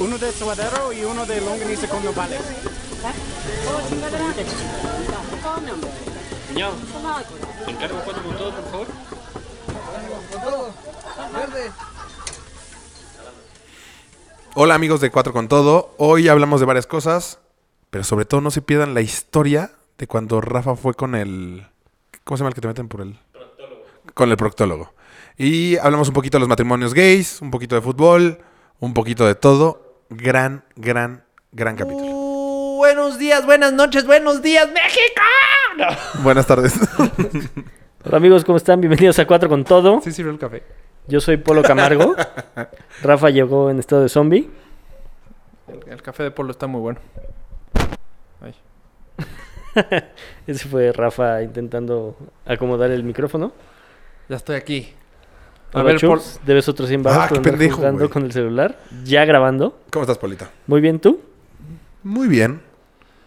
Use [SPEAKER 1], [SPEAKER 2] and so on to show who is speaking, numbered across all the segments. [SPEAKER 1] uno de suadero y uno de longaniza con nopales.
[SPEAKER 2] Ya, encargo cuatro con todo, por favor.
[SPEAKER 3] Hola amigos de Cuatro con Todo. Hoy hablamos de varias cosas, pero sobre todo no se pierdan la historia de cuando Rafa fue con el... ¿Cómo se llama el que te meten por el...? Con el proctólogo. Y hablamos un poquito de los matrimonios gays, un poquito de fútbol, un poquito de todo. Gran, gran, gran capítulo.
[SPEAKER 4] Uh, buenos días, buenas noches, buenos días, México.
[SPEAKER 3] Buenas tardes.
[SPEAKER 2] Hola amigos, ¿cómo están? Bienvenidos a Cuatro con Todo.
[SPEAKER 5] Sí sirvió el café.
[SPEAKER 2] Yo soy Polo Camargo. Rafa llegó en estado de zombie.
[SPEAKER 5] El, el café de Polo está muy bueno. Ay.
[SPEAKER 2] Ese fue Rafa intentando acomodar el micrófono.
[SPEAKER 5] Ya estoy aquí. A
[SPEAKER 2] Hola,
[SPEAKER 5] ver,
[SPEAKER 2] Chups, debes otros 100
[SPEAKER 3] Ah,
[SPEAKER 2] baros
[SPEAKER 3] qué
[SPEAKER 2] por andar
[SPEAKER 3] pendejo,
[SPEAKER 2] jugando
[SPEAKER 3] güey.
[SPEAKER 2] con el celular. Ya grabando.
[SPEAKER 3] ¿Cómo estás, Polita?
[SPEAKER 2] Muy bien, ¿tú?
[SPEAKER 3] Muy bien.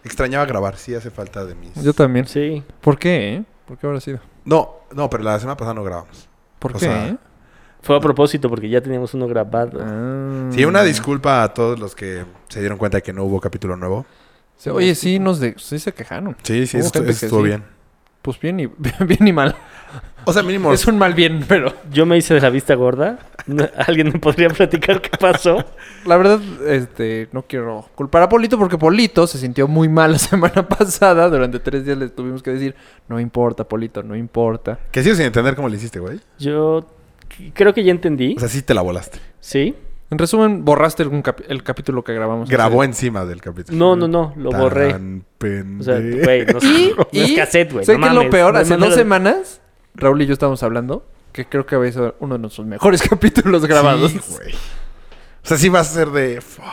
[SPEAKER 3] Extrañaba grabar, sí hace falta de mis...
[SPEAKER 5] Pol- Yo también.
[SPEAKER 2] Sí.
[SPEAKER 5] ¿Por qué? eh? ¿Por qué habrá sido?
[SPEAKER 3] No, no, pero la semana pasada no grabamos.
[SPEAKER 5] ¿Por
[SPEAKER 3] O
[SPEAKER 5] qué?
[SPEAKER 3] sea,
[SPEAKER 5] eh?
[SPEAKER 2] Fue a propósito porque ya teníamos uno
[SPEAKER 4] pues,
[SPEAKER 2] grabado.
[SPEAKER 5] Ah.
[SPEAKER 3] Sí, una disculpa a todos los que se dieron cuenta de que no hubo capítulo nuevo.
[SPEAKER 5] Sí, Oye, sí, nos de... sí se quejaron.
[SPEAKER 3] Sí, sí,
[SPEAKER 5] Hubo
[SPEAKER 3] eso estu-
[SPEAKER 5] gente
[SPEAKER 3] eso
[SPEAKER 5] que
[SPEAKER 3] estuvo
[SPEAKER 5] sí.
[SPEAKER 3] bien.
[SPEAKER 5] Pues bien y, bien y mal.
[SPEAKER 3] O sea, mínimo...
[SPEAKER 5] Es un mal bien, pero...
[SPEAKER 2] Yo me hice de la vista gorda. No- ¿Alguien me podría platicar qué pasó?
[SPEAKER 5] La verdad, este, no quiero culpar a Polito porque Polito se sintió muy mal la semana pasada. Durante tres días le tuvimos que decir, no importa, Polito, no importa.
[SPEAKER 3] Que sigo sin entender cómo le hiciste, güey.
[SPEAKER 2] Yo c- creo que ya entendí.
[SPEAKER 3] O sea, sí te la volaste.
[SPEAKER 2] Sí.
[SPEAKER 5] En resumen, borraste algún capi- el capítulo que grabamos.
[SPEAKER 3] Grabó encima del capítulo.
[SPEAKER 2] No, no, no. Lo borré. O sea, güey, no sé.
[SPEAKER 5] Y,
[SPEAKER 2] no es
[SPEAKER 5] y
[SPEAKER 2] cassette, güey.
[SPEAKER 5] sé
[SPEAKER 2] no
[SPEAKER 5] que
[SPEAKER 2] mames,
[SPEAKER 5] lo peor,
[SPEAKER 2] no hay
[SPEAKER 5] hace dos
[SPEAKER 2] manera de-
[SPEAKER 5] semanas, Raúl y yo estábamos hablando, que creo que había sido uno de nuestros mejores capítulos grabados.
[SPEAKER 3] Sí, güey. O sea, sí va a ser de... fuck.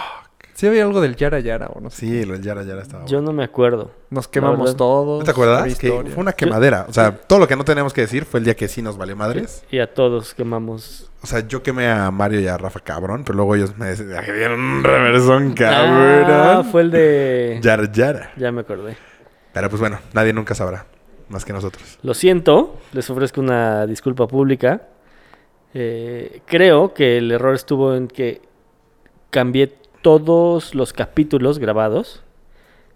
[SPEAKER 5] Sí había algo del Yara Yara, o no sé.
[SPEAKER 3] Sí, lo del Yara Yara estaba...
[SPEAKER 2] Yo
[SPEAKER 3] bueno.
[SPEAKER 2] no me acuerdo.
[SPEAKER 5] Nos
[SPEAKER 2] La
[SPEAKER 5] quemamos
[SPEAKER 2] verdad.
[SPEAKER 5] todos.
[SPEAKER 3] ¿No te acuerdas?
[SPEAKER 5] había
[SPEAKER 3] Que
[SPEAKER 5] historia.
[SPEAKER 3] fue una quemadera. O sea, todo lo que no teníamos que decir fue el día que sí nos valió madres.
[SPEAKER 2] Y a todos quemamos.
[SPEAKER 3] O sea, yo quemé a Mario y a Rafa cabrón, pero luego ellos me decían, "Ay, dieron un reversón cabrón.
[SPEAKER 2] Ah, fue el de. Ya.
[SPEAKER 3] Yara Yara.
[SPEAKER 2] me acordé.
[SPEAKER 3] Pero pues bueno, nadie nunca sabrá. Más que nosotros.
[SPEAKER 2] Lo siento, les ofrezco una disculpa pública. Eh, creo que el error estuvo en que cambié todos los capítulos grabados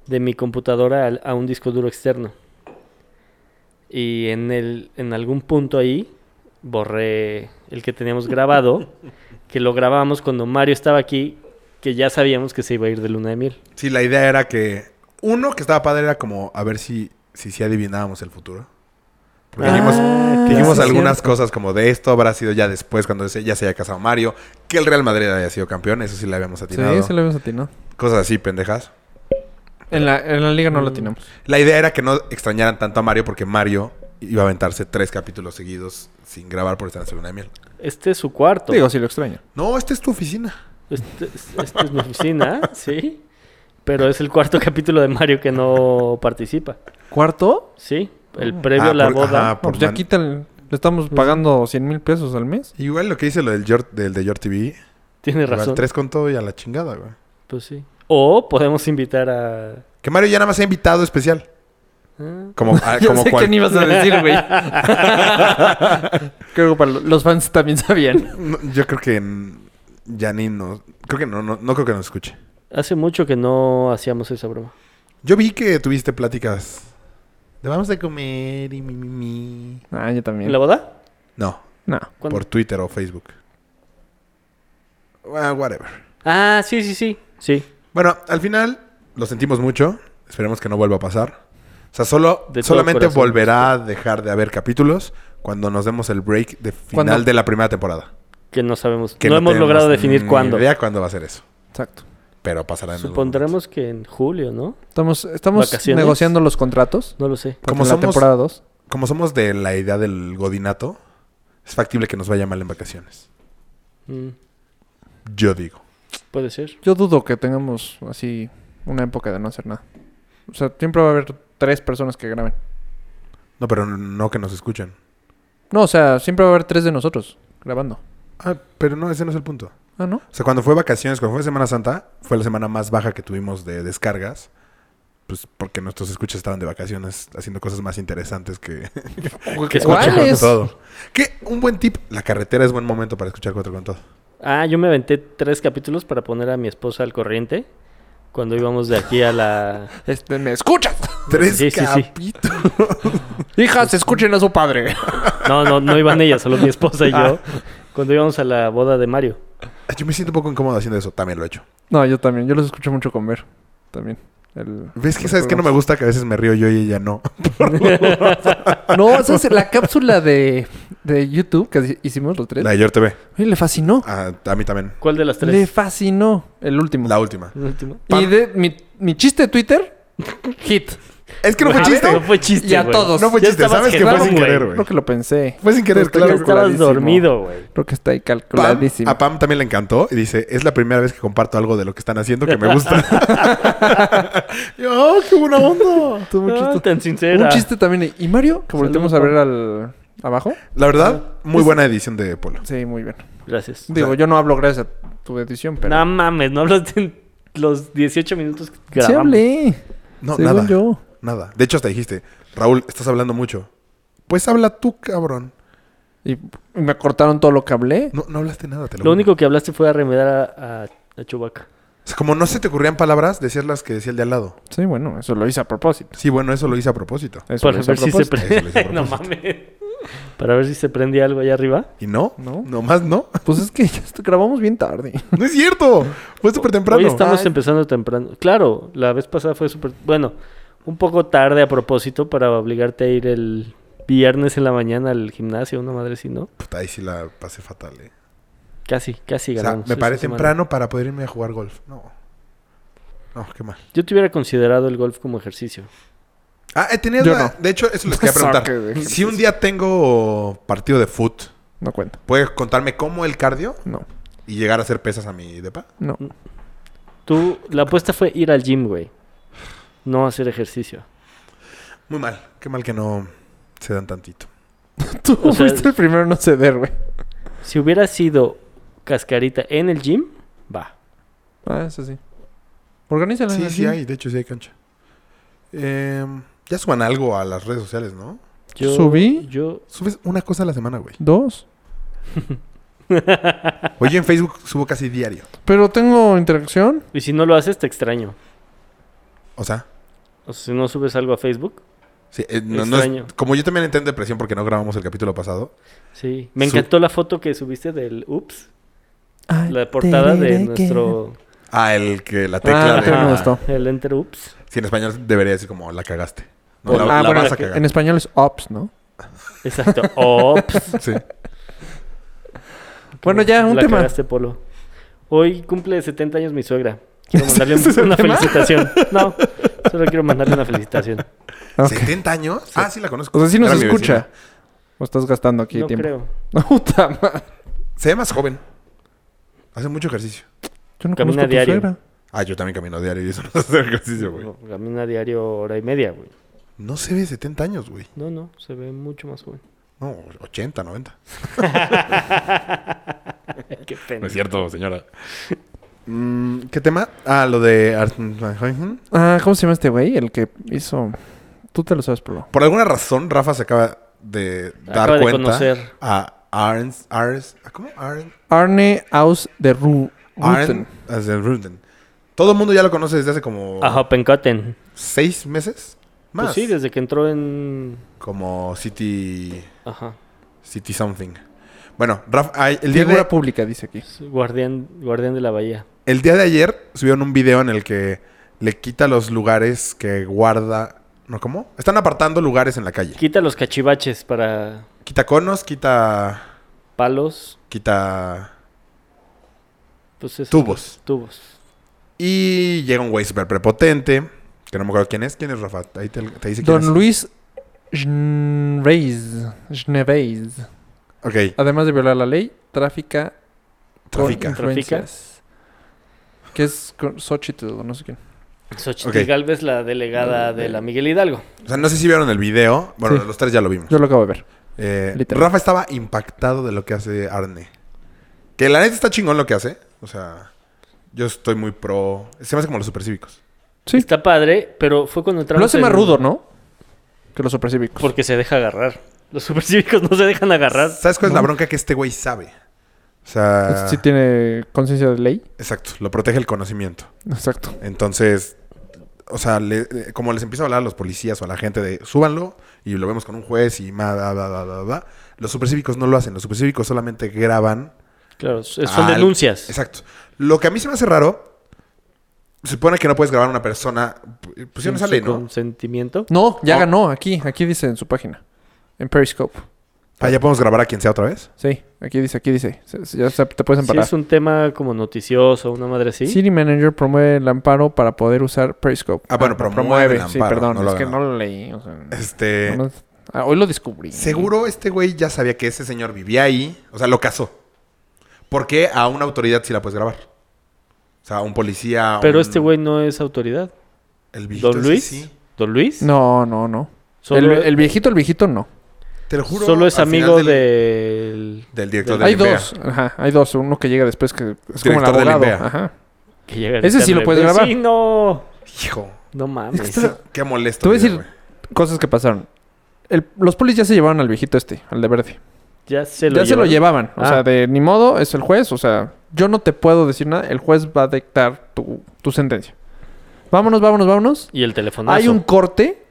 [SPEAKER 2] de mi computadora al- a un disco duro externo. Y en, el, en algún punto ahí borré el que teníamos grabado, que lo grabamos cuando Mario estaba aquí, que ya sabíamos que se iba a ir de luna de miel.
[SPEAKER 3] Sí, la idea era que... Uno que estaba padre era como a ver si, si, sí adivinábamos el futuro. Porque
[SPEAKER 2] Ah,
[SPEAKER 3] dijimos,
[SPEAKER 5] claro,
[SPEAKER 3] dijimos
[SPEAKER 5] sí,
[SPEAKER 3] algunas
[SPEAKER 5] cierto.
[SPEAKER 3] cosas como de esto habrá sido ya después cuando se- ya se haya casado Mario, que el Real Madrid haya sido campeón, eso sí le habíamos atinado.
[SPEAKER 5] Sí, se lo habíamos atinado.
[SPEAKER 3] Cosas así, pendejas.
[SPEAKER 5] En la, en la liga no
[SPEAKER 2] Mm,
[SPEAKER 5] lo atinamos.
[SPEAKER 3] La idea era que no extrañaran tanto a Mario porque Mario iba a aventarse tres capítulos seguidos sin grabar por estar en segunda de miel.
[SPEAKER 2] Este es su cuarto.
[SPEAKER 5] Digo, sí lo extraño.
[SPEAKER 3] No, esta es tu oficina.
[SPEAKER 2] Este- Esta es mi oficina, sí. Pero es el cuarto capítulo de Mario que no participa.
[SPEAKER 5] ¿Cuarto?
[SPEAKER 2] Sí, el
[SPEAKER 5] Ah,
[SPEAKER 2] previo a la
[SPEAKER 3] por-
[SPEAKER 2] boda.
[SPEAKER 3] ajá,
[SPEAKER 5] No,
[SPEAKER 3] por
[SPEAKER 5] pues ya
[SPEAKER 3] man-
[SPEAKER 5] quitan... Le estamos
[SPEAKER 2] Pues
[SPEAKER 5] pagando 100 mil pesos al mes.
[SPEAKER 3] Igual lo que hice lo del York, del de York TV.
[SPEAKER 2] Tiene
[SPEAKER 3] igual
[SPEAKER 2] razón.
[SPEAKER 3] tres con todo y a la chingada, güey.
[SPEAKER 2] Pues sí. O podemos invitar a.
[SPEAKER 3] Que Mario ya nada más ha invitado especial.
[SPEAKER 2] ah,
[SPEAKER 3] Como, a-
[SPEAKER 5] Yo
[SPEAKER 3] como
[SPEAKER 5] sé
[SPEAKER 3] cual-
[SPEAKER 5] que ni ibas a decir, güey. Creo que para lo- los fans también sabían.
[SPEAKER 3] No, yo creo que mm, ya ni nos... Creo que no, no, no creo que nos escuche.
[SPEAKER 2] Hace mucho que no hacíamos esa broma.
[SPEAKER 3] Yo vi que tuviste pláticas de vamos a comer y mi, mi, mi.
[SPEAKER 5] Ah, yo también.
[SPEAKER 2] ¿En la boda?
[SPEAKER 3] No,
[SPEAKER 5] No.
[SPEAKER 2] ¿Cuándo?
[SPEAKER 3] por Twitter o Facebook. Bueno, whatever.
[SPEAKER 2] Ah, sí, sí, sí. Sí.
[SPEAKER 3] Bueno, al final lo sentimos mucho. Esperemos que no vuelva a pasar. O sea, solo,
[SPEAKER 2] De todo
[SPEAKER 3] solamente
[SPEAKER 2] corazón.
[SPEAKER 3] volverá a dejar de haber capítulos cuando nos demos el break de final
[SPEAKER 5] Cuando-
[SPEAKER 3] de la primera temporada.
[SPEAKER 2] Que no sabemos.
[SPEAKER 3] Que
[SPEAKER 2] no, hemos
[SPEAKER 3] tenemos
[SPEAKER 2] logrado definir
[SPEAKER 3] ni
[SPEAKER 2] cuándo.
[SPEAKER 3] idea cuándo va a ser eso.
[SPEAKER 5] Exacto.
[SPEAKER 3] Pero pasará en algún momento.
[SPEAKER 2] Supondremos que en julio, ¿no?
[SPEAKER 5] Estamos, estamos
[SPEAKER 2] ¿Vacaciones?
[SPEAKER 5] negociando los contratos.
[SPEAKER 2] No lo sé.
[SPEAKER 3] Como
[SPEAKER 5] Como la
[SPEAKER 3] somos-
[SPEAKER 5] temporada 2.
[SPEAKER 3] Como somos de la idea del godinato, es factible que nos vaya mal en vacaciones.
[SPEAKER 2] Mm,
[SPEAKER 3] Yo digo.
[SPEAKER 2] puede ser.
[SPEAKER 5] Yo dudo que tengamos así una época de no hacer nada. O sea, siempre va a haber tres personas que graben.
[SPEAKER 3] No, pero no que nos escuchen.
[SPEAKER 5] No, o sea, siempre va a haber tres de nosotros grabando.
[SPEAKER 3] Ah, pero no, ese no es el punto.
[SPEAKER 5] Ah, ¿no?
[SPEAKER 3] O sea, cuando fue vacaciones, cuando fue Semana Santa, fue la semana más baja que tuvimos de descargas. Pues porque nuestros escuchas estaban de vacaciones haciendo cosas más interesantes que...
[SPEAKER 2] ¿Qué
[SPEAKER 3] Cuatro
[SPEAKER 2] escuchan?
[SPEAKER 3] con
[SPEAKER 5] es?
[SPEAKER 3] todo. Que un buen tip, la carretera es buen momento para escuchar Cuatro con todo.
[SPEAKER 2] Ah, yo me aventé tres capítulos para poner a mi esposa al corriente cuando íbamos de aquí a la...
[SPEAKER 5] Este, ¿Me escuchas?
[SPEAKER 3] Tres
[SPEAKER 2] Sí, sí, sí.
[SPEAKER 3] capítulos.
[SPEAKER 5] Hijas, escuchen a su padre.
[SPEAKER 2] No, no, no iban ellas, solo mi esposa y
[SPEAKER 5] Ah.
[SPEAKER 2] yo. Cuando íbamos a la boda de Mario.
[SPEAKER 3] Yo me siento un poco incómodo haciendo eso. También lo he hecho.
[SPEAKER 5] No, yo también. Yo los escucho mucho comer. También. El-
[SPEAKER 3] ¿Ves que sabes que no me gusta que a veces me río yo y ella no?
[SPEAKER 5] No, esa es la cápsula de, de YouTube que hicimos los tres.
[SPEAKER 3] La de Yor TV.
[SPEAKER 5] Oye, le fascinó.
[SPEAKER 3] Ah, a mí también.
[SPEAKER 2] ¿Cuál de las
[SPEAKER 5] Le
[SPEAKER 2] tres?
[SPEAKER 5] fascinó. El último.
[SPEAKER 3] La última.
[SPEAKER 2] ¿El último?
[SPEAKER 5] Y de mi, mi chiste de Twitter, hit.
[SPEAKER 3] Es que no fue
[SPEAKER 2] A ver,
[SPEAKER 3] chiste.
[SPEAKER 2] No fue chiste,
[SPEAKER 5] Y a
[SPEAKER 2] güey.
[SPEAKER 5] todos.
[SPEAKER 3] No fue
[SPEAKER 2] Ya
[SPEAKER 3] chiste.
[SPEAKER 2] estabas
[SPEAKER 3] Sabes que fue
[SPEAKER 2] quedando,
[SPEAKER 3] sin
[SPEAKER 2] güey.
[SPEAKER 3] querer,
[SPEAKER 5] Creo
[SPEAKER 3] güey.
[SPEAKER 5] que lo pensé.
[SPEAKER 3] Fue sin querer,
[SPEAKER 5] Creo que
[SPEAKER 2] Ya
[SPEAKER 3] claro.
[SPEAKER 2] estabas
[SPEAKER 5] calculadísimo.
[SPEAKER 2] dormido, güey.
[SPEAKER 5] Creo que está ahí
[SPEAKER 3] Pam,
[SPEAKER 5] calculadísimo.
[SPEAKER 3] a Pam también le encantó y dice, es la primera vez que comparto algo de lo que están haciendo que me gusta. Yo, "Ah, qué buena onda!
[SPEAKER 5] Estuvo muy
[SPEAKER 2] Ah,
[SPEAKER 5] chistoso.
[SPEAKER 2] tan sincera.
[SPEAKER 5] Un chiste también. ¿Y Mario? Que volteamos a ver al... ¿Abajo?
[SPEAKER 3] La verdad, muy buena edición de Polo.
[SPEAKER 5] Sí, muy bien.
[SPEAKER 2] Gracias.
[SPEAKER 5] Digo, yo no hablo gracias a tu edición, pero...
[SPEAKER 2] No mames, no hablaste en los 18 minutos que
[SPEAKER 5] sí
[SPEAKER 2] grabamos.
[SPEAKER 5] hablé.
[SPEAKER 3] No,
[SPEAKER 5] Según
[SPEAKER 3] nada.
[SPEAKER 5] yo.
[SPEAKER 3] Nada. De hecho, hasta dijiste, Raúl, estás hablando mucho. Pues habla tú, cabrón.
[SPEAKER 5] Y y me cortaron todo lo que hablé.
[SPEAKER 3] No, no hablaste nada, te lo,
[SPEAKER 2] Lo
[SPEAKER 3] juro.
[SPEAKER 2] único que hablaste fue a remedar a, a, a Chewbacca.
[SPEAKER 3] O sea, como no se te ocurrían palabras, decías las que decía el de al lado.
[SPEAKER 5] Sí, bueno, eso lo hice a propósito.
[SPEAKER 3] Sí, bueno, eso lo hice a propósito.
[SPEAKER 5] Eso
[SPEAKER 2] Para
[SPEAKER 5] lo hice a
[SPEAKER 2] ver si se
[SPEAKER 5] propósito.
[SPEAKER 3] propósito. Eso lo hice a
[SPEAKER 2] prende. no mames. Para ver si se prendía algo allá arriba.
[SPEAKER 3] ¿Y no?
[SPEAKER 5] No.
[SPEAKER 3] Nomás no.
[SPEAKER 5] Pues es que ya est- grabamos bien tarde.
[SPEAKER 3] No es cierto. Fue súper temprano.
[SPEAKER 2] Hoy estamos
[SPEAKER 5] Ay.
[SPEAKER 2] empezando temprano. Claro, la vez pasada fue súper. Bueno, un poco tarde a propósito para obligarte a ir el viernes en la mañana al gimnasio, una madre si no.
[SPEAKER 3] Puta, ahí sí la pasé fatal, eh.
[SPEAKER 2] Casi, casi
[SPEAKER 3] O sea,
[SPEAKER 2] ganamos.
[SPEAKER 3] me
[SPEAKER 2] esta
[SPEAKER 3] paré
[SPEAKER 2] semana.
[SPEAKER 3] temprano para poder irme a jugar golf. No. No, qué mal.
[SPEAKER 2] Yo te hubiera considerado el golf como ejercicio.
[SPEAKER 3] Ah, eh, tenías
[SPEAKER 5] Yo
[SPEAKER 3] la-
[SPEAKER 5] no.
[SPEAKER 3] De hecho, eso les quería
[SPEAKER 5] Saque de
[SPEAKER 3] preguntar.
[SPEAKER 5] ejercicio.
[SPEAKER 3] Si un día tengo partido de foot,
[SPEAKER 5] No cuenta.
[SPEAKER 3] ¿puedes contarme cómo el cardio
[SPEAKER 5] No,
[SPEAKER 3] y llegar a hacer pesas a mi depa?
[SPEAKER 5] no.
[SPEAKER 2] Tú, la apuesta fue ir al gym, güey. No hacer ejercicio.
[SPEAKER 3] Muy mal. Qué mal que no se dan tantito.
[SPEAKER 5] Tú
[SPEAKER 2] O sea-
[SPEAKER 5] fuiste el primero en no ceder, güey.
[SPEAKER 2] Si hubiera sido cascarita en el gym, va.
[SPEAKER 5] Ah, eso sí. Organízala.
[SPEAKER 3] Sí,
[SPEAKER 5] así.
[SPEAKER 3] sí hay. De hecho, sí hay cancha. Em, ya suban algo a las redes sociales, ¿no?
[SPEAKER 2] Yo,
[SPEAKER 5] ¿Subí?
[SPEAKER 2] Yo.
[SPEAKER 3] Subes una cosa a la semana, güey.
[SPEAKER 5] Dos.
[SPEAKER 3] Oye, en Facebook subo casi diario.
[SPEAKER 5] Pero tengo interacción.
[SPEAKER 2] Y si no lo haces, te extraño.
[SPEAKER 3] O sea,
[SPEAKER 2] O sea, si no subes algo a Facebook.
[SPEAKER 3] sí, eh, no- no es-
[SPEAKER 2] Extraño.
[SPEAKER 3] como yo también entré en depresión porque no grabamos el capítulo pasado.
[SPEAKER 2] Sí. Me
[SPEAKER 3] Su-
[SPEAKER 2] encantó la foto que subiste del Ups. La portada de nuestro.
[SPEAKER 3] Ah, el que la
[SPEAKER 5] Ah,
[SPEAKER 3] tecla
[SPEAKER 5] la
[SPEAKER 3] de...
[SPEAKER 5] tecla me gustó.
[SPEAKER 2] El Enter Ups.
[SPEAKER 3] Sí, en español debería decir como la cagaste. No,
[SPEAKER 5] Por-
[SPEAKER 3] la,
[SPEAKER 5] ah,
[SPEAKER 3] la
[SPEAKER 5] bueno,
[SPEAKER 3] vas
[SPEAKER 5] la
[SPEAKER 3] a
[SPEAKER 5] que-
[SPEAKER 3] cagar.
[SPEAKER 5] en español es ops, ¿no?
[SPEAKER 2] Exacto. Ups.
[SPEAKER 3] Sí.
[SPEAKER 5] Bueno, ya, un
[SPEAKER 2] La
[SPEAKER 5] tema.
[SPEAKER 2] cagaste, Polo. Hoy cumple 70 años mi suegra. Quiero mandarle un-
[SPEAKER 5] ¿Ese es el
[SPEAKER 2] una
[SPEAKER 5] tema?
[SPEAKER 2] felicitación. No, solo quiero mandarle una felicitación.
[SPEAKER 5] Ok.
[SPEAKER 3] ¿70 años? Ah, sí la conozco.
[SPEAKER 5] O sea, sí nos
[SPEAKER 3] Era mi
[SPEAKER 5] escucha.
[SPEAKER 3] vecina.
[SPEAKER 5] O estás gastando aquí
[SPEAKER 2] no
[SPEAKER 5] tiempo.
[SPEAKER 2] creo.
[SPEAKER 5] Puta madre.
[SPEAKER 3] Se ve más joven. Hace mucho ejercicio.
[SPEAKER 5] Yo no conozco
[SPEAKER 2] Camina
[SPEAKER 5] a tu
[SPEAKER 2] diario.
[SPEAKER 5] suegra.
[SPEAKER 3] Ah, yo también camino diario y eso no es hacer ejercicio, güey.
[SPEAKER 2] Camina diario hora y media, güey.
[SPEAKER 3] No se ve 70 años, güey.
[SPEAKER 2] No, no, se ve mucho más joven.
[SPEAKER 3] No, 80, 90.
[SPEAKER 2] Qué pena.
[SPEAKER 5] Pues,
[SPEAKER 3] cierto, señora. Mm, ¿Qué tema? Ah, lo de... Ar-
[SPEAKER 5] Ah, ¿cómo se llama este güey? El que hizo... Tú te lo sabes, Polo.
[SPEAKER 3] Por alguna razón, Rafa se acaba de dar
[SPEAKER 2] Acaba de
[SPEAKER 3] cuenta
[SPEAKER 2] conocer.
[SPEAKER 3] a Arns, Arns, ¿a ¿cómo? Arn,
[SPEAKER 5] Arne Aus de Ru... Ruten.
[SPEAKER 3] Arn, as de Ruden. Todo el mundo ya lo conoce desde hace como
[SPEAKER 2] A Hoppenkotten.
[SPEAKER 3] seis meses más.
[SPEAKER 2] Pues sí, desde que entró en.
[SPEAKER 3] Como City,
[SPEAKER 2] Ajá.
[SPEAKER 3] City something. Bueno, Rafa, ay, el, día
[SPEAKER 5] Figura
[SPEAKER 3] de,
[SPEAKER 5] pública, dice aquí.
[SPEAKER 2] es Guardián, guardián de la Bahía.
[SPEAKER 3] el día de ayer subieron un video en el que le quita los lugares que guarda, ¿no? ¿Cómo? Están apartando lugares en la calle.
[SPEAKER 2] Quita los cachivaches para
[SPEAKER 3] Quita conos, quita,
[SPEAKER 2] palos.
[SPEAKER 3] quita
[SPEAKER 2] Pues esos-
[SPEAKER 3] Tubos.
[SPEAKER 2] Tubos.
[SPEAKER 3] Y llega un güey súper prepotente. Que no me acuerdo quién es. ¿Quién es, Rafa? Ahí te, te dice
[SPEAKER 5] Don
[SPEAKER 3] quién es.
[SPEAKER 5] Luis Schneveis. Schneveis.
[SPEAKER 3] Ok.
[SPEAKER 5] Además de violar la ley, tráfica con
[SPEAKER 3] Trafica.
[SPEAKER 2] Trafica.
[SPEAKER 5] influencias. Que es con- Xochitl, o no sé quién.
[SPEAKER 2] Xochitl Galvez, la delegada de la Miguel Hidalgo.
[SPEAKER 3] O sea, no sé si vieron el video. Bueno,
[SPEAKER 5] Sí.
[SPEAKER 3] los tres ya lo vimos.
[SPEAKER 5] Yo lo acabo de ver.
[SPEAKER 3] Eh,
[SPEAKER 5] Literal.
[SPEAKER 3] Rafa estaba impactado de lo que hace Arne. Que la neta está chingón lo que hace. O sea, yo estoy muy pro. Se me hace como los supercívicos.
[SPEAKER 5] Sí.
[SPEAKER 2] Está padre, pero fue cuando entramos.
[SPEAKER 5] Lo hace más
[SPEAKER 2] en-
[SPEAKER 5] rudo, ¿no? Que los supercívicos.
[SPEAKER 2] Porque se deja agarrar. Los supercívicos no se dejan agarrar.
[SPEAKER 3] ¿Sabes cuál es la bronca que este güey sabe? O O sea,
[SPEAKER 5] Pues Sí tiene conciencia de ley.
[SPEAKER 3] exacto, lo protege el conocimiento.
[SPEAKER 5] Exacto.
[SPEAKER 3] Entonces, o sea, le- eh, como les empieza a hablar a los policías o a la gente de súbanlo y lo vemos con un juez y más, bla, bla, bla, bla, bla, los supercívicos no lo hacen. Los supercívicos solamente graban.
[SPEAKER 2] Claro, es- son
[SPEAKER 3] al-
[SPEAKER 2] denuncias.
[SPEAKER 3] Exacto. Lo que a mí se me hace raro, se supone que no puedes grabar a una persona. Pues ya
[SPEAKER 2] Sin
[SPEAKER 3] no sale,
[SPEAKER 2] su
[SPEAKER 3] ¿no?
[SPEAKER 2] Consentimiento.
[SPEAKER 5] No, ya
[SPEAKER 3] No.
[SPEAKER 5] ganó. Aquí, aquí dice en su página. En Periscope.
[SPEAKER 3] Ah, ya podemos grabar a quien sea otra vez.
[SPEAKER 5] Sí, aquí dice, aquí dice. Se- se- Ya se- te puedes
[SPEAKER 2] Si
[SPEAKER 5] emparar.
[SPEAKER 2] es un tema como noticioso, una madre así.
[SPEAKER 5] City Manager promueve el amparo para poder usar Periscope.
[SPEAKER 3] Ah, bueno, promueve el
[SPEAKER 5] sí,
[SPEAKER 3] amparo,
[SPEAKER 5] perdón.
[SPEAKER 3] no lo
[SPEAKER 5] es que
[SPEAKER 3] ganó.
[SPEAKER 5] no lo leí. o sea,
[SPEAKER 3] Este.
[SPEAKER 5] no- ah, hoy lo descubrí.
[SPEAKER 3] Seguro este güey ya sabía que ese señor vivía ahí. O sea, lo casó. ¿Por qué a una autoridad sí la puedes grabar? O sea, a un policía. a
[SPEAKER 2] Pero
[SPEAKER 3] un-
[SPEAKER 2] este güey no es autoridad.
[SPEAKER 3] El viejito
[SPEAKER 2] ¿Don
[SPEAKER 3] ese
[SPEAKER 2] Luis?
[SPEAKER 3] sí.
[SPEAKER 2] ¿Don Luis?
[SPEAKER 5] No, no, no. El,
[SPEAKER 2] Solo,
[SPEAKER 5] el viejito, el viejito no.
[SPEAKER 3] Te lo juro.
[SPEAKER 2] solo es
[SPEAKER 3] al final
[SPEAKER 2] amigo
[SPEAKER 3] del-
[SPEAKER 2] del...
[SPEAKER 3] Del director
[SPEAKER 5] Hay
[SPEAKER 3] del INPEA.
[SPEAKER 5] dos. Ajá, hay dos. Uno que llega después que es como el
[SPEAKER 3] Director del
[SPEAKER 5] abogado.
[SPEAKER 3] INPEA.
[SPEAKER 5] Ajá.
[SPEAKER 2] que llega a
[SPEAKER 5] Ese sí lo
[SPEAKER 2] gritarle,
[SPEAKER 5] puedes grabar.
[SPEAKER 2] "Vecino".
[SPEAKER 3] Hijo.
[SPEAKER 2] No mames.
[SPEAKER 3] Qué molesto.
[SPEAKER 5] Te voy a
[SPEAKER 3] video,
[SPEAKER 5] decir cosas que pasaron. El- los polis ya se llevaron al viejito este, al de verde.
[SPEAKER 2] Ya se
[SPEAKER 5] Ya
[SPEAKER 2] lo
[SPEAKER 5] se lo llevaban. O
[SPEAKER 2] Ah.
[SPEAKER 5] sea, de ni modo, es el juez. O sea, yo no te puedo decir nada. El juez va a dictar tu, tu sentencia. Vámonos, vámonos, vámonos.
[SPEAKER 2] Y el teléfono.
[SPEAKER 5] Hay un corte.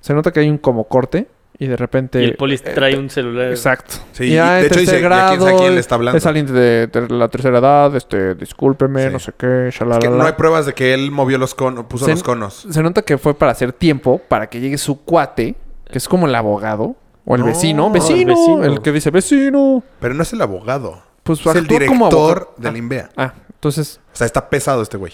[SPEAKER 5] Se nota que hay un como corte. Y de repente...
[SPEAKER 3] Este,
[SPEAKER 2] Y el poli
[SPEAKER 5] eh,
[SPEAKER 2] trae un celular.
[SPEAKER 5] Exacto.
[SPEAKER 3] Sí,
[SPEAKER 5] Y ya
[SPEAKER 3] y de
[SPEAKER 5] en
[SPEAKER 3] hecho dice,
[SPEAKER 5] tercer
[SPEAKER 3] "Y a quién sabe
[SPEAKER 5] grado,
[SPEAKER 3] quién le está hablando".
[SPEAKER 5] Es alguien de, de la tercera edad, este, discúlpeme,
[SPEAKER 3] Sí.
[SPEAKER 5] no sé qué,
[SPEAKER 3] güey. Es que
[SPEAKER 5] shalalala.
[SPEAKER 3] no hay pruebas de que él movió los conos, puso
[SPEAKER 5] Se-
[SPEAKER 3] los conos.
[SPEAKER 5] Se nota que fue para hacer tiempo, para que llegue su cuate, que es como el abogado, o el
[SPEAKER 3] No,
[SPEAKER 5] vecino,
[SPEAKER 3] el
[SPEAKER 5] vecino,
[SPEAKER 2] vecino.
[SPEAKER 5] el que dice vecino.
[SPEAKER 3] Pero no es el abogado.
[SPEAKER 5] Pues
[SPEAKER 3] es el
[SPEAKER 5] actúa como
[SPEAKER 3] director
[SPEAKER 5] abogado.
[SPEAKER 3] del INVEA.
[SPEAKER 5] Ah, entonces,
[SPEAKER 3] O sea, está pesado este güey.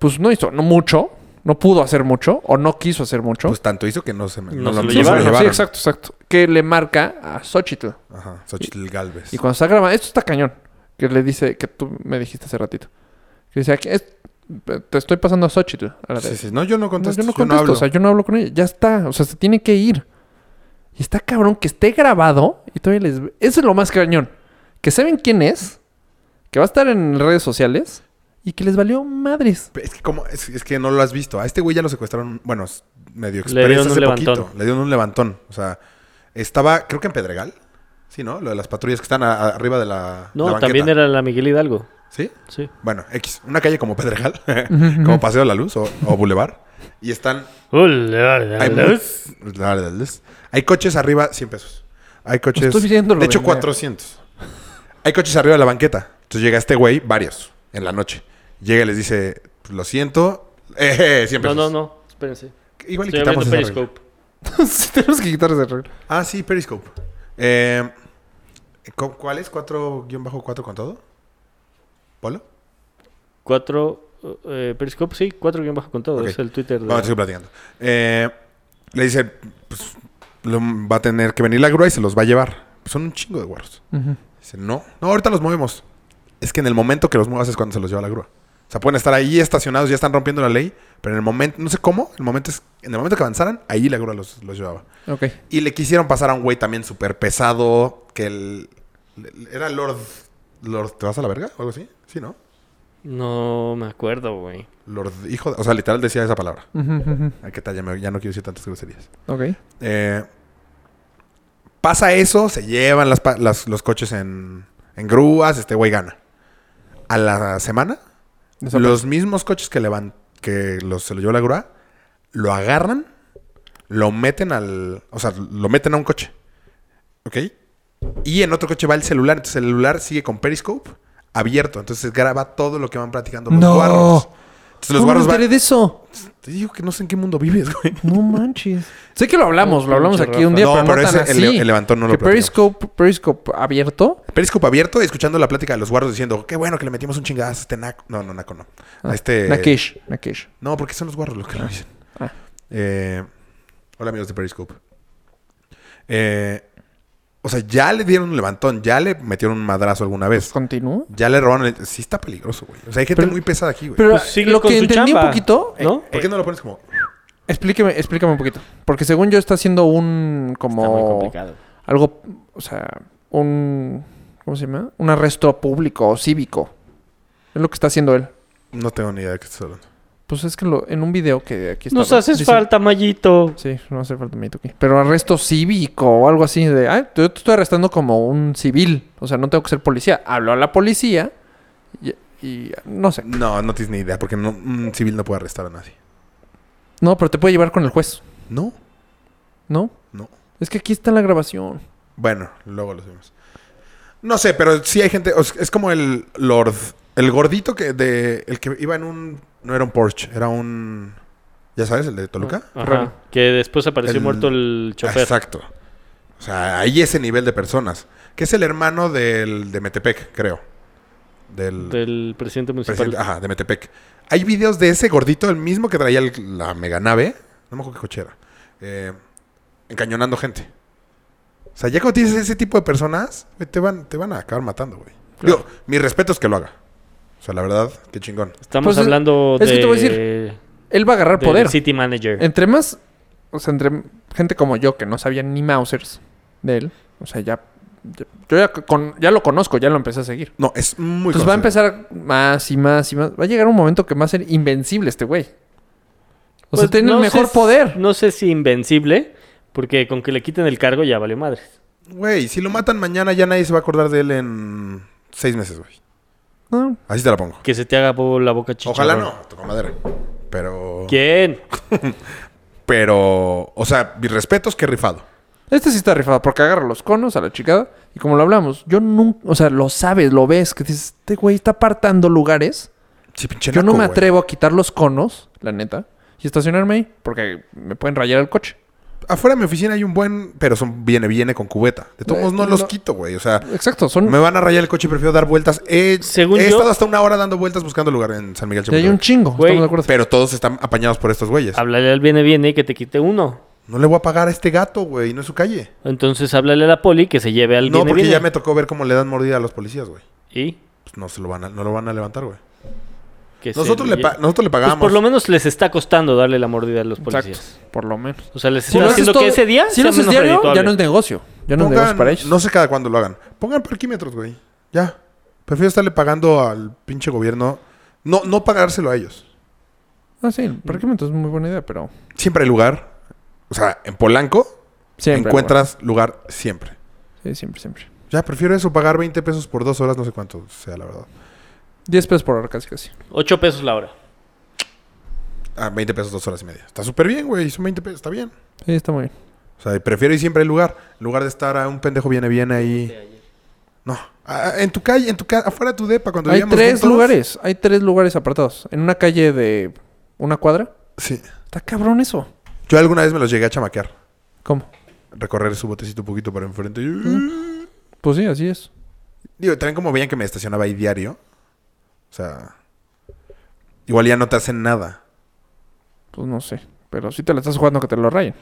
[SPEAKER 5] pues no hizo no mucho, no pudo hacer mucho, o no quiso hacer mucho.
[SPEAKER 3] Pues tanto hizo que no se, me-
[SPEAKER 2] No
[SPEAKER 3] no
[SPEAKER 2] se
[SPEAKER 3] lo,
[SPEAKER 2] lo
[SPEAKER 3] no se lo
[SPEAKER 2] llevaron.
[SPEAKER 3] llevaron.
[SPEAKER 2] lo
[SPEAKER 5] Sí, exacto, exacto. Que le marca a Xochitl.
[SPEAKER 3] Ajá. Xochitl Galvez.
[SPEAKER 5] Y cuando está grabando, esto está cañón. Que le dice, que tú me dijiste hace ratito. Que dice, "Aquí es- te estoy pasando a Xochitl. A la
[SPEAKER 3] Sí,
[SPEAKER 5] de-
[SPEAKER 3] sí. No, yo no
[SPEAKER 5] No,
[SPEAKER 3] contesto.
[SPEAKER 5] yo no contesto,
[SPEAKER 3] hablo.
[SPEAKER 5] o sea, yo no hablo con ella. Ya está, o sea, se tiene que ir. Y está cabrón que esté grabado y todavía les... Eso es lo más cañón. Que saben quién es, que va a estar en redes sociales y que les valió madres.
[SPEAKER 3] Es que, como, es, es que no lo has visto. A este güey ya lo secuestraron, bueno, es medio
[SPEAKER 2] Le dieron
[SPEAKER 3] expreso
[SPEAKER 2] un
[SPEAKER 3] hace
[SPEAKER 2] levantón.
[SPEAKER 3] poquito. Le dieron un levantón. O sea, estaba, creo que en Pedregal. Sí, ¿no? Lo de las patrullas que están a- a- arriba de la. la
[SPEAKER 2] No,
[SPEAKER 3] banqueta.
[SPEAKER 2] también era la Miguel Hidalgo.
[SPEAKER 3] ¿Sí?
[SPEAKER 2] Sí.
[SPEAKER 3] Bueno, X. Una calle como Pedregal, como Paseo de la Luz o, o Boulevard. Y están. Hay, mu- la de la luz. Hay coches arriba, 100 pesos. Hay coches.
[SPEAKER 5] Estoy viendo lo
[SPEAKER 3] de hecho,
[SPEAKER 5] de-
[SPEAKER 3] 400. Hay coches arriba de la banqueta. Entonces llega este güey, varios, en la noche. Llega y les dice: "Pues Lo siento. Eh, eh, 100
[SPEAKER 2] No,
[SPEAKER 3] pesos.
[SPEAKER 2] no, no. Espérense.
[SPEAKER 3] Igual y
[SPEAKER 2] Estoy
[SPEAKER 3] quitamos
[SPEAKER 2] abriendo
[SPEAKER 3] esa regla.
[SPEAKER 2] Periscope.
[SPEAKER 5] Sí, tenemos que quitar ese regla.
[SPEAKER 3] Ah, sí, Periscope. Eh, ¿cu- ¿Cuál es? ¿4 guión bajo 4 con todo? ¿Polo?
[SPEAKER 2] Cuatro... eh, Periscope, sí. Cuatro guión bajo con todo.
[SPEAKER 3] Ok.
[SPEAKER 2] Es el Twitter de...
[SPEAKER 3] Vamos, sigo platicando. Eh, le dice, pues, lo- va a tener que venir la grúa y se los va a llevar. Pues Son un chingo de guarros. Dice, no, no, ahorita los movemos. Es que en el momento que los muevas es cuando se los lleva la grúa. O sea, pueden estar ahí estacionados, ya están rompiendo la ley, pero en el momento, no sé cómo, el momento es, en el momento que avanzaran, ahí la grúa los, los llevaba.
[SPEAKER 5] Ok.
[SPEAKER 3] Y le quisieron pasar a un güey también súper pesado, que el, le- era Lord, Lord, ¿te vas a la verga? O algo así, sí, ¿no?
[SPEAKER 2] No me acuerdo, güey.
[SPEAKER 3] Lord, hijo, de- o sea, literal decía esa palabra.
[SPEAKER 5] Ujú, ujú.
[SPEAKER 3] Ay, ¿Qué tal? Ya, me- ya no quiero decir tantas groserías.
[SPEAKER 5] Ok.
[SPEAKER 3] Eh, pasa eso, se llevan las pa- las- los coches en, en grúas, este güey gana. A la semana,
[SPEAKER 5] Desaparece.
[SPEAKER 3] pues, los mismos coches que, levan- que los, se lo llevó la grúa, lo agarran, lo meten al... O sea, lo meten a un coche. ¿Ok? Y en otro coche va el celular, entonces el celular sigue con Periscope abierto, entonces graba todo lo que van platicando los
[SPEAKER 5] ¡No!
[SPEAKER 3] guarros. Entonces los
[SPEAKER 5] ¿Cómo me
[SPEAKER 3] guarros
[SPEAKER 5] enteré
[SPEAKER 3] van...
[SPEAKER 5] de eso?
[SPEAKER 3] Te digo que no sé en qué mundo vives, güey.
[SPEAKER 5] No manches. sé que lo hablamos, lo hablamos
[SPEAKER 2] Pinche
[SPEAKER 5] aquí un
[SPEAKER 2] Rafa.
[SPEAKER 5] día,
[SPEAKER 3] No,
[SPEAKER 5] pero,
[SPEAKER 3] pero
[SPEAKER 5] no tan
[SPEAKER 3] ese, el-
[SPEAKER 5] así.
[SPEAKER 3] el levantón no lo
[SPEAKER 5] que
[SPEAKER 3] platicamos.
[SPEAKER 5] Periscope, Periscope abierto.
[SPEAKER 3] Periscope abierto, escuchando la plática de los guardos diciendo, qué bueno que le metimos un chingadazo a este naco. No, no, naco no. A este...
[SPEAKER 5] Ah, Nakish, Nakish.
[SPEAKER 3] No, porque son los guarros los que lo dicen.
[SPEAKER 5] Ah.
[SPEAKER 3] Eh, hola amigos de Periscope. Eh, o sea, ya le dieron un levantón, ya le metieron un madrazo alguna vez.
[SPEAKER 5] ¿Continúa?
[SPEAKER 3] Ya le robaron... el- Sí está peligroso, güey. O sea, hay gente
[SPEAKER 5] Pues, Pero-
[SPEAKER 3] muy pesada aquí, güey. Eh,
[SPEAKER 5] Pero
[SPEAKER 2] Pues sigue
[SPEAKER 5] lo
[SPEAKER 2] con
[SPEAKER 5] que
[SPEAKER 2] su
[SPEAKER 5] entendí un
[SPEAKER 2] chamba,
[SPEAKER 5] poquito,
[SPEAKER 2] ¿No?
[SPEAKER 3] ¿Por qué no lo pones como...
[SPEAKER 5] Explíqueme, explícame un poquito. Porque según yo está haciendo un como
[SPEAKER 2] Está muy complicado.
[SPEAKER 5] algo, o sea, un ¿cómo se llama? Un arresto público o cívico. Es lo que está haciendo él.
[SPEAKER 3] No tengo ni idea de qué estás hablando.
[SPEAKER 5] Pues es que lo, en un video que aquí está.
[SPEAKER 2] Nos haces falta, Mayito.
[SPEAKER 5] Sí, no hace falta mito aquí. Pero arresto cívico o algo así de, ay, yo te estoy arrestando como un civil. O sea, no tengo que ser policía. Hablo a la policía y, y no sé.
[SPEAKER 3] No, no tienes ni idea, porque no, un civil no puede arrestar a nadie.
[SPEAKER 5] No, pero te puede llevar con el juez,
[SPEAKER 3] No,
[SPEAKER 5] ¿no?
[SPEAKER 3] no.
[SPEAKER 5] Es que aquí está la grabación.
[SPEAKER 3] Bueno, luego lo subimos. No sé, pero sí hay gente. o s- Es como el Lord. El gordito que de. El que iba en un. No era un Porsche, era un. Ya sabes, el de Toluca.
[SPEAKER 2] Ajá, Que después apareció
[SPEAKER 3] El-
[SPEAKER 2] muerto el chofer.
[SPEAKER 3] Exacto. O sea, hay ese nivel de personas. Que es el hermano del de Metepec, creo. Del.
[SPEAKER 2] Del presidente municipal.
[SPEAKER 3] presidente- ajá, de Metepec. Hay videos de ese gordito, el mismo que traía el- la meganave. No me acuerdo qué cochera. eh, encañonando gente. O sea, ya cuando tienes ese tipo de personas, güey, te van, te van a acabar matando, güey. Digo, mi respeto es que lo haga. O sea, la verdad, qué chingón.
[SPEAKER 2] Estamos
[SPEAKER 5] Pues es-
[SPEAKER 2] hablando
[SPEAKER 5] es
[SPEAKER 2] de.
[SPEAKER 5] que te voy a decir, Él va a agarrar
[SPEAKER 2] del
[SPEAKER 5] poder.
[SPEAKER 2] City Manager.
[SPEAKER 5] Entre más, o sea, entre gente como yo que no sabía ni Mausers de él, o sea, ya, ya- yo ya, con- ya lo conozco, ya lo empecé a seguir.
[SPEAKER 3] No, es muy
[SPEAKER 5] Entonces va a
[SPEAKER 3] conocido.
[SPEAKER 5] empezar más y más y más. Va a llegar un momento que va a ser invencible este güey. O sea,
[SPEAKER 2] Pues
[SPEAKER 5] tiene el
[SPEAKER 2] no sé
[SPEAKER 5] mejor
[SPEAKER 2] si-
[SPEAKER 5] poder.
[SPEAKER 2] No sé si invencible, porque con que le quiten el cargo ya valió madre.
[SPEAKER 3] Güey, si lo matan mañana, ya nadie se va a acordar de él en seis meses, güey.
[SPEAKER 5] No,
[SPEAKER 3] Así te la pongo.
[SPEAKER 2] Que se te haga po- la boca chicha.
[SPEAKER 3] Ojalá no, toco madera. Pero.
[SPEAKER 2] ¿Quién?
[SPEAKER 3] Pero, o sea, mis respetos, qué rifado.
[SPEAKER 5] Este sí está rifado porque agarra los conos a la chicada. Y como lo hablamos, yo nunca, o sea, lo sabes, lo ves, que dices, este güey está apartando lugares.
[SPEAKER 3] Sí, pinche
[SPEAKER 5] yo no
[SPEAKER 3] naco,
[SPEAKER 5] me
[SPEAKER 3] güey.
[SPEAKER 5] atrevo a quitar los conos, la neta, y estacionarme ahí porque me pueden rayar el coche.
[SPEAKER 3] Afuera de mi oficina hay un buen, pero son viene, viene con cubeta. De todos
[SPEAKER 5] Eh,
[SPEAKER 3] modos, no,
[SPEAKER 5] no.
[SPEAKER 3] los quito, güey. O sea,
[SPEAKER 5] Exacto, son.
[SPEAKER 3] me van a rayar el coche y prefiero dar vueltas. He,
[SPEAKER 2] Según
[SPEAKER 3] he
[SPEAKER 2] yo-
[SPEAKER 3] estado hasta una hora dando vueltas buscando lugar en San Miguel
[SPEAKER 5] y hay un
[SPEAKER 3] Chapultepec.
[SPEAKER 5] chingo,
[SPEAKER 2] Güey.
[SPEAKER 5] estamos de acuerdo.
[SPEAKER 3] Pero todos están apañados por estos güeyes.
[SPEAKER 2] Háblale al viene viene y que te quite uno.
[SPEAKER 3] No le voy a pagar a este gato, güey. No es su calle.
[SPEAKER 2] Entonces háblale a la poli que se lleve al
[SPEAKER 3] No,
[SPEAKER 2] viene
[SPEAKER 3] porque
[SPEAKER 2] viene.
[SPEAKER 3] ya me tocó ver cómo le dan mordida a los policías, güey.
[SPEAKER 2] Y
[SPEAKER 3] Pues no se lo van a, no lo van a levantar, güey.
[SPEAKER 2] que se
[SPEAKER 3] Nosotros le,
[SPEAKER 2] lle-
[SPEAKER 3] pa- nosotros le
[SPEAKER 2] Pues
[SPEAKER 3] pagamos.
[SPEAKER 2] por lo menos les está costando darle la mordida a los
[SPEAKER 5] Exacto,
[SPEAKER 2] policías.
[SPEAKER 5] por lo menos.
[SPEAKER 2] O sea, les está haciendo que ese día
[SPEAKER 5] si
[SPEAKER 2] sea
[SPEAKER 5] lo haces
[SPEAKER 2] menos
[SPEAKER 5] diario,
[SPEAKER 2] redituable.
[SPEAKER 5] ya no es negocio. Ya no es
[SPEAKER 3] Pongan-
[SPEAKER 5] negocio para ellos.
[SPEAKER 3] No sé cada cuándo lo hagan. Pongan parquímetros, güey. Ya. Prefiero estarle pagando al pinche gobierno. No, no pagárselo a ellos.
[SPEAKER 5] Ah, sí,
[SPEAKER 3] Mm.
[SPEAKER 5] el parquímetro es muy buena idea, pero
[SPEAKER 3] Siempre hay lugar. O sea, en Polanco
[SPEAKER 5] siempre.
[SPEAKER 3] encuentras lugar siempre.
[SPEAKER 5] algo. Sí, siempre, siempre.
[SPEAKER 3] Ya, prefiero eso, pagar 20 pesos por dos horas, no sé cuánto sea, la verdad.
[SPEAKER 5] 10 pesos por hora, casi, casi.
[SPEAKER 2] Ocho pesos la hora.
[SPEAKER 3] Ah, 20 pesos, dos horas y media. Está súper bien, güey. Son 20 pesos, está bien.
[SPEAKER 5] Sí, está muy bien.
[SPEAKER 3] O sea, prefiero ir siempre al lugar. En lugar de estar a un pendejo viene bien ahí. No. Ah, en tu calle, en tu casa, afuera de tu depa, cuando
[SPEAKER 5] Hay
[SPEAKER 3] vivíamos
[SPEAKER 5] tres
[SPEAKER 3] juntos.
[SPEAKER 5] lugares, hay tres lugares apartados. En una calle de una cuadra.
[SPEAKER 3] Sí.
[SPEAKER 5] Está cabrón eso.
[SPEAKER 3] Yo alguna vez me los llegué a chamaquear.
[SPEAKER 5] ¿Cómo?
[SPEAKER 3] recorrer su botecito un poquito para enfrente. Y-
[SPEAKER 5] Pues sí, así es.
[SPEAKER 3] Digo, también como veían que me estacionaba ahí diario. O sea, igual ya no te hacen nada.
[SPEAKER 5] Pues no sé. Pero si te la estás jugando que te lo rayen.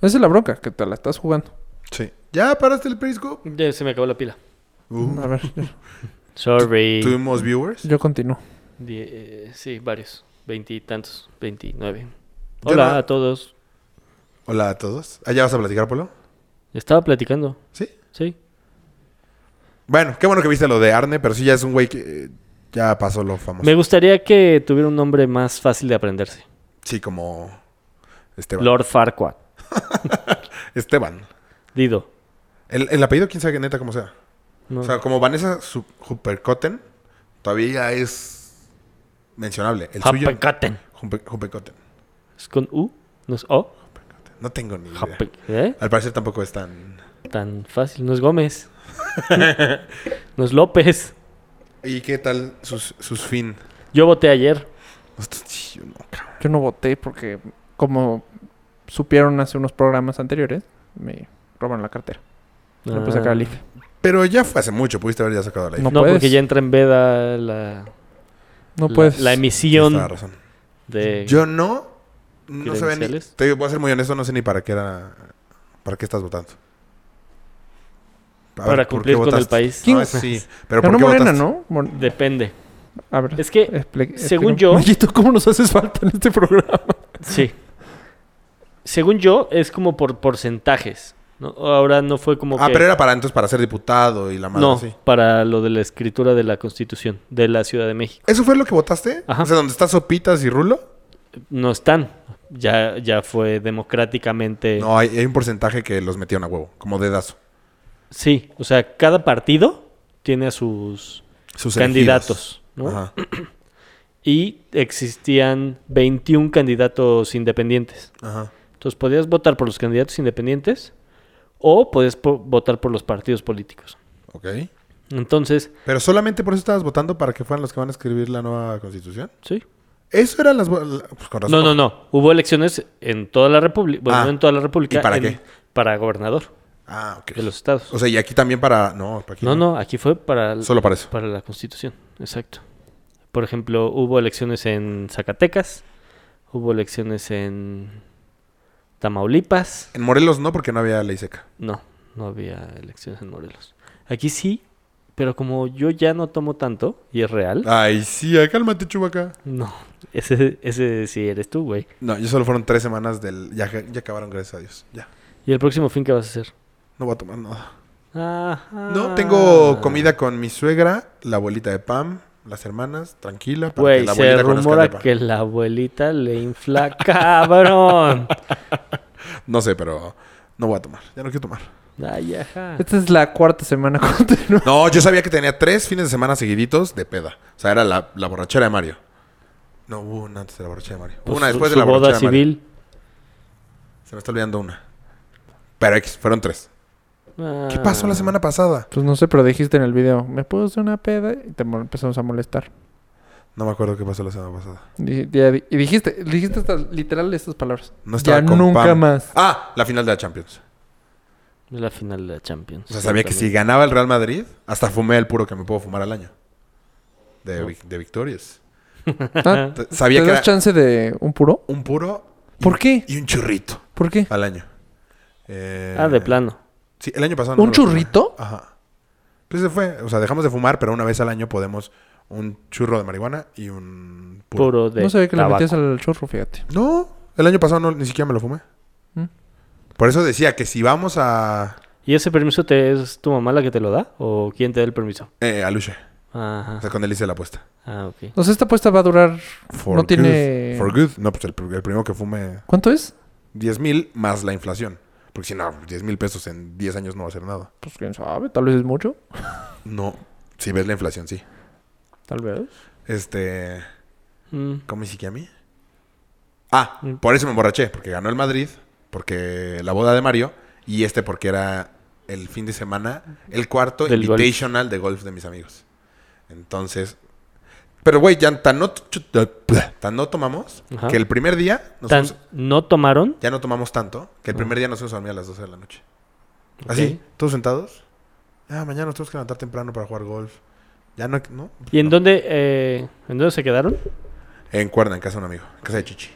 [SPEAKER 5] Esa es la bronca, que te la estás jugando.
[SPEAKER 3] Sí. ¿Ya paraste el Periscope?
[SPEAKER 2] Ya se me acabó la pila.
[SPEAKER 3] Uh,
[SPEAKER 5] A ver, yo,
[SPEAKER 2] Sorry.
[SPEAKER 3] ¿Tuvimos viewers?
[SPEAKER 5] yo continúo.
[SPEAKER 2] Die- eh, sí, varios. Veintitantos. Veintinueve.
[SPEAKER 3] Yo
[SPEAKER 2] Hola
[SPEAKER 3] no-
[SPEAKER 2] a todos.
[SPEAKER 3] Hola a todos. ¿Allá vas a platicar, Polo?
[SPEAKER 2] Estaba platicando.
[SPEAKER 3] Sí.
[SPEAKER 2] Sí.
[SPEAKER 3] Bueno, qué bueno que viste lo de Arne, pero sí ya es un güey que eh, ya pasó lo famoso.
[SPEAKER 2] Me gustaría que tuviera un nombre más fácil de aprenderse.
[SPEAKER 3] Sí, como Esteban.
[SPEAKER 2] Lord Farquaad.
[SPEAKER 3] Esteban.
[SPEAKER 2] Dido.
[SPEAKER 3] El, el apellido, quién sabe neta cómo sea.
[SPEAKER 2] No.
[SPEAKER 3] O sea, como Vanessa Su- Supercotten, todavía es mencionable. El suyo.
[SPEAKER 2] Happenkatten.
[SPEAKER 3] Humpe- Humpecotten.
[SPEAKER 2] ¿Es con U? ¿No es O?
[SPEAKER 3] No tengo ni idea.
[SPEAKER 2] Happen- ¿Eh?
[SPEAKER 3] Al parecer tampoco es tan...
[SPEAKER 2] Tan fácil. No es Gómez. no es López.
[SPEAKER 3] ¿Y qué tal sus, sus fin?
[SPEAKER 2] Yo voté ayer.
[SPEAKER 3] Hostia, sí, yo no, cabrón.
[SPEAKER 5] Yo no voté porque, como supieron hace unos programas anteriores, me roban la cartera. No puedo sacar el
[SPEAKER 2] Ah.
[SPEAKER 5] IFE.
[SPEAKER 3] Pero ya fue hace mucho, pudiste haber ya sacado la
[SPEAKER 5] pues No
[SPEAKER 2] No,
[SPEAKER 5] puedes.
[SPEAKER 2] porque ya entra en veda la,
[SPEAKER 5] No
[SPEAKER 2] la-
[SPEAKER 5] puedes.
[SPEAKER 2] la,
[SPEAKER 3] Tienes
[SPEAKER 2] emisión
[SPEAKER 3] toda la razón.
[SPEAKER 2] de...
[SPEAKER 3] Yo no... No sabía ni...
[SPEAKER 2] Eh, ¿Credenciales?
[SPEAKER 3] Te digo, voy a ser muy honesto, no sé ni para qué era... ¿Para qué estás votando? A ver,
[SPEAKER 2] Para
[SPEAKER 3] ¿por
[SPEAKER 2] cumplir
[SPEAKER 3] qué
[SPEAKER 2] con el
[SPEAKER 3] votaste?
[SPEAKER 2] país.
[SPEAKER 5] ¿Quién-
[SPEAKER 3] No, eso sí. Pero ¿por
[SPEAKER 5] Ganó
[SPEAKER 3] qué
[SPEAKER 5] Morena,
[SPEAKER 3] votaste?
[SPEAKER 5] ¿no? Mon-
[SPEAKER 2] Depende.
[SPEAKER 5] A ver.
[SPEAKER 2] Es que,
[SPEAKER 5] expli-
[SPEAKER 2] según
[SPEAKER 5] explícame.
[SPEAKER 2] yo-
[SPEAKER 5] Mayito, ¿cómo nos haces falta en este programa?
[SPEAKER 2] sí. Según yo, es como por porcentajes. ¿no? Ahora no fue como
[SPEAKER 3] Ah,
[SPEAKER 2] que...
[SPEAKER 3] pero era para entonces para ser diputado y la madre
[SPEAKER 2] no,
[SPEAKER 3] sí.
[SPEAKER 2] para lo de la escritura de la Constitución de la Ciudad de México.
[SPEAKER 3] ¿Eso fue lo que votaste?
[SPEAKER 2] Ajá.
[SPEAKER 3] O sea, donde está Sopitas y Rulo.
[SPEAKER 2] no están. Ya, ya fue democráticamente.
[SPEAKER 3] No, hay, hay un porcentaje que los metieron a huevo, como dedazo.
[SPEAKER 2] Sí, o sea, cada partido tiene a sus
[SPEAKER 3] Sus
[SPEAKER 2] candidatos, ¿no?
[SPEAKER 3] elegidos. Ajá,
[SPEAKER 2] Y existían 21 candidatos independientes.
[SPEAKER 3] ajá.
[SPEAKER 2] Entonces podías votar por los candidatos independientes o podías po- votar por los partidos políticos.
[SPEAKER 3] Ok.
[SPEAKER 2] Entonces,
[SPEAKER 3] Pero solamente por eso estabas votando para que fueran los que van a escribir la nueva constitución.
[SPEAKER 2] sí.
[SPEAKER 3] Eso eran las. vo- la- Pues con razón.
[SPEAKER 2] No, no, no. Hubo elecciones en toda la República. Bueno,
[SPEAKER 3] Ah.
[SPEAKER 2] no en toda la República.
[SPEAKER 3] ¿Y para
[SPEAKER 2] en-
[SPEAKER 3] qué?
[SPEAKER 2] Para gobernador
[SPEAKER 3] Ah, ok.
[SPEAKER 2] de los estados.
[SPEAKER 3] O sea, y aquí también para. No, para aquí
[SPEAKER 2] no, no, aquí fue para,
[SPEAKER 3] Solo para eso.
[SPEAKER 2] para la Constitución. Exacto. Por ejemplo, hubo elecciones en Zacatecas. Hubo elecciones en Tamaulipas.
[SPEAKER 3] En Morelos no, porque no había ley seca.
[SPEAKER 2] No, no había elecciones en Morelos. Aquí sí, pero como yo ya no tomo tanto y es real.
[SPEAKER 3] Ay, sí, ah, cálmate, Chubaca.
[SPEAKER 2] No, ese, ese sí eres tú, güey.
[SPEAKER 3] No, yo solo fueron tres semanas del. Ya, ya acabaron, gracias a Dios. Ya.
[SPEAKER 2] ¿Y el próximo fin qué vas a hacer?
[SPEAKER 3] No voy a tomar nada.
[SPEAKER 2] Ajá.
[SPEAKER 3] No, tengo
[SPEAKER 2] Ah.
[SPEAKER 3] comida con mi suegra, la abuelita de Pam, las hermanas, tranquila. para
[SPEAKER 2] Güey,
[SPEAKER 3] la
[SPEAKER 2] se
[SPEAKER 3] abuelita conozca
[SPEAKER 2] rumora
[SPEAKER 3] de Pam.
[SPEAKER 2] que la abuelita le infla cabrón.
[SPEAKER 3] No sé, pero no voy a tomar. Ya no quiero tomar.
[SPEAKER 2] Ay, ajá.
[SPEAKER 5] Esta es la cuarta semana continua.
[SPEAKER 3] No, yo sabía que tenía tres fines de semana seguiditos de peda. O sea, era la, la borrachera de Mario. No, hubo una antes de la borrachera de Mario. Hubo
[SPEAKER 2] Pues
[SPEAKER 3] una
[SPEAKER 2] su-
[SPEAKER 3] después de
[SPEAKER 2] su
[SPEAKER 3] la borrachera
[SPEAKER 2] boda
[SPEAKER 3] de Mario.
[SPEAKER 2] civil.
[SPEAKER 3] Se me está olvidando una. Pero X, fueron tres. ¿Qué
[SPEAKER 2] Ah.
[SPEAKER 3] pasó la semana pasada?
[SPEAKER 5] Pues no sé, pero dijiste en el video, me puse una peda y te mo- empezamos a molestar.
[SPEAKER 3] No me acuerdo qué pasó la semana pasada.
[SPEAKER 5] Di- di- di- Y dijiste, dijiste hasta literal estas palabras.
[SPEAKER 3] No estaba
[SPEAKER 5] ya
[SPEAKER 3] con
[SPEAKER 5] nunca
[SPEAKER 3] Pam.
[SPEAKER 5] más.
[SPEAKER 3] Ah, la final de la Champions.
[SPEAKER 2] Es la final de la Champions.
[SPEAKER 3] O sea, sabía que si
[SPEAKER 2] Exactamente.
[SPEAKER 3] ganaba el Real Madrid, hasta fumé el puro que me puedo fumar al año. De, vic- de victorias.
[SPEAKER 5] Ah,
[SPEAKER 3] T-
[SPEAKER 5] ¿Te
[SPEAKER 3] Sabía que
[SPEAKER 5] das
[SPEAKER 3] era
[SPEAKER 5] chance de un puro?
[SPEAKER 3] un puro y-
[SPEAKER 5] ¿Por qué?
[SPEAKER 3] y un churrito
[SPEAKER 5] ¿Por qué?
[SPEAKER 3] al año. Eh,
[SPEAKER 2] Ah, de plano.
[SPEAKER 3] Sí, el año pasado.
[SPEAKER 5] ¿Un
[SPEAKER 3] lo fumé.
[SPEAKER 5] churrito?
[SPEAKER 3] Ajá. Pues se fue. O sea, dejamos de fumar, pero una vez al año podemos un churro de marihuana y un puro.
[SPEAKER 2] Puro de
[SPEAKER 5] No sabía que le
[SPEAKER 2] tabaco.
[SPEAKER 5] metías al chorro, fíjate.
[SPEAKER 3] No, el año pasado no, ni siquiera me lo fumé.
[SPEAKER 5] Mm.
[SPEAKER 3] Por eso decía que si vamos a.
[SPEAKER 2] ¿Y ese permiso te es tu mamá la que te lo da? ¿O quién te da el permiso?
[SPEAKER 3] Eh, a Luche. O
[SPEAKER 2] Ajá.
[SPEAKER 3] sea, con él hice la apuesta.
[SPEAKER 2] Ah, ok.
[SPEAKER 5] Entonces esta apuesta va a durar...
[SPEAKER 3] For
[SPEAKER 5] No
[SPEAKER 3] good,
[SPEAKER 5] tiene-
[SPEAKER 3] For good. No, pues el, pr- el primero que fume
[SPEAKER 5] ¿Cuánto es?
[SPEAKER 3] 10 mil más la inflación. Porque si no, 10 mil pesos en 10 años no va a ser nada.
[SPEAKER 5] Pues quién sabe, tal vez es mucho.
[SPEAKER 3] No. Si ves la inflación, sí.
[SPEAKER 5] Tal vez.
[SPEAKER 3] Este.
[SPEAKER 2] Mm.
[SPEAKER 3] ¿Cómo que a mí? Ah, por eso me emborraché, porque ganó el Madrid, porque la boda de Mario, y este porque era el fin de semana, el cuarto
[SPEAKER 2] Del golf.
[SPEAKER 3] invitational de golf de mis amigos. Entonces, pero güey, ya tan no, eh, tan no tomamos
[SPEAKER 2] Ajá.
[SPEAKER 3] que el primer día nos
[SPEAKER 2] Tan- Ah.
[SPEAKER 3] fuimos-
[SPEAKER 2] ¿No tomaron?
[SPEAKER 3] ya no tomamos tanto, que el primer día nos fuimos a dormir a las 12 de la noche. Así, todos sentados. Ah, mañana nos tenemos que levantar temprano para jugar golf. Ya no, ¿no?
[SPEAKER 2] ¿Y en dónde, eh, en dónde se quedaron?
[SPEAKER 3] En Cuerna, en casa de un amigo, en casa de Chichi.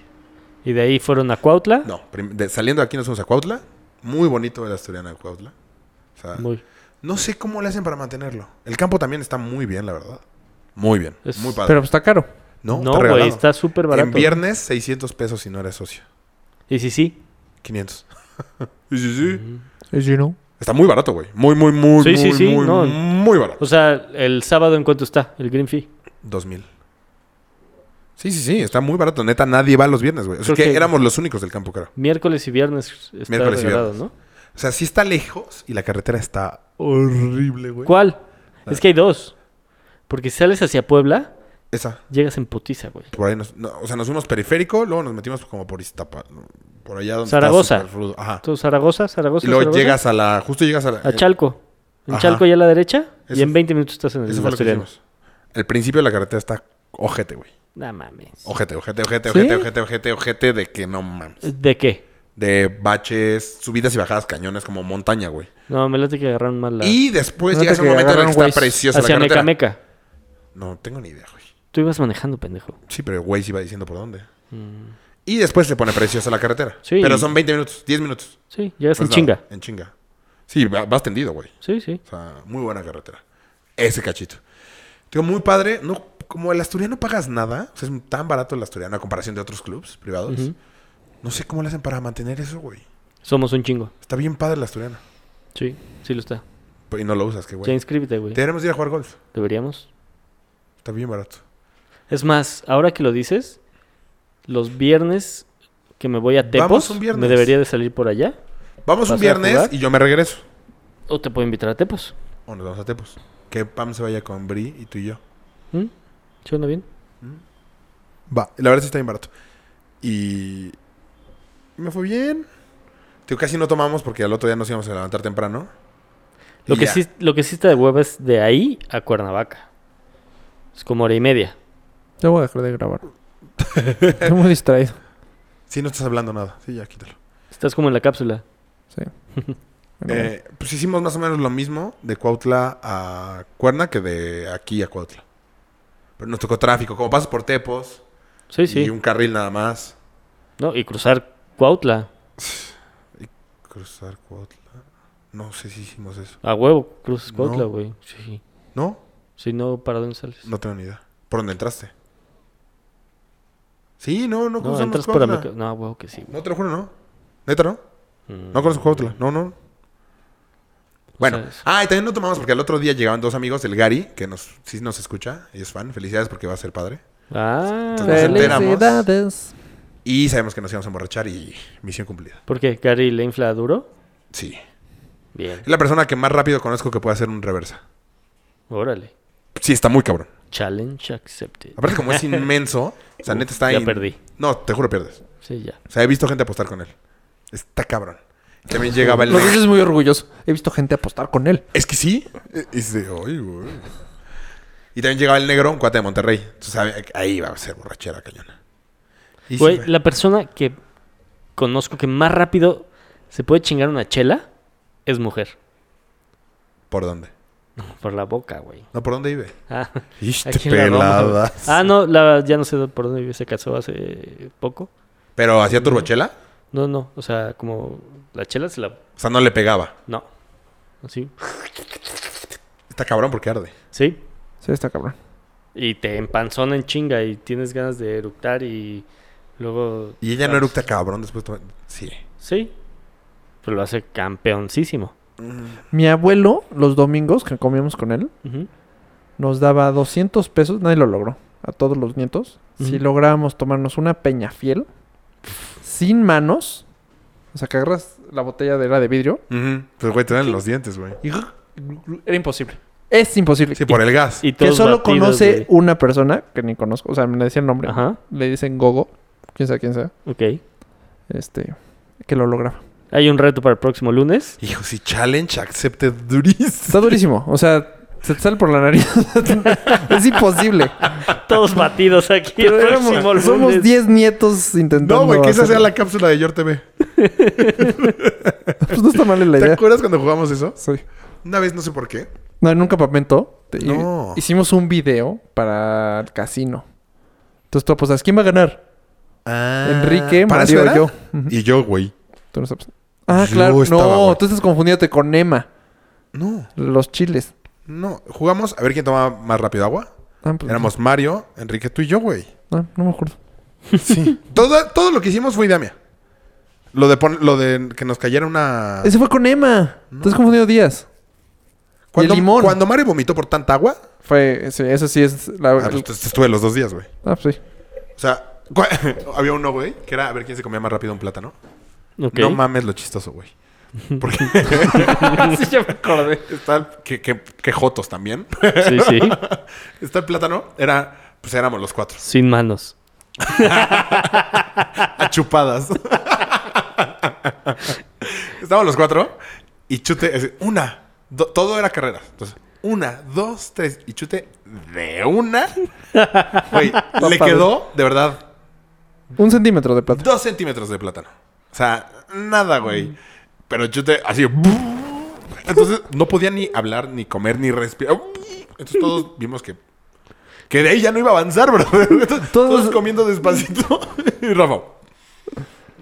[SPEAKER 2] ¿Y de ahí fueron a Cuautla?
[SPEAKER 3] No, prim- de- saliendo de aquí nos fuimos a Cuautla. Muy bonito el Asturiana de Cuautla. O sea,
[SPEAKER 2] Muy.
[SPEAKER 3] no sé cómo le hacen para mantenerlo. El campo también está muy bien, la verdad. Muy bien.
[SPEAKER 2] Es-
[SPEAKER 3] muy padre.
[SPEAKER 5] Pero pues está caro.
[SPEAKER 3] no,
[SPEAKER 2] No,
[SPEAKER 3] está
[SPEAKER 2] güey,
[SPEAKER 3] regalado.
[SPEAKER 2] está súper
[SPEAKER 3] En
[SPEAKER 2] barato.
[SPEAKER 3] viernes, 600 pesos si no eres socio.
[SPEAKER 2] Y sí, sí.
[SPEAKER 3] 500. sí, sí, sí.
[SPEAKER 5] Es you know.
[SPEAKER 3] Está muy barato, güey. Muy, muy, muy,
[SPEAKER 2] Sí,
[SPEAKER 3] muy,
[SPEAKER 2] sí, sí,
[SPEAKER 3] muy,
[SPEAKER 2] no. Pues
[SPEAKER 3] muy barato.
[SPEAKER 2] O sea, el sábado en cuánto está el Green Fee.
[SPEAKER 3] 2000. Sí, sí, sí. Está muy barato. Neta, nadie va los viernes, güey. O sea,
[SPEAKER 2] Creo
[SPEAKER 3] que
[SPEAKER 2] que-
[SPEAKER 3] éramos los únicos del campo, creo.
[SPEAKER 2] Miércoles y viernes está
[SPEAKER 3] Miércoles y
[SPEAKER 2] regalado,
[SPEAKER 3] viernes.
[SPEAKER 2] ¿no?
[SPEAKER 3] O sea, sí está lejos y la carretera está horrible, güey.
[SPEAKER 2] ¿Cuál? Es que hay dos. Porque si sales hacia Puebla,
[SPEAKER 3] Esa.
[SPEAKER 2] llegas en putiza, güey.
[SPEAKER 3] Por ahí nos, no, o sea, nos fuimos periférico, luego nos metimos como por Iztapa, por allá donde
[SPEAKER 2] Zaragoza.
[SPEAKER 3] está súper rudo. Ajá.
[SPEAKER 2] Entonces, Zaragoza, Zaragoza,
[SPEAKER 3] Y luego
[SPEAKER 2] Zaragoza,
[SPEAKER 3] llegas a la, justo llegas a la. eh,
[SPEAKER 2] a Chalco. En
[SPEAKER 3] Ajá.
[SPEAKER 2] Chalco ya a la derecha y
[SPEAKER 3] Eso
[SPEAKER 2] en
[SPEAKER 3] fue-
[SPEAKER 2] 20 minutos estás en el
[SPEAKER 3] eso fue lo que
[SPEAKER 2] Asturiano.
[SPEAKER 3] hicimos. El principio de la carretera está ojete, güey.
[SPEAKER 2] No mames.
[SPEAKER 3] Ojete, ojete, ojete,
[SPEAKER 5] ¿Sí?
[SPEAKER 3] ojete, ojete, ojete, ojete, de que no mames.
[SPEAKER 2] ¿De qué?
[SPEAKER 3] De baches, subidas y bajadas, cañones, como montaña, güey.
[SPEAKER 2] No, me late que agarraron mal la...
[SPEAKER 3] Y después
[SPEAKER 5] Fíjate
[SPEAKER 3] llegas a un
[SPEAKER 5] que
[SPEAKER 3] momento en el que
[SPEAKER 5] agarraron
[SPEAKER 3] está
[SPEAKER 5] güeyes
[SPEAKER 3] preciosa la
[SPEAKER 2] hacia
[SPEAKER 3] carretera.
[SPEAKER 2] Mecameca.
[SPEAKER 3] No tengo ni idea, güey.
[SPEAKER 2] Tú ibas manejando, pendejo.
[SPEAKER 3] Sí, pero güey sí va diciendo por dónde. Y después se pone preciosa la carretera.
[SPEAKER 2] Mm. Sí.
[SPEAKER 3] Pero son 20 minutos, 10 minutos.
[SPEAKER 2] Sí, llegas
[SPEAKER 3] Pues No
[SPEAKER 2] en
[SPEAKER 3] es
[SPEAKER 2] chinga.
[SPEAKER 3] nada, En chinga. Sí, va- vas tendido, güey.
[SPEAKER 2] Sí, sí.
[SPEAKER 3] O sea, muy buena carretera. Ese cachito. Digo, muy padre. No, como el asturiano pagas nada, o sea, es tan barato el asturiano a comparación de otros clubs privados. No sé cómo le hacen para mantener eso, güey.
[SPEAKER 2] Somos un chingo.
[SPEAKER 3] Está bien padre el asturiano.
[SPEAKER 2] Sí, sí lo está.
[SPEAKER 3] Pero- Y no lo usas, qué
[SPEAKER 2] Ya
[SPEAKER 3] güey.
[SPEAKER 2] inscríbete, güey.
[SPEAKER 3] Deberíamos ir a jugar golf.
[SPEAKER 2] Deberíamos.
[SPEAKER 3] Está bien barato.
[SPEAKER 2] Es más, ahora que lo dices, los viernes que me voy a
[SPEAKER 3] Vamos
[SPEAKER 2] Tepos.
[SPEAKER 3] un viernes.
[SPEAKER 2] Me debería de salir por allá.
[SPEAKER 3] Vamos un
[SPEAKER 2] ¿Vas a
[SPEAKER 3] viernes
[SPEAKER 2] jugar?
[SPEAKER 3] y yo me regreso.
[SPEAKER 2] O te puedo invitar a Tepos.
[SPEAKER 3] O nos vamos a Tepos. Que Pam se vaya con Bri y tú y yo.
[SPEAKER 2] ¿Mm? ¿Suena bien?
[SPEAKER 3] Va, la verdad sí está bien barato. Y me fue bien. Tío, casi no tomamos porque al otro día nos íbamos a levantar temprano.
[SPEAKER 2] Lo
[SPEAKER 3] Y
[SPEAKER 2] que,
[SPEAKER 3] ya.
[SPEAKER 2] sí, lo que sí está de hueva es de ahí a Cuernavaca. Es como hora y media.
[SPEAKER 5] Ya voy a dejar de grabar. Estoy muy distraído.
[SPEAKER 3] Sí, no estás hablando nada. Sí, ya quítalo.
[SPEAKER 2] Estás como en la cápsula.
[SPEAKER 5] Sí.
[SPEAKER 3] Eh, pues hicimos más o menos lo mismo de Cuautla a Cuerna que de aquí a Cuautla. Pero nos tocó tráfico, como pasas por Tepos
[SPEAKER 2] Sí, sí.
[SPEAKER 3] y un carril nada más.
[SPEAKER 2] ¿No? y cruzar Cuautla.
[SPEAKER 3] Cruzar Cuautla. No sé si hicimos eso.
[SPEAKER 2] A huevo, cruzas
[SPEAKER 3] No.
[SPEAKER 2] Cuautla, güey. Sí.
[SPEAKER 3] ¿No?
[SPEAKER 2] Si no, ¿para dónde sales?
[SPEAKER 3] No tengo ni idea. ¿Por dónde entraste? Sí, no, no
[SPEAKER 2] No,
[SPEAKER 3] cruzamos
[SPEAKER 2] entras para
[SPEAKER 3] Cuautla.
[SPEAKER 2] Meca- No, a huevo que sí, güey. Mm.
[SPEAKER 3] No, te lo juro, no. Neta, no. No conozco Cuautla. No, no. Bueno,
[SPEAKER 2] sabes.
[SPEAKER 3] ah, y también no tomamos porque el otro día llegaban dos amigos, el Gary, que nos, sí nos escucha, y es fan, felicidades porque va a ser padre.
[SPEAKER 2] Ah,
[SPEAKER 3] Entonces,
[SPEAKER 2] dale.
[SPEAKER 3] entera. enteramos.
[SPEAKER 5] Felicidades.
[SPEAKER 3] Y sabemos que nos íbamos a emborrachar y misión cumplida.
[SPEAKER 2] ¿Por qué? ¿Gary le infla duro?
[SPEAKER 3] Sí.
[SPEAKER 2] Bien.
[SPEAKER 3] Es la persona que más rápido conozco que puede hacer un reversa.
[SPEAKER 2] Órale.
[SPEAKER 3] Sí, está muy cabrón.
[SPEAKER 2] Challenge accepted.
[SPEAKER 3] Aparte, como es inmenso, o sea, neta está
[SPEAKER 2] Ya
[SPEAKER 3] in-
[SPEAKER 2] perdí.
[SPEAKER 3] No, te juro, pierdes.
[SPEAKER 2] Sí, ya.
[SPEAKER 3] O sea, he visto gente apostar con él. Está cabrón. También llegaba el.
[SPEAKER 5] Lo dices muy orgulloso. He visto gente apostar con él.
[SPEAKER 3] Es que sí. Y dice, "Ay, güey". Y también llegaba el negro, un cuate de Monterrey. Entonces, sabe- ahí va a ser borrachera cañona. Y sí,
[SPEAKER 2] Güey,
[SPEAKER 3] güey.
[SPEAKER 2] la persona que conozco que más rápido se puede chingar una chela es mujer.
[SPEAKER 3] ¿Por dónde?
[SPEAKER 2] Por la boca, güey.
[SPEAKER 3] No, ¿por dónde vive?
[SPEAKER 2] Ah,
[SPEAKER 3] Ixte,
[SPEAKER 2] aquí en la Roma, güey.
[SPEAKER 3] peladas.
[SPEAKER 2] Ah, no, la- ya no sé por dónde vive. Se casó hace poco.
[SPEAKER 3] ¿Pero hacía turbochela?
[SPEAKER 2] No, no. O sea, como la chela se la...
[SPEAKER 3] O sea, no le pegaba.
[SPEAKER 2] No. Así.
[SPEAKER 3] Está cabrón porque arde.
[SPEAKER 2] Sí.
[SPEAKER 5] Sí, está cabrón.
[SPEAKER 2] Y te empanzona en chinga y tienes ganas de eructar y luego...
[SPEAKER 3] Y ella no
[SPEAKER 2] Vamos.
[SPEAKER 3] eructa cabrón después. toma- Sí.
[SPEAKER 2] Sí. Pero lo hace campeoncísimo.
[SPEAKER 5] Mi abuelo, los domingos que comíamos con él,
[SPEAKER 2] Ujú.
[SPEAKER 5] nos daba 200 pesos. Nadie lo logró. A todos los nietos. Si
[SPEAKER 2] Ujú.
[SPEAKER 5] lográbamos tomarnos una peña fiel, sin manos, o sea, que agarras la botella de la de vidrio,
[SPEAKER 3] Ujú. Pues, güey, te dan en los dientes, güey.
[SPEAKER 5] y era imposible. Es imposible.
[SPEAKER 3] Sí, por el gas.
[SPEAKER 2] Y
[SPEAKER 5] que
[SPEAKER 2] todos
[SPEAKER 5] solo
[SPEAKER 2] batidos,
[SPEAKER 5] conoce
[SPEAKER 2] güey.
[SPEAKER 5] una persona que ni conozco. O sea, me decía el nombre.
[SPEAKER 2] Ajá.
[SPEAKER 5] Le dicen Gogo. Quién sabe quién sea.
[SPEAKER 2] Ok.
[SPEAKER 5] Este. Que lo lograba.
[SPEAKER 2] Hay un reto para el próximo lunes.
[SPEAKER 3] Hijo, si challenge accepted durísimo.
[SPEAKER 5] Está durísimo. O sea, se te sale por la nariz. es imposible.
[SPEAKER 2] Todos batidos aquí.
[SPEAKER 5] Pero
[SPEAKER 2] el
[SPEAKER 5] éramos-
[SPEAKER 2] próximo
[SPEAKER 5] somos
[SPEAKER 2] lunes.
[SPEAKER 5] 10 nietos intentando.
[SPEAKER 3] No, güey, que esa sea
[SPEAKER 5] hacerlo.
[SPEAKER 3] la cápsula de Yor TV.
[SPEAKER 5] Pues no está mal la
[SPEAKER 3] ¿Te
[SPEAKER 5] idea.
[SPEAKER 3] acuerdas cuando jugamos eso?
[SPEAKER 5] Sí.
[SPEAKER 3] Una vez, no sé por qué.
[SPEAKER 5] No, nunca papento.
[SPEAKER 3] No.
[SPEAKER 5] Hicimos un video para el casino. Entonces tú apostas, ¿quién va a ganar? Enrique,
[SPEAKER 3] Ah. ¿Para eso
[SPEAKER 5] Mario,
[SPEAKER 3] era?
[SPEAKER 5] yo. Ujú.
[SPEAKER 3] Y yo, güey.
[SPEAKER 5] Tú no sabes. Ah,
[SPEAKER 3] Yo
[SPEAKER 5] claro.
[SPEAKER 3] estaba,
[SPEAKER 5] No,
[SPEAKER 3] güey.
[SPEAKER 5] tú estás confundiéndote con Nema.
[SPEAKER 3] No,
[SPEAKER 5] Los chiles.
[SPEAKER 3] no. Jugamos a ver quién tomaba más rápido agua.
[SPEAKER 5] Ah, pues,
[SPEAKER 3] Éramos Mario, Enrique, tú y yo, güey.
[SPEAKER 5] ah, no me acuerdo.
[SPEAKER 3] Sí. todo, todo lo que hicimos fue idea mía. Lo de, pon- lo de que nos cayera una...
[SPEAKER 5] Ese fue con Emma. Estás confundido días.
[SPEAKER 3] Cuando,
[SPEAKER 5] el limón.
[SPEAKER 3] cuando Mario vomitó por tanta agua...
[SPEAKER 5] Fue, sí, eso sí es la.
[SPEAKER 3] ah, pues, estuve los dos días, güey.
[SPEAKER 5] ah, pues sí.
[SPEAKER 3] O sea, cua- había uno, güey, que era a ver quién se comía más rápido un plátano.
[SPEAKER 2] Ok.
[SPEAKER 3] No mames lo chistoso, güey. Porque
[SPEAKER 2] sí, ya me acordé.
[SPEAKER 3] está el- que, que, que jotos también.
[SPEAKER 2] Sí, sí.
[SPEAKER 3] está el plátano. Era, pues éramos los cuatro.
[SPEAKER 2] Sin manos.
[SPEAKER 3] A chupadas. Estábamos los cuatro y chute. es- Una. do- todo era carreras. Entonces, una, dos, tres. Y chute de una. Güey, le quedó, de verdad,
[SPEAKER 5] Un centímetro de plata.
[SPEAKER 3] dos centímetros de plátano. O sea, nada, güey. Pero chute así. Entonces, no podía ni hablar, ni comer, ni respirar. Entonces, todos vimos que. Que de ahí ya no iba a avanzar, bro. Entonces, todos,
[SPEAKER 5] Todos-
[SPEAKER 3] comiendo despacito. y Rafa.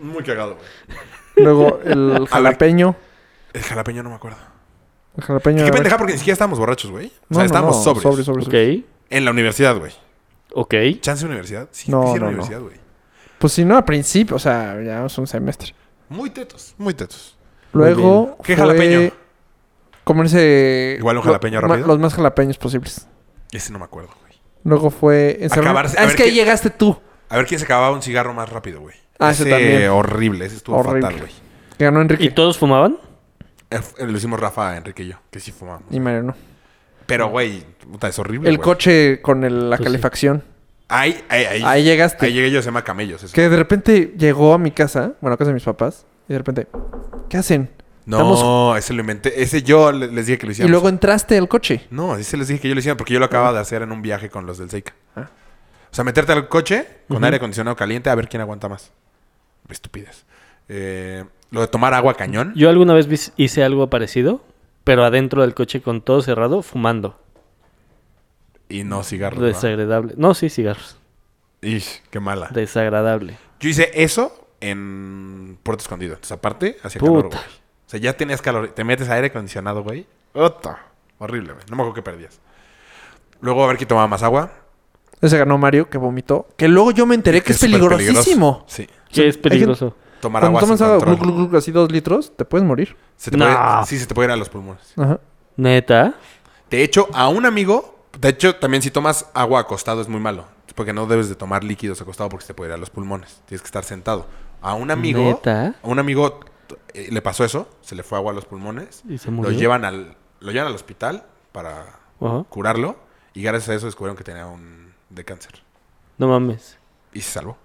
[SPEAKER 3] Muy cagado, güey.
[SPEAKER 5] Luego el jalapeño.
[SPEAKER 3] El jalapeño no me acuerdo.
[SPEAKER 5] El jalapeño.
[SPEAKER 3] Qué
[SPEAKER 5] a ver.
[SPEAKER 3] pendeja, porque ni siquiera estábamos borrachos, güey. O
[SPEAKER 5] No,
[SPEAKER 3] sea,
[SPEAKER 5] no,
[SPEAKER 3] estábamos
[SPEAKER 5] no,
[SPEAKER 3] sobrios.
[SPEAKER 5] Sobre, sobre,
[SPEAKER 2] Ok.
[SPEAKER 5] sobre.
[SPEAKER 3] En la universidad, güey.
[SPEAKER 2] Ok.
[SPEAKER 3] ¿Chance universidad? Sí,
[SPEAKER 5] No,
[SPEAKER 3] no, sí era
[SPEAKER 5] no, no.
[SPEAKER 3] universidad, güey.
[SPEAKER 5] Pues si no, al principio, o sea, ya es un semestre.
[SPEAKER 3] Muy tetos, muy tetos.
[SPEAKER 5] Luego.
[SPEAKER 3] ¿Qué
[SPEAKER 5] fue
[SPEAKER 3] jalapeño?
[SPEAKER 5] Comerse.
[SPEAKER 3] Igual un
[SPEAKER 5] lo-
[SPEAKER 3] jalapeño
[SPEAKER 5] ma-
[SPEAKER 3] rápido.
[SPEAKER 5] Los más jalapeños posibles.
[SPEAKER 3] Ese no me acuerdo, güey.
[SPEAKER 5] Luego fue. encerrar-
[SPEAKER 3] Acabarse- a
[SPEAKER 5] Ah, es
[SPEAKER 3] ver
[SPEAKER 5] que
[SPEAKER 3] qué-
[SPEAKER 5] llegaste tú.
[SPEAKER 3] A ver quién se acababa un cigarro más rápido, güey.
[SPEAKER 5] Ah, ese también.
[SPEAKER 3] horrible, ese estuvo
[SPEAKER 5] Horrible.
[SPEAKER 3] fatal, güey.
[SPEAKER 5] Que ganó Enrique.
[SPEAKER 2] ¿Y todos fumaban?
[SPEAKER 3] Eh, f- Lo hicimos Rafa, Enrique y yo, que sí fumamos.
[SPEAKER 5] Y Mario no.
[SPEAKER 3] Pero, güey, puta, es horrible.
[SPEAKER 5] El
[SPEAKER 3] güey.
[SPEAKER 5] coche con el- la
[SPEAKER 2] Pues sí.
[SPEAKER 5] calefacción.
[SPEAKER 3] Ahí, ahí, ahí.
[SPEAKER 5] Ahí llegaste.
[SPEAKER 3] Ahí llegué yo, se llama Camellos. eso.
[SPEAKER 5] Que de repente llegó a mi casa, bueno, a casa de mis papás, y de repente, ¿qué hacen?
[SPEAKER 3] No,
[SPEAKER 5] Estamos-
[SPEAKER 3] ese lo inventé. Ese yo le- les dije que lo
[SPEAKER 5] Y
[SPEAKER 3] hicieron.
[SPEAKER 5] luego Ah. entraste al coche.
[SPEAKER 3] No, sí se les dije que yo lo hiciera porque yo lo acababa de hacer en un viaje con los del Seika.
[SPEAKER 5] Ah.
[SPEAKER 3] O sea, meterte al coche con aire acondicionado caliente a ver quién aguanta más. Estupidez. Eh, lo de tomar agua cañón.
[SPEAKER 2] Yo alguna vez vis- hice algo parecido, pero adentro del coche con todo cerrado, fumando.
[SPEAKER 3] Y no cigarros. ¿no?
[SPEAKER 2] Desagradable. No, sí, cigarros.
[SPEAKER 3] Ish, qué mala.
[SPEAKER 2] Desagradable.
[SPEAKER 3] Yo hice eso en Puerto Escondido. Entonces, aparte, hacía calor,
[SPEAKER 2] Puta.
[SPEAKER 3] güey. O sea, ya tenías calor. Te metes a aire acondicionado, güey. Ota. Horrible, güey. No me acuerdo qué perdías. Luego a ver quién tomaba más agua.
[SPEAKER 5] Ese ganó Mario, que vomitó. Que luego yo me enteré que, es
[SPEAKER 3] súper peligroso.
[SPEAKER 5] peligrosísimo.
[SPEAKER 3] Sí.
[SPEAKER 2] Que es peligroso.
[SPEAKER 3] Tomar
[SPEAKER 5] Cuando
[SPEAKER 3] agua
[SPEAKER 5] tomas
[SPEAKER 3] sin
[SPEAKER 5] agua,
[SPEAKER 3] control.
[SPEAKER 5] gluc, gluc, gluc, así dos litros, te puedes morir.
[SPEAKER 3] Se te
[SPEAKER 2] No.
[SPEAKER 3] puede- sí, se te puede ir a los pulmones.
[SPEAKER 5] Ajá.
[SPEAKER 2] Neta.
[SPEAKER 3] De hecho, a un amigo... De hecho, también si tomas agua acostado es muy malo. Porque no debes de tomar líquidos acostado porque se te puede ir a los pulmones. Tienes que estar sentado. A un amigo...
[SPEAKER 2] ¿Neta?
[SPEAKER 3] A un amigo eh, le pasó eso. Se le fue agua a los pulmones.
[SPEAKER 2] ¿Y se murió?
[SPEAKER 3] Lo llevan al, lo llevan al hospital para
[SPEAKER 2] Ajá.
[SPEAKER 3] curarlo. Y gracias a eso descubrieron que tenía un... de cáncer.
[SPEAKER 2] No mames.
[SPEAKER 3] Y se salvó.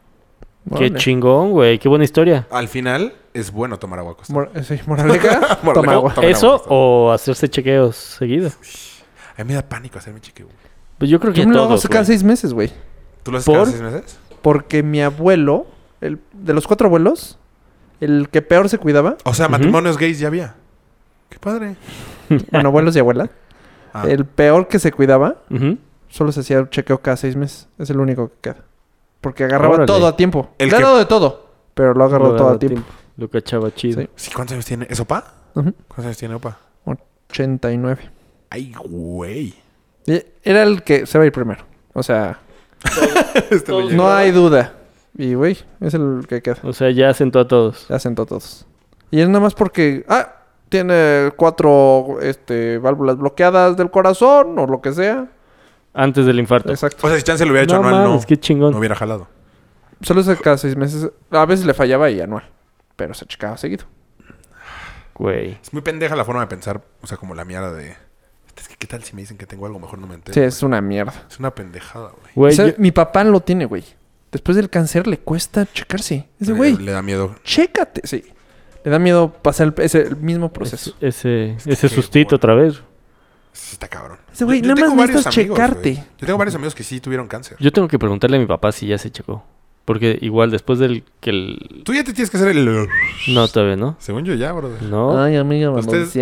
[SPEAKER 2] Qué
[SPEAKER 5] Órale.
[SPEAKER 2] chingón, güey. Qué buena historia.
[SPEAKER 3] Al final, es bueno tomar agua acostado.
[SPEAKER 5] Mor- eh, sí, moraleja, toma
[SPEAKER 3] Moraleja,
[SPEAKER 5] agua.
[SPEAKER 3] toma. Tomen agua,
[SPEAKER 2] ¿Eso
[SPEAKER 3] por
[SPEAKER 2] o hacerse chequeos seguido?
[SPEAKER 3] A mí me da pánico hacerme chequeo.
[SPEAKER 2] Pues yo creo que
[SPEAKER 5] Yo me lo hago
[SPEAKER 2] todos,
[SPEAKER 5] cada
[SPEAKER 2] güey.
[SPEAKER 5] seis meses, güey.
[SPEAKER 3] ¿Tú lo haces
[SPEAKER 2] ¿Por?
[SPEAKER 3] cada seis meses?
[SPEAKER 5] Porque mi abuelo, el, de los cuatro abuelos, el que peor se cuidaba,
[SPEAKER 3] O sea, matrimonios gays ya había. Qué padre.
[SPEAKER 5] bueno, abuelos y abuelas,
[SPEAKER 3] Ah.
[SPEAKER 5] el peor que se cuidaba,
[SPEAKER 2] Ujú.
[SPEAKER 5] solo se hacía un chequeo cada seis meses. Es el único que queda. Porque agarraba
[SPEAKER 2] Órale.
[SPEAKER 5] todo a tiempo.
[SPEAKER 3] El
[SPEAKER 5] Le ha
[SPEAKER 3] que-
[SPEAKER 5] dado de todo, pero lo agarró
[SPEAKER 2] Lo
[SPEAKER 5] todo
[SPEAKER 2] daba
[SPEAKER 5] a tiempo.
[SPEAKER 2] Lo cachaba chido.
[SPEAKER 5] Sí.
[SPEAKER 3] Sí, ¿cuántos años tiene? ¿Es Opa?
[SPEAKER 5] Ujú.
[SPEAKER 3] ¿Cuántos años tiene Opa?
[SPEAKER 5] 89.
[SPEAKER 3] Ay, güey.
[SPEAKER 5] Y Era el que se va a ir primero. O sea,
[SPEAKER 3] Este güey
[SPEAKER 5] no hay duda. Y, güey, es el que queda.
[SPEAKER 2] O sea, ya sentó a todos.
[SPEAKER 5] Ya sentó a todos. Y es nada más porque, ah, tiene cuatro este, válvulas bloqueadas del corazón o lo que sea.
[SPEAKER 2] Antes del infarto.
[SPEAKER 5] Exacto.
[SPEAKER 3] O sea, si chance lo hubiera hecho
[SPEAKER 2] No
[SPEAKER 3] anual,
[SPEAKER 2] mames,
[SPEAKER 3] no,
[SPEAKER 2] qué chingón.
[SPEAKER 3] no hubiera jalado.
[SPEAKER 5] Solo es cada seis meses. A veces le fallaba y anual. Pero se checaba seguido.
[SPEAKER 2] Güey.
[SPEAKER 3] Es muy pendeja la forma de pensar, o sea, como la mierda de... Es que, ¿Qué tal si me dicen que tengo algo? Mejor no me entero.
[SPEAKER 5] Sí, es una mierda.
[SPEAKER 3] Es una pendejada, güey.
[SPEAKER 2] Güey,
[SPEAKER 5] O sea,
[SPEAKER 2] yo-
[SPEAKER 5] Mi papá lo tiene, güey. Después del cáncer le cuesta checarse. Dice,
[SPEAKER 3] Le-
[SPEAKER 5] güey,
[SPEAKER 3] Le da miedo.
[SPEAKER 5] chécate. Sí. Le da miedo pasar el, ese, el mismo proceso.
[SPEAKER 2] ese,
[SPEAKER 3] que
[SPEAKER 2] ese
[SPEAKER 3] qué
[SPEAKER 2] sustito
[SPEAKER 3] bueno.
[SPEAKER 2] otra vez.
[SPEAKER 3] Sí, está cabrón.
[SPEAKER 5] Dice, Este güey, nada
[SPEAKER 3] tengo
[SPEAKER 5] más
[SPEAKER 3] varios
[SPEAKER 5] necesitas checarte.
[SPEAKER 3] güey. Yo tengo varios amigos que sí tuvieron cáncer.
[SPEAKER 2] Yo tengo que preguntarle a mi papá si ya se checó. Porque igual después del que el...
[SPEAKER 3] Tú ya te tienes que hacer el...
[SPEAKER 2] No, todavía no.
[SPEAKER 3] Según yo ya, brother.
[SPEAKER 2] No.
[SPEAKER 5] Ay, amiga,
[SPEAKER 3] Ustedes-
[SPEAKER 5] Valencia.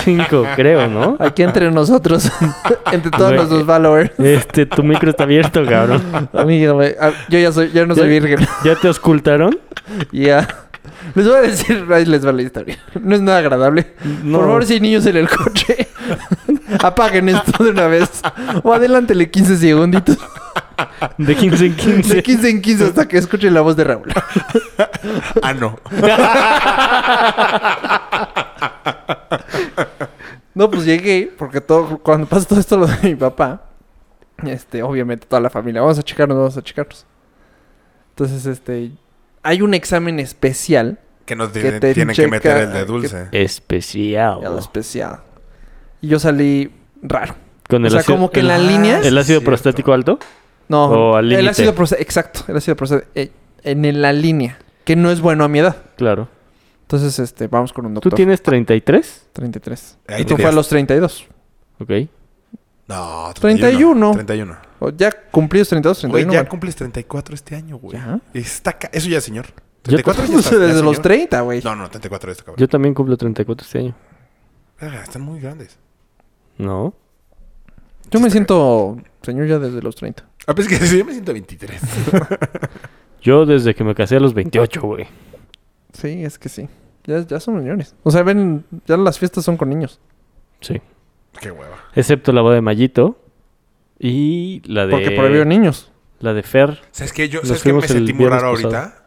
[SPEAKER 2] 35, creo, ¿no?
[SPEAKER 5] Aquí entre nosotros. entre todos
[SPEAKER 2] Güey.
[SPEAKER 5] nuestros followers.
[SPEAKER 2] Este, tu micro está abierto, cabrón.
[SPEAKER 5] Amiga, güey, ah, yo ya soy, yo no soy
[SPEAKER 2] Ya-
[SPEAKER 5] virgen.
[SPEAKER 2] ¿Ya te ocultaron?
[SPEAKER 5] Ya. Les voy a decir, ahí les va la historia. No es nada agradable.
[SPEAKER 2] No.
[SPEAKER 5] Por favor, si hay niños en el coche, apaguen esto de una vez. O adelántele 15 segunditos.
[SPEAKER 2] De 15 en 15.
[SPEAKER 5] De 15 en 15 hasta que escuchen la voz de Raúl.
[SPEAKER 3] Ah, no.
[SPEAKER 5] No, pues llegué, porque todo, cuando pasa todo esto lo de mi papá, este, obviamente toda la familia, vamos a checarnos, vamos a checarnos. Entonces, este, hay un examen especial
[SPEAKER 3] Que no
[SPEAKER 5] Que
[SPEAKER 3] tienen,
[SPEAKER 5] te
[SPEAKER 3] tienen
[SPEAKER 5] checa-
[SPEAKER 3] que meter el
[SPEAKER 5] que-
[SPEAKER 3] de dulce.
[SPEAKER 2] Especial.
[SPEAKER 5] a lo especial. Y yo salí raro.
[SPEAKER 2] Con
[SPEAKER 5] O sea, como que en la
[SPEAKER 2] el-
[SPEAKER 5] línea.
[SPEAKER 2] ¿El ácido
[SPEAKER 3] Cierto.
[SPEAKER 2] prostático alto?
[SPEAKER 5] No,
[SPEAKER 2] o al
[SPEAKER 5] el
[SPEAKER 2] límite.
[SPEAKER 5] ácido prosa- Exacto, el ácido prosa- eh, en la línea. Que no es bueno a mi edad.
[SPEAKER 2] Claro.
[SPEAKER 5] Entonces, este, vamos con un
[SPEAKER 2] ¿Tú
[SPEAKER 5] doctor.
[SPEAKER 2] tienes 33?
[SPEAKER 5] 33.
[SPEAKER 3] Ahí
[SPEAKER 5] Esto fue a
[SPEAKER 3] tenías-
[SPEAKER 5] los 32.
[SPEAKER 2] Ok.
[SPEAKER 3] No,
[SPEAKER 5] 31.
[SPEAKER 3] 31.
[SPEAKER 5] O ya cumplidos 32, 31.
[SPEAKER 3] Güey, ya
[SPEAKER 5] bueno.
[SPEAKER 3] cumples 34 este año, güey.
[SPEAKER 5] Ya.
[SPEAKER 3] Está ca- Eso ya es señor.
[SPEAKER 2] Yo
[SPEAKER 3] 34 ya
[SPEAKER 5] Pues,
[SPEAKER 3] está- ya
[SPEAKER 5] desde
[SPEAKER 3] es
[SPEAKER 5] los
[SPEAKER 3] señor.
[SPEAKER 5] 30, güey.
[SPEAKER 3] No, no, 34 esto, cabrón.
[SPEAKER 2] Yo también cumplo 34 este año.
[SPEAKER 3] Verga, están muy grandes.
[SPEAKER 2] No.
[SPEAKER 5] Yo me siento señor ya desde los 30.
[SPEAKER 3] Ah, pues es que sí, yo me siento 23.
[SPEAKER 2] Yo desde que me casé a los 28, güey.
[SPEAKER 5] Sí, es que sí. Ya, ya son señores. O sea, ven, ya las fiestas son con niños.
[SPEAKER 2] Sí.
[SPEAKER 3] Qué hueva.
[SPEAKER 2] Excepto la boda de Mayito. Y la de...
[SPEAKER 5] Porque prohibieron niños.
[SPEAKER 2] La de Fer.
[SPEAKER 3] ¿Sabes qué? Yo,
[SPEAKER 2] Nos
[SPEAKER 3] ¿sabes qué?
[SPEAKER 2] fuimos
[SPEAKER 3] Me
[SPEAKER 2] el
[SPEAKER 3] sentí muy
[SPEAKER 2] viernes
[SPEAKER 3] raro
[SPEAKER 2] pasado.
[SPEAKER 3] ahorita.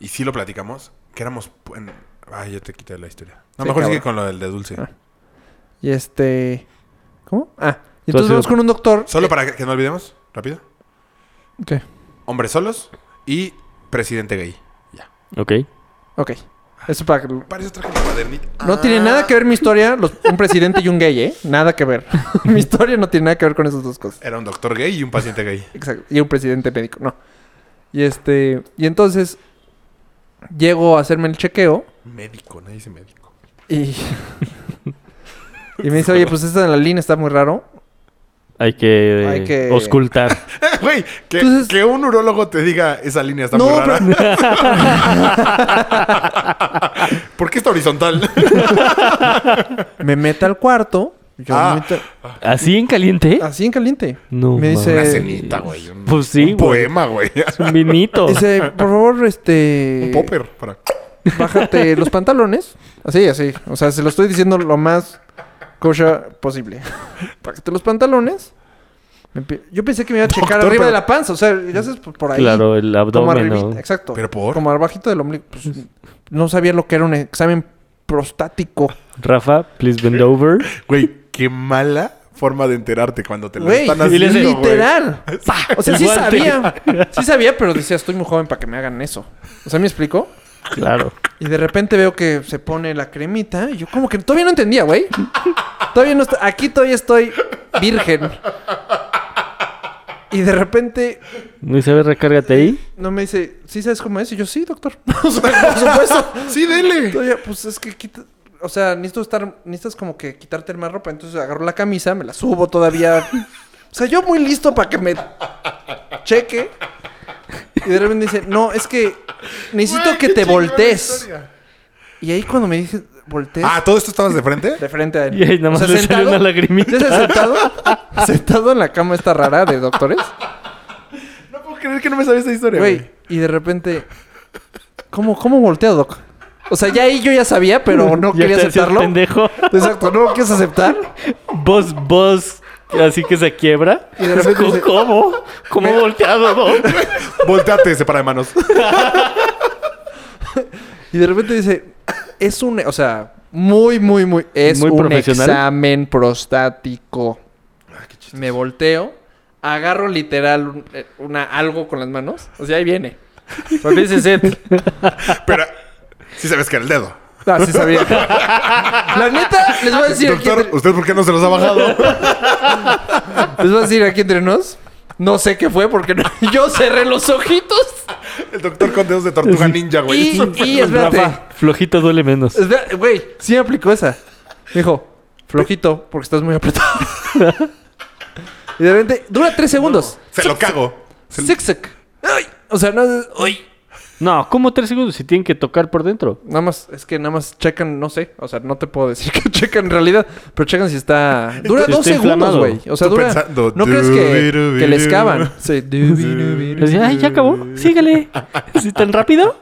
[SPEAKER 3] Y sí lo platicamos. Que éramos... pu- en- Ay, ya te quité la historia. No,
[SPEAKER 5] Sí,
[SPEAKER 3] mejor
[SPEAKER 5] cabrón.
[SPEAKER 3] sigue con lo del de dulce.
[SPEAKER 5] Ah. Y este. ¿Cómo? Ah. Y
[SPEAKER 2] Tú has
[SPEAKER 5] entonces
[SPEAKER 2] sido-
[SPEAKER 5] vamos con un doctor.
[SPEAKER 3] Solo para que, que no olvidemos. Rápido.
[SPEAKER 5] Eh, ¿Qué?
[SPEAKER 3] Hombres solos. Y presidente gay.
[SPEAKER 2] Ok.
[SPEAKER 5] Ok. Eso para que-
[SPEAKER 3] Para eso traje mi cuadernito.
[SPEAKER 5] No tiene nada que ver mi historia, los- un presidente y un gay, ¿eh? Nada que ver. mi historia no tiene nada que ver con esas dos cosas.
[SPEAKER 3] Era un doctor gay y un paciente gay.
[SPEAKER 5] Exacto. Y un presidente médico, no. Y este. Y entonces. Llego a hacerme el chequeo
[SPEAKER 3] Médico, nadie dice médico.
[SPEAKER 5] y. y me dice, oye, pues esta de la línea está muy raro.
[SPEAKER 2] Hay que, eh,
[SPEAKER 5] Hay que-
[SPEAKER 2] ocultar.
[SPEAKER 3] Güey, que,
[SPEAKER 5] Entonces-
[SPEAKER 3] que un urólogo te diga esa línea está
[SPEAKER 5] No,
[SPEAKER 3] muy rara. ¿Por qué está horizontal?
[SPEAKER 5] Me mete al cuarto. Yo
[SPEAKER 3] Ah.
[SPEAKER 5] me meto-
[SPEAKER 2] ¿Así en caliente?
[SPEAKER 5] Así en caliente.
[SPEAKER 2] No.
[SPEAKER 5] me dice-
[SPEAKER 2] mames.
[SPEAKER 3] Una
[SPEAKER 5] Eh,
[SPEAKER 3] cenita, güey. Un,
[SPEAKER 2] Pues sí,
[SPEAKER 3] un
[SPEAKER 2] güey.
[SPEAKER 3] poema, güey.
[SPEAKER 2] Es un vinito.
[SPEAKER 5] Dice, por favor, este.
[SPEAKER 3] Un popper. Para...
[SPEAKER 5] bájate los pantalones. Así, así. O sea, se lo estoy diciendo lo más kosher posible. Bájate los pantalones. Me pi- Yo pensé que me iba a checar
[SPEAKER 3] Doctor,
[SPEAKER 5] arriba
[SPEAKER 3] pero-
[SPEAKER 5] de la panza. O sea, ya sabes, por por ahí.
[SPEAKER 2] Claro, el
[SPEAKER 5] Como
[SPEAKER 2] abdomen.
[SPEAKER 5] arribita,
[SPEAKER 2] ¿no?
[SPEAKER 5] Exacto.
[SPEAKER 3] ¿Pero por?
[SPEAKER 5] Como abajito del ombligo. Pues, no sabía lo que era un examen prostático.
[SPEAKER 3] Ah,
[SPEAKER 2] Rafa, please bend over.
[SPEAKER 3] Güey, qué mala forma de enterarte cuando te la
[SPEAKER 5] Güey,
[SPEAKER 3] están
[SPEAKER 2] y le
[SPEAKER 3] haciendo,
[SPEAKER 2] hace-
[SPEAKER 3] güey.
[SPEAKER 5] literal. O sea,
[SPEAKER 2] El
[SPEAKER 5] sí
[SPEAKER 2] guante.
[SPEAKER 5] sabía. Sí sabía, pero decía, estoy muy joven para que me hagan eso. O sea, ¿me explicó?
[SPEAKER 2] Claro.
[SPEAKER 5] Y de repente veo que se pone la cremita. Y yo como que todavía no entendía, güey. Todavía no estoy... Aquí todavía estoy virgen. Y de repente
[SPEAKER 2] No sabes, recárgate ahí.
[SPEAKER 5] no me dice, ¿sí sabes cómo es? Y yo, sí, doctor. O sea, por supuesto.
[SPEAKER 3] Sí, dele.
[SPEAKER 5] Todavía, pues es que quita... O sea, necesito estar... Necesitas como que quitarte más ropa. Entonces agarro la camisa, me la subo todavía. O sea, yo muy listo para que me cheque. Y de repente dice, no, es que necesito
[SPEAKER 3] Güey,
[SPEAKER 5] que
[SPEAKER 3] qué
[SPEAKER 5] te
[SPEAKER 3] chingona
[SPEAKER 5] voltees.
[SPEAKER 3] historia.
[SPEAKER 5] Y ahí cuando me dije, voltees.
[SPEAKER 3] Ah, ¿todo esto estabas de frente?
[SPEAKER 5] De frente a él.
[SPEAKER 2] Y ahí nada más le salió una
[SPEAKER 5] ¿Ya
[SPEAKER 2] lagrimita.
[SPEAKER 5] se ha sentado? sentado en la cama esta rara de doctores.
[SPEAKER 3] No puedo creer que no me sabía esa historia,
[SPEAKER 5] Güey, y de repente... ¿Cómo, cómo volteo, doc? O sea, ya ahí yo ya sabía, pero no
[SPEAKER 2] Ya
[SPEAKER 5] quería
[SPEAKER 2] te hacías
[SPEAKER 5] aceptarlo.
[SPEAKER 2] pendejo.
[SPEAKER 5] Exacto, no lo quieres aceptar.
[SPEAKER 2] Vos, vos. Así que se quiebra.
[SPEAKER 5] Y de repente dice-
[SPEAKER 2] ¿Cómo? ¿Cómo volteado, no?
[SPEAKER 3] Volteate, separa de manos.
[SPEAKER 5] Y de repente dice, es un... O sea, muy, muy, muy... Es
[SPEAKER 2] Muy
[SPEAKER 5] un
[SPEAKER 2] profesional.
[SPEAKER 5] examen prostático. Me volteo, agarro literal un- eh, una, algo con las manos. O sea, ahí viene. Pero me dice, "Seth,
[SPEAKER 3] Pero sí sabes que era el dedo.
[SPEAKER 5] No, Ah, sí sabía. La neta, les voy a decir aquí
[SPEAKER 3] Doctor,
[SPEAKER 5] entre,
[SPEAKER 3] ¿usted por qué no se los ha bajado?
[SPEAKER 5] les voy a decir aquí entre nos. No sé qué fue porque no- yo cerré los ojitos.
[SPEAKER 3] El doctor con dedos de tortuga ninja, güey.
[SPEAKER 5] Y, y espérate.
[SPEAKER 2] Rafa, flojito duele menos.
[SPEAKER 5] espera- Güey, sí me aplicó esa. Me dijo, flojito, porque estás muy apretado. Y de repente, dura tres segundos.
[SPEAKER 3] Se lo cago. Se-
[SPEAKER 5] Zig-zag. Ay, O sea, no, ay.
[SPEAKER 2] No, ¿cómo tres segundos si tienen que tocar por dentro?
[SPEAKER 5] Nada más, es que nada más checan, no sé. O sea, no te puedo decir que checan en realidad, pero checan si está. Dura
[SPEAKER 2] Si
[SPEAKER 5] dos
[SPEAKER 2] está
[SPEAKER 5] segundos,
[SPEAKER 2] inflamado.
[SPEAKER 5] güey. O sea,
[SPEAKER 3] Tú
[SPEAKER 5] dura.
[SPEAKER 3] pensando,
[SPEAKER 5] no crees que,
[SPEAKER 3] dubiru,
[SPEAKER 5] que le
[SPEAKER 3] biru.
[SPEAKER 5] excavan. Sí,
[SPEAKER 2] Le decía, ay, ya acabó, sígale. ¿Sí tan rápido?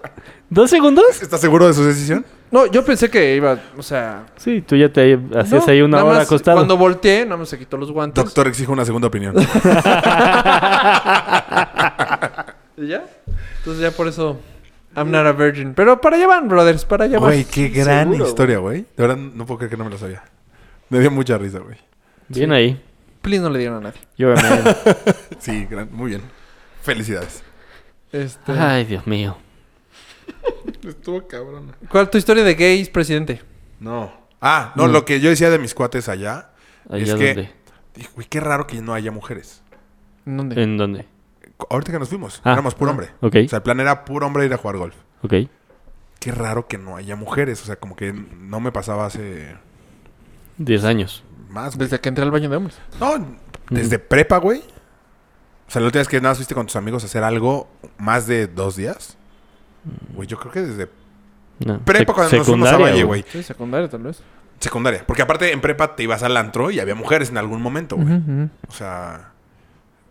[SPEAKER 2] ¿Dos segundos?
[SPEAKER 3] ¿Estás seguro de su decisión?
[SPEAKER 5] No, yo pensé que iba, o sea.
[SPEAKER 2] Sí, tú ya te hacías
[SPEAKER 5] no,
[SPEAKER 2] ahí una
[SPEAKER 5] nada
[SPEAKER 2] hora
[SPEAKER 5] más
[SPEAKER 2] acostado.
[SPEAKER 5] Cuando volteé, nada más se quitó los guantes.
[SPEAKER 3] Doctor, exijo una segunda opinión.
[SPEAKER 5] ¿Y ya? Entonces ya por eso. I'm not a virgin. Pero para allá van, brothers, para allá van.
[SPEAKER 3] Mm. Güey, qué gran
[SPEAKER 2] Seguro,
[SPEAKER 3] historia, güey. De verdad, no puedo creer que no me lo sabía. Me dio mucha risa, güey.
[SPEAKER 2] Bien ahí.
[SPEAKER 5] Please no le dieron a nadie.
[SPEAKER 2] You're a man.
[SPEAKER 3] Sí, gran- muy bien. Felicidades.
[SPEAKER 5] Este,
[SPEAKER 2] Ay, Dios mío.
[SPEAKER 3] Estuvo cabrona.
[SPEAKER 5] ¿Cuál tu historia de gays, presidente?
[SPEAKER 3] No. Ah, no, lo que yo decía de mis cuates allá.
[SPEAKER 2] Allá
[SPEAKER 3] es
[SPEAKER 2] donde.
[SPEAKER 3] que, Dije, güey, qué raro que no haya mujeres.
[SPEAKER 5] ¿En dónde?
[SPEAKER 2] ¿En dónde?
[SPEAKER 3] Ahorita que nos fuimos,
[SPEAKER 2] Ah.
[SPEAKER 3] éramos puro hombre.
[SPEAKER 2] Ok.
[SPEAKER 3] O sea, el plan era puro hombre ir a jugar golf.
[SPEAKER 2] Ok.
[SPEAKER 3] Qué raro que no haya mujeres. O sea, como que no me pasaba hace
[SPEAKER 2] Diez años.
[SPEAKER 3] más, güey.
[SPEAKER 5] Desde que entré al baño de hombres.
[SPEAKER 2] Mm.
[SPEAKER 3] No, desde prepa, güey. O sea, la última vez que nada más fuiste con tus amigos a hacer algo más de dos días. Güey, yo creo que desde
[SPEAKER 2] No.
[SPEAKER 3] prepa
[SPEAKER 2] Mm. Sec-
[SPEAKER 3] cuando nos fuimos a
[SPEAKER 2] secundaria,
[SPEAKER 3] Valle, güey.
[SPEAKER 5] Sí, secundaria tal vez.
[SPEAKER 3] Secundaria. Porque aparte en prepa te ibas al antro y había mujeres en algún momento, güey. O sea,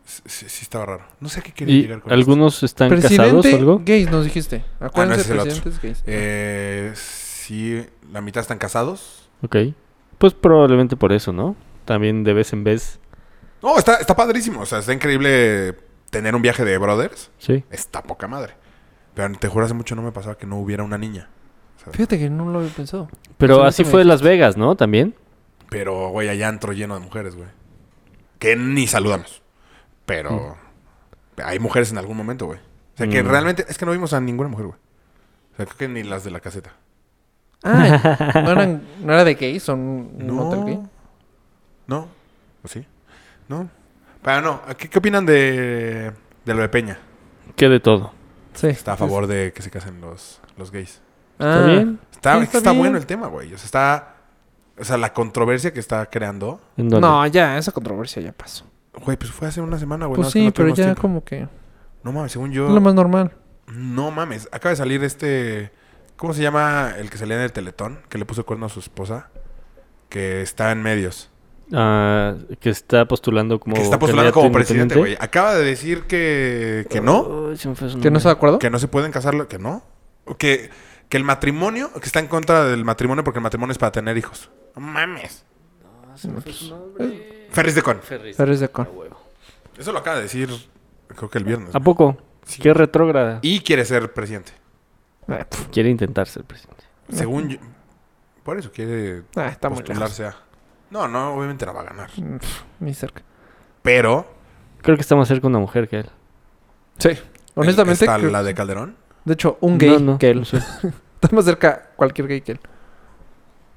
[SPEAKER 3] sí, sí- sí estaba raro. No sé a qué quería
[SPEAKER 2] ¿Y
[SPEAKER 3] llegar con
[SPEAKER 2] algunos están casados o
[SPEAKER 5] Presidente
[SPEAKER 2] algo?
[SPEAKER 5] gays nos dijiste. Acuérdense,
[SPEAKER 3] Ah, no, ese es el
[SPEAKER 5] presidentes gays.
[SPEAKER 3] esto. Eh, sí, la mitad están casados.
[SPEAKER 2] Ok. Pues probablemente por eso, ¿no? También de vez en vez.
[SPEAKER 3] No, está, está padrísimo. O sea, está increíble tener un viaje de brothers.
[SPEAKER 2] Sí.
[SPEAKER 3] Está poca madre. Pero te juro, hace mucho no me pasaba que no hubiera una niña.
[SPEAKER 5] Fíjate que no lo había pensado.
[SPEAKER 2] Pero
[SPEAKER 5] Sí, ahorita
[SPEAKER 2] así
[SPEAKER 5] me
[SPEAKER 2] fue
[SPEAKER 5] dijiste.
[SPEAKER 2] Las Vegas, ¿no? También.
[SPEAKER 3] Pero, güey, hay antro lleno de mujeres, güey.
[SPEAKER 2] Mm.
[SPEAKER 3] Que ni saludamos. Pero hay mujeres en algún momento, güey. O sea, que realmente es que no vimos a ninguna mujer, güey. O sea, creo que ni las de la caseta.
[SPEAKER 5] Ah, ¿no, eran- ¿no era de gays? ¿Son un
[SPEAKER 3] No.
[SPEAKER 5] hotel gay?
[SPEAKER 3] ¿No? ¿O sí? ¿No? Pero no, ¿qué, qué opinan de, de lo de Peña?
[SPEAKER 2] Que de todo.
[SPEAKER 5] Sí.
[SPEAKER 3] Está a favor de que se casen los, los gays.
[SPEAKER 5] Ah,
[SPEAKER 2] ¿Está bien?
[SPEAKER 3] Está,
[SPEAKER 5] Sí,
[SPEAKER 3] está,
[SPEAKER 5] está bien.
[SPEAKER 3] bueno el tema, güey. O sea, está... O sea, la controversia que está creando.
[SPEAKER 2] ¿En dónde?
[SPEAKER 5] No, ya, esa controversia ya pasó.
[SPEAKER 3] Güey, pues fue hace una semana, güey.
[SPEAKER 5] Pues
[SPEAKER 3] no, es que
[SPEAKER 5] sí,
[SPEAKER 3] no
[SPEAKER 5] pero
[SPEAKER 3] tuvimos
[SPEAKER 5] ya
[SPEAKER 3] tiempo.
[SPEAKER 5] como que
[SPEAKER 3] No mames, según
[SPEAKER 5] es lo
[SPEAKER 3] yo...
[SPEAKER 5] más normal.
[SPEAKER 3] No mames. Acaba de salir este... ¿Cómo se llama el que salía en el Teletón? Que le puso el cuerno a su esposa. Que está en medios.
[SPEAKER 2] Ah, que está postulando como.
[SPEAKER 3] que está postulando como
[SPEAKER 2] candidato
[SPEAKER 3] presidente, güey.
[SPEAKER 2] independiente.
[SPEAKER 3] Acaba de decir que... Que no.
[SPEAKER 2] Ay, se me fue su
[SPEAKER 5] ¿Que no
[SPEAKER 2] nombre.
[SPEAKER 5] está de acuerdo?
[SPEAKER 3] Que no se pueden casar, lo- que no. O Que, que el matrimonio, que está en contra del matrimonio porque el matrimonio es para tener hijos. No mames. Ferris de Con.
[SPEAKER 5] Pero es de acuerdo.
[SPEAKER 3] Eso lo acaba de decir, creo que el viernes.
[SPEAKER 2] ¿A poco? Qué retrógrada.
[SPEAKER 3] Y quiere ser presidente.
[SPEAKER 5] Ah, pf,
[SPEAKER 2] Quiere intentar ser presidente.
[SPEAKER 3] Según yo. Por eso quiere
[SPEAKER 5] ah, está muy lejos.
[SPEAKER 3] postularse a. No, no, obviamente la va a ganar.
[SPEAKER 5] Mm, pf, Ni cerca.
[SPEAKER 3] Pero.
[SPEAKER 2] Creo que está más cerca una mujer que él.
[SPEAKER 5] Sí. Honestamente,
[SPEAKER 3] Está
[SPEAKER 5] creo-
[SPEAKER 3] la de Calderón.
[SPEAKER 5] de hecho, un gay
[SPEAKER 2] No, no.
[SPEAKER 5] que él.
[SPEAKER 2] Sí.
[SPEAKER 5] Está más cerca cualquier gay que él.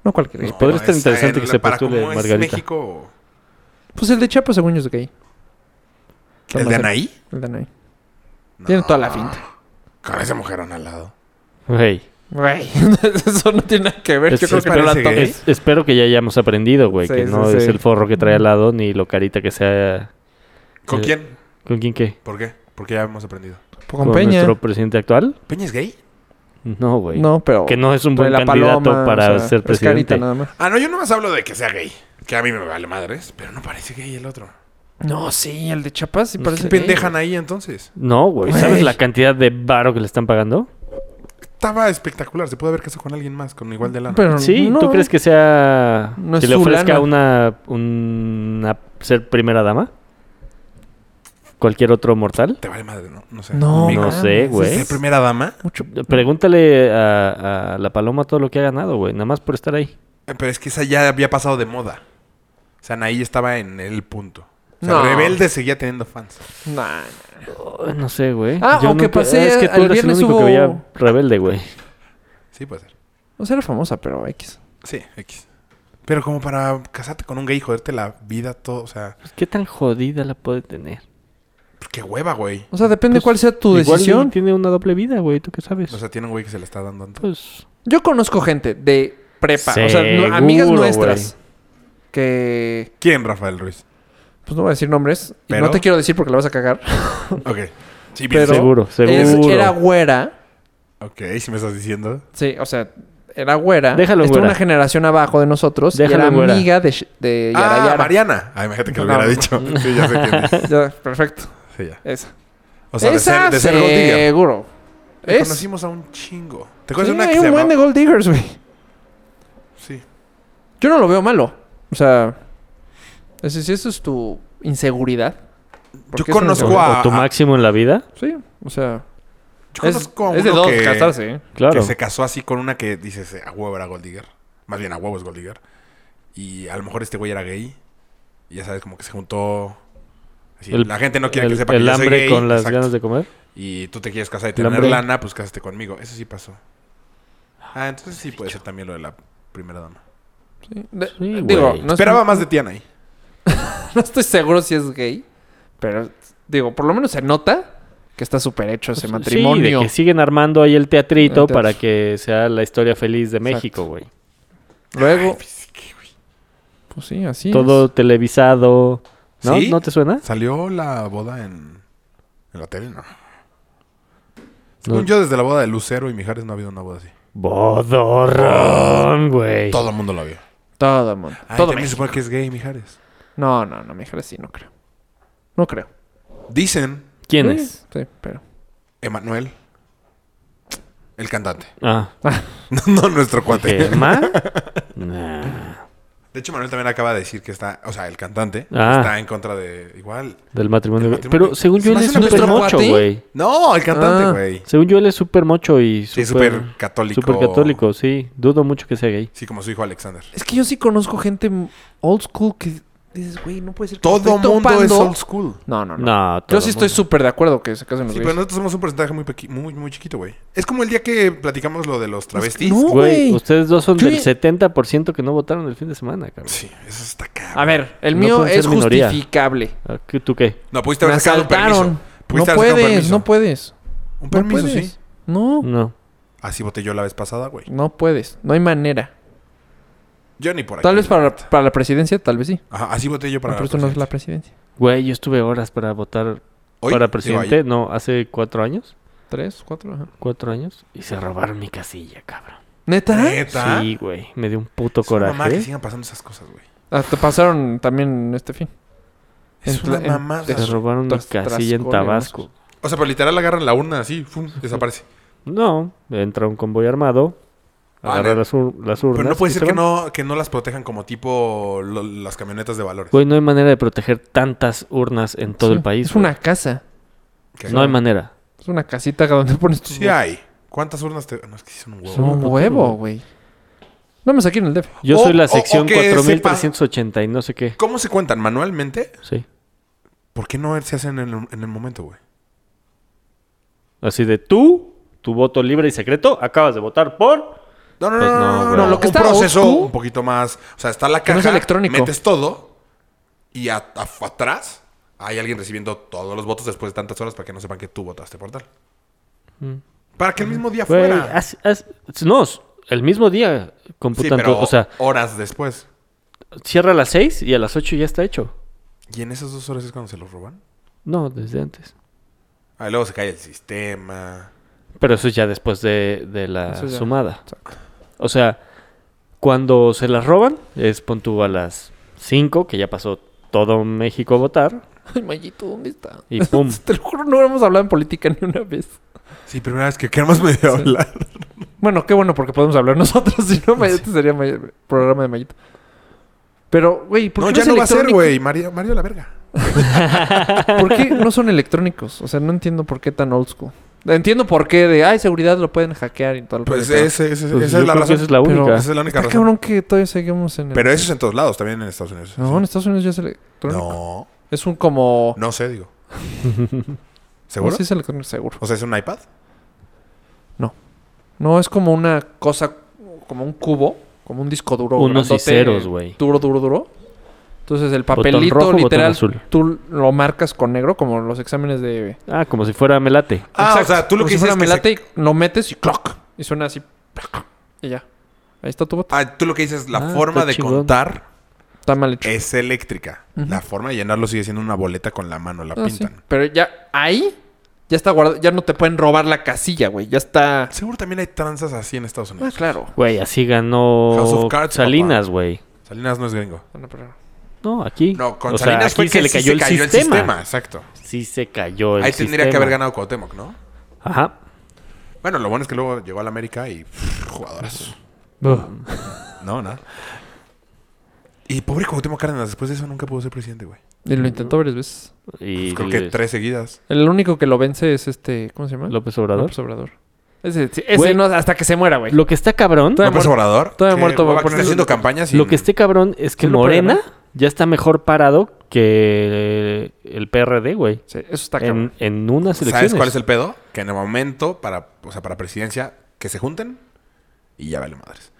[SPEAKER 5] No cualquier gay.
[SPEAKER 3] No,
[SPEAKER 2] podría estar
[SPEAKER 3] esa-
[SPEAKER 2] interesante que se
[SPEAKER 3] para
[SPEAKER 2] postule
[SPEAKER 3] cómo es
[SPEAKER 2] Margarita.
[SPEAKER 3] México.
[SPEAKER 5] Pues el de Chiapas, según yo, es gay. Está
[SPEAKER 3] ¿El
[SPEAKER 5] más
[SPEAKER 3] de
[SPEAKER 5] cerca.
[SPEAKER 3] Anaí?
[SPEAKER 5] El de Anaí. Tiene toda la finta.
[SPEAKER 3] Con ese mujerón al lado.
[SPEAKER 2] Güey.
[SPEAKER 5] Güey, eso no tiene nada que ver.
[SPEAKER 2] Es-
[SPEAKER 5] yo creo
[SPEAKER 2] es-
[SPEAKER 5] que no la
[SPEAKER 3] parece gay.
[SPEAKER 5] toques.
[SPEAKER 2] es- espero que ya hayamos aprendido, güey.
[SPEAKER 5] Sí,
[SPEAKER 2] que
[SPEAKER 5] sí,
[SPEAKER 2] no es
[SPEAKER 5] sí.
[SPEAKER 2] el forro que trae al lado ni lo carita que sea.
[SPEAKER 3] ¿Con
[SPEAKER 2] Eh,
[SPEAKER 3] quién?
[SPEAKER 2] ¿Con quién qué?
[SPEAKER 3] ¿Por qué? Porque ya hemos aprendido.
[SPEAKER 5] Con,
[SPEAKER 2] ¿Con
[SPEAKER 5] Peña.
[SPEAKER 2] nuestro presidente actual?
[SPEAKER 3] ¿Peña es gay?
[SPEAKER 2] No, güey.
[SPEAKER 5] No, pero.
[SPEAKER 2] Que no es un
[SPEAKER 5] trae
[SPEAKER 2] buen candidato para
[SPEAKER 5] o sea,
[SPEAKER 2] ser
[SPEAKER 5] es carita
[SPEAKER 2] presidente.
[SPEAKER 5] nada más.
[SPEAKER 3] Ah, no, yo nomás hablo de que sea gay. Que a mí me vale madres, pero no parece gay el otro.
[SPEAKER 5] No, sí, el de Chiapas sí
[SPEAKER 2] Es
[SPEAKER 5] parece.
[SPEAKER 3] ¿Qué
[SPEAKER 5] gay.
[SPEAKER 3] pendejan ahí entonces?
[SPEAKER 2] No, güey. ¿Sabes
[SPEAKER 5] Güey.
[SPEAKER 2] la cantidad de varo que le están pagando?
[SPEAKER 3] Estaba espectacular. Se puede haber casado con alguien más, con igual de lana.
[SPEAKER 5] Pero
[SPEAKER 2] Sí,
[SPEAKER 5] no.
[SPEAKER 2] ¿tú crees que sea.
[SPEAKER 5] No es
[SPEAKER 2] que le
[SPEAKER 5] su lana.
[SPEAKER 2] ofrezca una, una. ser primera dama? ¿Cualquier otro mortal?
[SPEAKER 3] Te vale madre, ¿no? No sé.
[SPEAKER 5] No,
[SPEAKER 3] Amigo.
[SPEAKER 2] No
[SPEAKER 5] mames.
[SPEAKER 2] sé, güey.
[SPEAKER 3] ¿Es la primera dama?
[SPEAKER 5] Mucho.
[SPEAKER 2] Pregúntale a, a la paloma todo lo que ha ganado, güey. Nada más por estar ahí.
[SPEAKER 3] Eh, Pero es que esa ya había pasado de moda. O sea, Anaí estaba en el punto. O sea,
[SPEAKER 5] No.
[SPEAKER 3] Rebelde seguía teniendo fans.
[SPEAKER 5] Nah, nah.
[SPEAKER 2] Ay, no sé, güey.
[SPEAKER 5] Ah, aunque pasé
[SPEAKER 2] Es que
[SPEAKER 5] al
[SPEAKER 2] tú eres el
[SPEAKER 5] viernes
[SPEAKER 2] único que
[SPEAKER 5] hubo-
[SPEAKER 2] veía rebelde, güey.
[SPEAKER 3] Sí, puede ser.
[SPEAKER 5] O sea, era famosa, pero X.
[SPEAKER 3] Sí, X. Pero como para casarte con un gay y joderte la vida todo. O sea,
[SPEAKER 2] Pues, ¿Qué tan jodida la puede tener?
[SPEAKER 3] pues, qué hueva, güey.
[SPEAKER 5] O sea, depende cuál sea tu
[SPEAKER 2] Pues, Igual
[SPEAKER 5] decisión.
[SPEAKER 2] y tiene una doble vida, güey. ¿Tú qué sabes?
[SPEAKER 3] O sea, tiene un güey que se le está dando antes.
[SPEAKER 2] pues...
[SPEAKER 5] Yo conozco gente de prepa, o sea, no- amigas
[SPEAKER 2] Seguro,
[SPEAKER 5] nuestras que
[SPEAKER 3] ¿Quién, Rafael Ruiz?
[SPEAKER 5] pues no voy a decir nombres, y
[SPEAKER 3] Pero-
[SPEAKER 5] no te quiero decir porque la vas a cagar.
[SPEAKER 3] Ok. Sí, bien.
[SPEAKER 5] Pero
[SPEAKER 2] Seguro,
[SPEAKER 5] es-
[SPEAKER 2] seguro.
[SPEAKER 5] era güera,
[SPEAKER 3] Ok, si me estás diciendo.
[SPEAKER 5] sí, o sea, era güera.
[SPEAKER 2] Déjalo en
[SPEAKER 5] Estuvo
[SPEAKER 2] güera.
[SPEAKER 5] una generación abajo de nosotros y
[SPEAKER 2] Déjalo en
[SPEAKER 5] era
[SPEAKER 2] güera.
[SPEAKER 5] amiga de, Sh- de Yara
[SPEAKER 3] Ah,
[SPEAKER 5] Yara.
[SPEAKER 3] Mariana. Ay, imagínate que lo
[SPEAKER 5] No.
[SPEAKER 3] hubiera dicho. Sí, ya sé quién es.
[SPEAKER 5] Ya, perfecto,
[SPEAKER 3] Sí, ya.
[SPEAKER 5] esa.
[SPEAKER 3] O sea, de
[SPEAKER 5] esa
[SPEAKER 3] ser, de ser Gold Digger.
[SPEAKER 5] seguro.
[SPEAKER 3] Le
[SPEAKER 5] Es.
[SPEAKER 3] Conocimos a un chingo. ¿Te
[SPEAKER 5] Sí,
[SPEAKER 3] acuerdas de una
[SPEAKER 5] hay
[SPEAKER 3] que
[SPEAKER 5] un
[SPEAKER 3] se
[SPEAKER 5] buen de
[SPEAKER 3] llamaba?
[SPEAKER 5] Gold Diggers, güey.
[SPEAKER 3] Sí.
[SPEAKER 5] Yo no lo veo malo. O sea, es decir, si eso es tu inseguridad.
[SPEAKER 3] Yo
[SPEAKER 5] porque es una
[SPEAKER 3] conozco
[SPEAKER 5] inseguridad.
[SPEAKER 3] a...
[SPEAKER 2] ¿O tu máximo en la vida?
[SPEAKER 5] Sí, o sea,
[SPEAKER 3] Yo
[SPEAKER 5] es,
[SPEAKER 3] conozco a uno
[SPEAKER 5] es de dos
[SPEAKER 3] que,
[SPEAKER 5] casarse, ¿eh?
[SPEAKER 2] Claro.
[SPEAKER 3] que se casó así con una que dices, eh, a huevo era Gold Digger. Más bien, a huevo es Gold Digger. Y a lo mejor este güey era gay. Y ya sabes, como que se juntó... Así,
[SPEAKER 2] El-
[SPEAKER 3] la gente no quiere
[SPEAKER 2] el,
[SPEAKER 3] que sepa
[SPEAKER 2] el
[SPEAKER 3] que yo soy
[SPEAKER 2] hambre
[SPEAKER 3] gay,
[SPEAKER 2] con las
[SPEAKER 3] exacto.
[SPEAKER 2] ganas de comer.
[SPEAKER 3] Y tú te quieres casar y
[SPEAKER 2] El
[SPEAKER 3] tener
[SPEAKER 2] hambre.
[SPEAKER 3] lana, pues cásate conmigo. Eso sí pasó. Ah, entonces sí puede ser también lo de la primera dama.
[SPEAKER 5] Sí. De-
[SPEAKER 2] Sí,
[SPEAKER 5] digo,
[SPEAKER 2] güey.
[SPEAKER 5] no,
[SPEAKER 3] Esperaba
[SPEAKER 5] estoy,
[SPEAKER 3] más de Tiana ahí.
[SPEAKER 5] no estoy seguro si es gay, pero digo, por lo menos se nota que está súper hecho ese
[SPEAKER 2] Sí,
[SPEAKER 5] matrimonio.
[SPEAKER 2] de que siguen armando ahí el teatrito
[SPEAKER 5] El teatro.
[SPEAKER 2] para que sea la historia feliz de
[SPEAKER 5] Exacto.
[SPEAKER 2] México, güey.
[SPEAKER 5] Luego, pues sí, así.
[SPEAKER 2] Todo
[SPEAKER 5] es.
[SPEAKER 2] televisado. ¿No?
[SPEAKER 3] ¿Sí?
[SPEAKER 2] ¿No te suena?
[SPEAKER 3] Salió la boda en, en la tele, ¿no? Según yo, desde la boda de Lucero y Mijares no ha habido una boda así.
[SPEAKER 2] Bodorrón, güey.
[SPEAKER 3] Todo el mundo la vio.
[SPEAKER 5] Todo el mundo.
[SPEAKER 3] Ay,
[SPEAKER 5] todo
[SPEAKER 3] también
[SPEAKER 5] México.
[SPEAKER 3] se supone que es gay Mijares.
[SPEAKER 5] No, no, no, mi hija sí, no creo. No creo.
[SPEAKER 3] Dicen
[SPEAKER 2] ¿Quién
[SPEAKER 5] Sí,
[SPEAKER 2] es?
[SPEAKER 5] Sí, pero.
[SPEAKER 3] Emanuel, el cantante.
[SPEAKER 2] Ah,
[SPEAKER 3] No, no nuestro cuate.
[SPEAKER 2] ¿Gemma? Nah.
[SPEAKER 3] De hecho, Manuel también acaba de decir que está, o sea, el cantante
[SPEAKER 2] Ah.
[SPEAKER 3] está en contra de igual.
[SPEAKER 2] Del matrimonio.
[SPEAKER 3] Del
[SPEAKER 2] güey.
[SPEAKER 3] matrimonio.
[SPEAKER 2] Pero según
[SPEAKER 3] Se
[SPEAKER 2] yo, él
[SPEAKER 3] me
[SPEAKER 2] es
[SPEAKER 3] hace una ¿eh?
[SPEAKER 2] súper
[SPEAKER 5] persona
[SPEAKER 2] mocho,
[SPEAKER 5] guati.
[SPEAKER 2] güey.
[SPEAKER 3] No, el
[SPEAKER 5] Ah.
[SPEAKER 3] cantante, güey.
[SPEAKER 2] Según yo, él es súper mocho y
[SPEAKER 3] Sí,
[SPEAKER 2] súper...
[SPEAKER 3] súper católico.
[SPEAKER 2] Súper católico, sí. Dudo mucho que sea gay.
[SPEAKER 3] Sí, como su hijo Alexander.
[SPEAKER 5] Es que yo sí conozco gente old school que dices, güey, no puede ser que me
[SPEAKER 3] Todo
[SPEAKER 5] estoy
[SPEAKER 3] mundo es
[SPEAKER 5] topando".
[SPEAKER 3] old school.
[SPEAKER 5] No, no, no.
[SPEAKER 2] No, todo
[SPEAKER 5] Yo sí estoy
[SPEAKER 2] mundo.
[SPEAKER 5] súper de acuerdo que se casen los
[SPEAKER 3] Sí, pero
[SPEAKER 5] gays.
[SPEAKER 3] nosotros somos un porcentaje muy, pequi- muy, muy chiquito, güey. Es como el día que platicamos lo de los travestis.
[SPEAKER 5] no.
[SPEAKER 2] Güey,
[SPEAKER 5] güey.
[SPEAKER 2] ustedes dos son
[SPEAKER 5] Yo
[SPEAKER 2] del
[SPEAKER 5] ya-
[SPEAKER 2] 70% que no votaron el fin de semana, cabrón.
[SPEAKER 3] Sí, eso está
[SPEAKER 5] A
[SPEAKER 3] cabrón.
[SPEAKER 5] ver, el
[SPEAKER 2] No
[SPEAKER 5] mío
[SPEAKER 2] pueden ser
[SPEAKER 5] es
[SPEAKER 2] minoría.
[SPEAKER 5] justificable.
[SPEAKER 2] Ah, ¿qué- ¿Tú qué?
[SPEAKER 3] No, pudiste
[SPEAKER 5] Me
[SPEAKER 3] haber sacado un permiso.
[SPEAKER 5] asaltaron. No
[SPEAKER 3] Pudiste haber sacado un
[SPEAKER 5] puedes,
[SPEAKER 3] permiso.
[SPEAKER 5] no puedes.
[SPEAKER 3] un
[SPEAKER 5] No
[SPEAKER 3] permiso,
[SPEAKER 5] puedes.
[SPEAKER 3] sí.
[SPEAKER 5] No,
[SPEAKER 2] No.
[SPEAKER 3] Así voté yo la vez pasada, güey.
[SPEAKER 5] no puedes. No hay manera.
[SPEAKER 3] Yo ni por aquí.
[SPEAKER 5] Tal vez para, para la presidencia, tal vez sí.
[SPEAKER 3] Ajá, así voté yo para
[SPEAKER 5] pero esto no es la presidencia.
[SPEAKER 2] Güey, yo estuve horas para votar
[SPEAKER 3] Hoy,
[SPEAKER 2] para
[SPEAKER 3] digo,
[SPEAKER 2] presidente.
[SPEAKER 3] ayer.
[SPEAKER 2] no, hace cuatro años.
[SPEAKER 5] Tres, cuatro, ajá.
[SPEAKER 2] Cuatro años. Y se robaron mi casilla, cabrón.
[SPEAKER 5] ¿Neta?
[SPEAKER 3] Neta.
[SPEAKER 2] Sí, güey. Me dio un puto
[SPEAKER 3] Es una mamada que
[SPEAKER 2] coraje.
[SPEAKER 3] sigan pasando esas cosas, güey.
[SPEAKER 5] Ah, te pasaron también este fin.
[SPEAKER 3] Es
[SPEAKER 5] En
[SPEAKER 3] una
[SPEAKER 5] pla- en-
[SPEAKER 3] mamada.
[SPEAKER 5] te
[SPEAKER 2] Se robaron mi
[SPEAKER 5] Tras-
[SPEAKER 2] casilla en
[SPEAKER 5] trascolen,
[SPEAKER 2] Tabasco.
[SPEAKER 5] no
[SPEAKER 3] O sea, pero literal agarran la urna así, fum, desaparece.
[SPEAKER 2] No, entra un convoy armado.
[SPEAKER 3] Ah,
[SPEAKER 2] Agarra
[SPEAKER 3] no.
[SPEAKER 2] las, ur- las urnas.
[SPEAKER 3] Pero no puede
[SPEAKER 2] y
[SPEAKER 3] ser
[SPEAKER 2] se
[SPEAKER 3] que
[SPEAKER 2] van.
[SPEAKER 3] no, que no las protejan como tipo lo- las camionetas de valores.
[SPEAKER 2] Güey, no hay manera de proteger tantas urnas en todo
[SPEAKER 5] Sí.
[SPEAKER 2] el país.
[SPEAKER 5] Es una
[SPEAKER 2] güey.
[SPEAKER 5] casa.
[SPEAKER 3] Que-
[SPEAKER 2] No hay manera.
[SPEAKER 5] Es una casita donde pones tus
[SPEAKER 3] Sí hay. ¿Cuántas urnas te.? No, es que sí son un
[SPEAKER 5] Es un
[SPEAKER 3] huevo.
[SPEAKER 2] No, no, no.
[SPEAKER 5] huevo, güey. No me saquen el DF.
[SPEAKER 2] Yo
[SPEAKER 3] O-
[SPEAKER 2] soy
[SPEAKER 3] o-
[SPEAKER 2] la
[SPEAKER 3] o
[SPEAKER 2] sección
[SPEAKER 3] que sepa-
[SPEAKER 2] 4380 y no sé qué.
[SPEAKER 3] ¿Cómo se cuentan? ¿Manualmente?
[SPEAKER 2] Sí.
[SPEAKER 3] ¿Por qué no se hacen en el, en el momento, güey?
[SPEAKER 2] Así de tú, tu voto libre y secreto, acabas de votar por.
[SPEAKER 3] No, no,
[SPEAKER 2] Pues
[SPEAKER 3] no, no,
[SPEAKER 2] no,
[SPEAKER 3] no,
[SPEAKER 2] güey.
[SPEAKER 3] no,
[SPEAKER 2] No, lo
[SPEAKER 5] que
[SPEAKER 3] un
[SPEAKER 5] está old
[SPEAKER 3] proceso
[SPEAKER 5] school-
[SPEAKER 3] un poquito más. O sea, está la
[SPEAKER 5] Que
[SPEAKER 3] caja.
[SPEAKER 5] no es electrónico.
[SPEAKER 3] Metes todo y a- a- atrás hay alguien recibiendo todos los votos después de tantas horas para que no sepan que tú votaste por tal. Para que el mismo día
[SPEAKER 2] Mm. Güey,
[SPEAKER 3] fuera.
[SPEAKER 2] haz- haz- no, el mismo día
[SPEAKER 3] sí,
[SPEAKER 2] computan
[SPEAKER 3] pero
[SPEAKER 2] todo. O sea,
[SPEAKER 3] horas después.
[SPEAKER 2] cierra a las 6 y a las 8 ya está hecho.
[SPEAKER 3] ¿Y en esas dos horas es cuando se los roban?
[SPEAKER 2] No, desde antes.
[SPEAKER 3] Ah, luego se cae el sistema.
[SPEAKER 2] Pero eso es ya después de, de la
[SPEAKER 5] Eso ya.
[SPEAKER 2] sumada. O sea, cuando se las roban, es pon tú a las 5, que ya pasó todo México a votar,
[SPEAKER 5] Ay, Mayito, ¿dónde está?
[SPEAKER 2] y pum.
[SPEAKER 5] Te lo juro, no hemos hablado en política ni una vez.
[SPEAKER 3] Sí, primera vez que queremos medio hablar.
[SPEAKER 5] Bueno, qué bueno porque podemos hablar nosotros. Si no, Mayito sería may- programa de Mayito. Pero, güey, ¿por
[SPEAKER 3] No,
[SPEAKER 5] qué
[SPEAKER 3] ya
[SPEAKER 5] es
[SPEAKER 3] no va a ser,
[SPEAKER 5] electrónico?
[SPEAKER 3] güey. Mario, Mario la verga.
[SPEAKER 5] ¿Por qué no son electrónicos? O sea, no entiendo por qué tan old school. Entiendo por qué de, ay, seguridad lo pueden hackear y todo. el
[SPEAKER 3] Pues
[SPEAKER 5] rollo,
[SPEAKER 3] ese- ese-
[SPEAKER 2] Pues
[SPEAKER 3] esa
[SPEAKER 2] yo
[SPEAKER 3] es la
[SPEAKER 2] creo que
[SPEAKER 3] razón.
[SPEAKER 2] esa es la
[SPEAKER 5] Pero-
[SPEAKER 2] única.
[SPEAKER 3] Esa es la
[SPEAKER 5] pero
[SPEAKER 3] única
[SPEAKER 5] Está
[SPEAKER 3] razón.
[SPEAKER 5] cabrón que todavía seguimos en el...
[SPEAKER 3] Pero eso es en todos lados, también en Estados Unidos.
[SPEAKER 5] No, en Estados Unidos ya es electrónico.
[SPEAKER 3] No,
[SPEAKER 5] Es un como...
[SPEAKER 3] no sé, digo.
[SPEAKER 5] No,
[SPEAKER 3] ¿Seguro?
[SPEAKER 5] sí es electrónico, seguro.
[SPEAKER 3] O sea, ¿es un iPad?
[SPEAKER 5] No, es como una cosa, como un cubo, como un disco duro.
[SPEAKER 2] Unos y
[SPEAKER 5] grandote,
[SPEAKER 2] ceros, güey.
[SPEAKER 5] Duro, duro, duro. Entonces el
[SPEAKER 2] Botón
[SPEAKER 5] papelito
[SPEAKER 2] rojo, botón
[SPEAKER 5] literal,
[SPEAKER 2] azul.
[SPEAKER 5] tú lo marcas con negro, como los exámenes de...
[SPEAKER 2] Ah, como si fuera melate.
[SPEAKER 3] Ah, o sea, tú lo
[SPEAKER 5] como
[SPEAKER 3] que
[SPEAKER 5] si fuera
[SPEAKER 3] dices es que
[SPEAKER 5] melate y lo metes y clock. Y suena así. plac, Y ya. Ahí está tu voto.
[SPEAKER 3] Ah, tú lo que dices, la
[SPEAKER 2] Ah,
[SPEAKER 3] forma
[SPEAKER 2] está
[SPEAKER 3] de
[SPEAKER 2] chingón.
[SPEAKER 3] contar
[SPEAKER 5] Está mal hecho.
[SPEAKER 3] es eléctrica. La forma de llenarlo sigue siendo una boleta con la mano, la
[SPEAKER 5] Ah, sí.
[SPEAKER 3] pintan.
[SPEAKER 5] Pero ya ahí ya está guardado. Ya no te pueden robar la casilla, güey. Ya está.
[SPEAKER 3] Seguro también hay tranzas así en Estados
[SPEAKER 5] Ah,
[SPEAKER 3] Unidos.
[SPEAKER 5] claro.
[SPEAKER 2] Güey, así
[SPEAKER 3] House
[SPEAKER 2] ganó
[SPEAKER 3] of Cards,
[SPEAKER 2] Salinas,
[SPEAKER 3] papá.
[SPEAKER 2] güey.
[SPEAKER 3] Salinas no es gringo.
[SPEAKER 5] Bueno, pero-
[SPEAKER 2] No, aquí.
[SPEAKER 3] No, con
[SPEAKER 2] O sea,
[SPEAKER 3] Salinas fue
[SPEAKER 2] aquí se
[SPEAKER 3] que
[SPEAKER 2] le
[SPEAKER 3] sí
[SPEAKER 2] cayó, el, sistema.
[SPEAKER 3] Exacto.
[SPEAKER 2] Sí se cayó el
[SPEAKER 3] Ahí
[SPEAKER 2] sistema.
[SPEAKER 3] tendría que haber ganado Cuauhtémoc, ¿no?
[SPEAKER 2] Ajá.
[SPEAKER 3] Bueno, lo bueno es que luego llegó a la América y pff, jugadoras. No, nada. Y pobre Cuauhtémoc Cárdenas, después de eso nunca pudo ser presidente, güey.
[SPEAKER 5] Y lo intentó varias veces.
[SPEAKER 3] Pues
[SPEAKER 2] Y
[SPEAKER 3] creo que
[SPEAKER 2] les-
[SPEAKER 3] tres seguidas.
[SPEAKER 5] El único que lo vence es este. ¿Cómo se llama?
[SPEAKER 2] López Obrador.
[SPEAKER 5] López Obrador. Ese, sí, ese
[SPEAKER 2] Güey.
[SPEAKER 5] no, hasta que se muera,
[SPEAKER 3] pues,
[SPEAKER 5] güey.
[SPEAKER 2] Lo que está cabrón,
[SPEAKER 5] Todavía
[SPEAKER 3] López
[SPEAKER 5] muerto.
[SPEAKER 3] Obrador.
[SPEAKER 5] Todavía
[SPEAKER 3] qué
[SPEAKER 5] muerto va a
[SPEAKER 3] hueva que
[SPEAKER 5] poner-
[SPEAKER 3] está haciendo campaña sin...
[SPEAKER 2] lo que esté cabrón es que
[SPEAKER 5] Sí lo puede
[SPEAKER 2] Morena
[SPEAKER 5] ganar.
[SPEAKER 2] ya está mejor parado que el PRD, güey.
[SPEAKER 5] Sí, eso está
[SPEAKER 2] En,
[SPEAKER 5] cabrón.
[SPEAKER 2] en unas elecciones.
[SPEAKER 3] ¿Sabes cuál es el pedo? Que en el momento, para, o sea, para presidencia, que se junten y ya vale madres.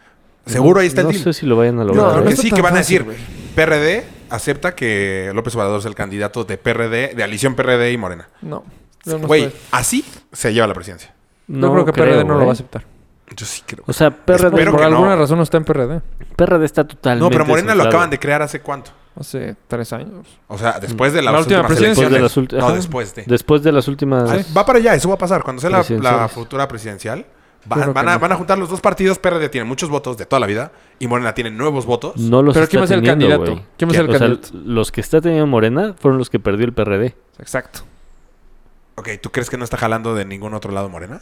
[SPEAKER 3] Seguro ahí está
[SPEAKER 2] No
[SPEAKER 3] el deal.
[SPEAKER 2] sé si lo vayan a
[SPEAKER 3] Yo
[SPEAKER 2] lograr.
[SPEAKER 5] No,
[SPEAKER 3] creo
[SPEAKER 5] no
[SPEAKER 2] ¿eh?
[SPEAKER 3] que
[SPEAKER 5] está
[SPEAKER 3] sí,
[SPEAKER 5] tan
[SPEAKER 3] que van a decir,
[SPEAKER 5] fácil,
[SPEAKER 3] PRD acepta que López Obrador es el candidato de PRD, de Alición PRD y Morena.
[SPEAKER 5] No. no, no
[SPEAKER 3] Güey,
[SPEAKER 5] puede.
[SPEAKER 3] así se lleva la presidencia.
[SPEAKER 5] Yo creo que PRD no lo
[SPEAKER 2] ¿eh?
[SPEAKER 5] va a aceptar.
[SPEAKER 3] Yo sí creo.
[SPEAKER 2] O sea, PRD,
[SPEAKER 3] Espero
[SPEAKER 5] por
[SPEAKER 3] que no.
[SPEAKER 5] alguna razón no está en PRD.
[SPEAKER 2] PRD está totalmente.
[SPEAKER 3] No, pero Morena lo
[SPEAKER 2] desinflado.
[SPEAKER 3] acaban de crear hace cuánto.
[SPEAKER 5] Hace tres años.
[SPEAKER 3] O sea, después de las
[SPEAKER 5] La última
[SPEAKER 3] últimas
[SPEAKER 5] presidencia.
[SPEAKER 2] Después de
[SPEAKER 3] elecciones.
[SPEAKER 2] las ulti-
[SPEAKER 3] No,
[SPEAKER 2] Ajá.
[SPEAKER 3] después de.
[SPEAKER 2] Después de las últimas.
[SPEAKER 3] Ah, Va para allá, eso va a pasar. Cuando sea la, la
[SPEAKER 2] Presidenciales.
[SPEAKER 3] futura presidencial,
[SPEAKER 5] Yo
[SPEAKER 3] va-
[SPEAKER 5] creo
[SPEAKER 3] van,
[SPEAKER 5] que
[SPEAKER 3] a,
[SPEAKER 5] no.
[SPEAKER 3] van a juntar los dos partidos. PRD tiene muchos votos de toda la vida y Morena tiene nuevos votos.
[SPEAKER 2] No los
[SPEAKER 5] Pero
[SPEAKER 2] está
[SPEAKER 5] ¿quién va a ser el
[SPEAKER 2] teniendo,
[SPEAKER 5] candidato?
[SPEAKER 2] güey.
[SPEAKER 5] ¿Quién va a ser el
[SPEAKER 2] O sea,
[SPEAKER 5] candidato?
[SPEAKER 2] los que está teniendo Morena fueron los que perdió el PRD.
[SPEAKER 5] Exacto.
[SPEAKER 3] Ok, ¿tú crees que no está jalando de ningún otro lado Morena?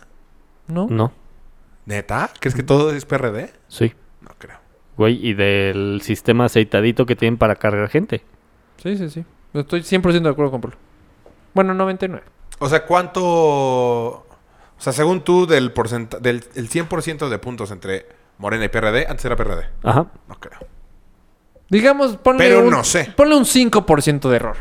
[SPEAKER 5] ¿No?
[SPEAKER 2] No,
[SPEAKER 3] ¿Neta? ¿Crees que todo es PRD?
[SPEAKER 2] sí.
[SPEAKER 3] No creo.
[SPEAKER 2] Güey, y del sistema aceitadito que tienen para cargar gente.
[SPEAKER 5] Sí, sí, sí. Estoy 100% de acuerdo con Pablo. Bueno, 99.
[SPEAKER 3] O sea, ¿cuánto... O sea, según tú, del, porcenta... del el 100% de puntos entre Morena y PRD, antes era PRD.
[SPEAKER 2] Ajá.
[SPEAKER 3] No creo.
[SPEAKER 5] Digamos, ponle
[SPEAKER 3] Pero
[SPEAKER 5] un,
[SPEAKER 3] no sé.
[SPEAKER 5] Ponle un 5% de error.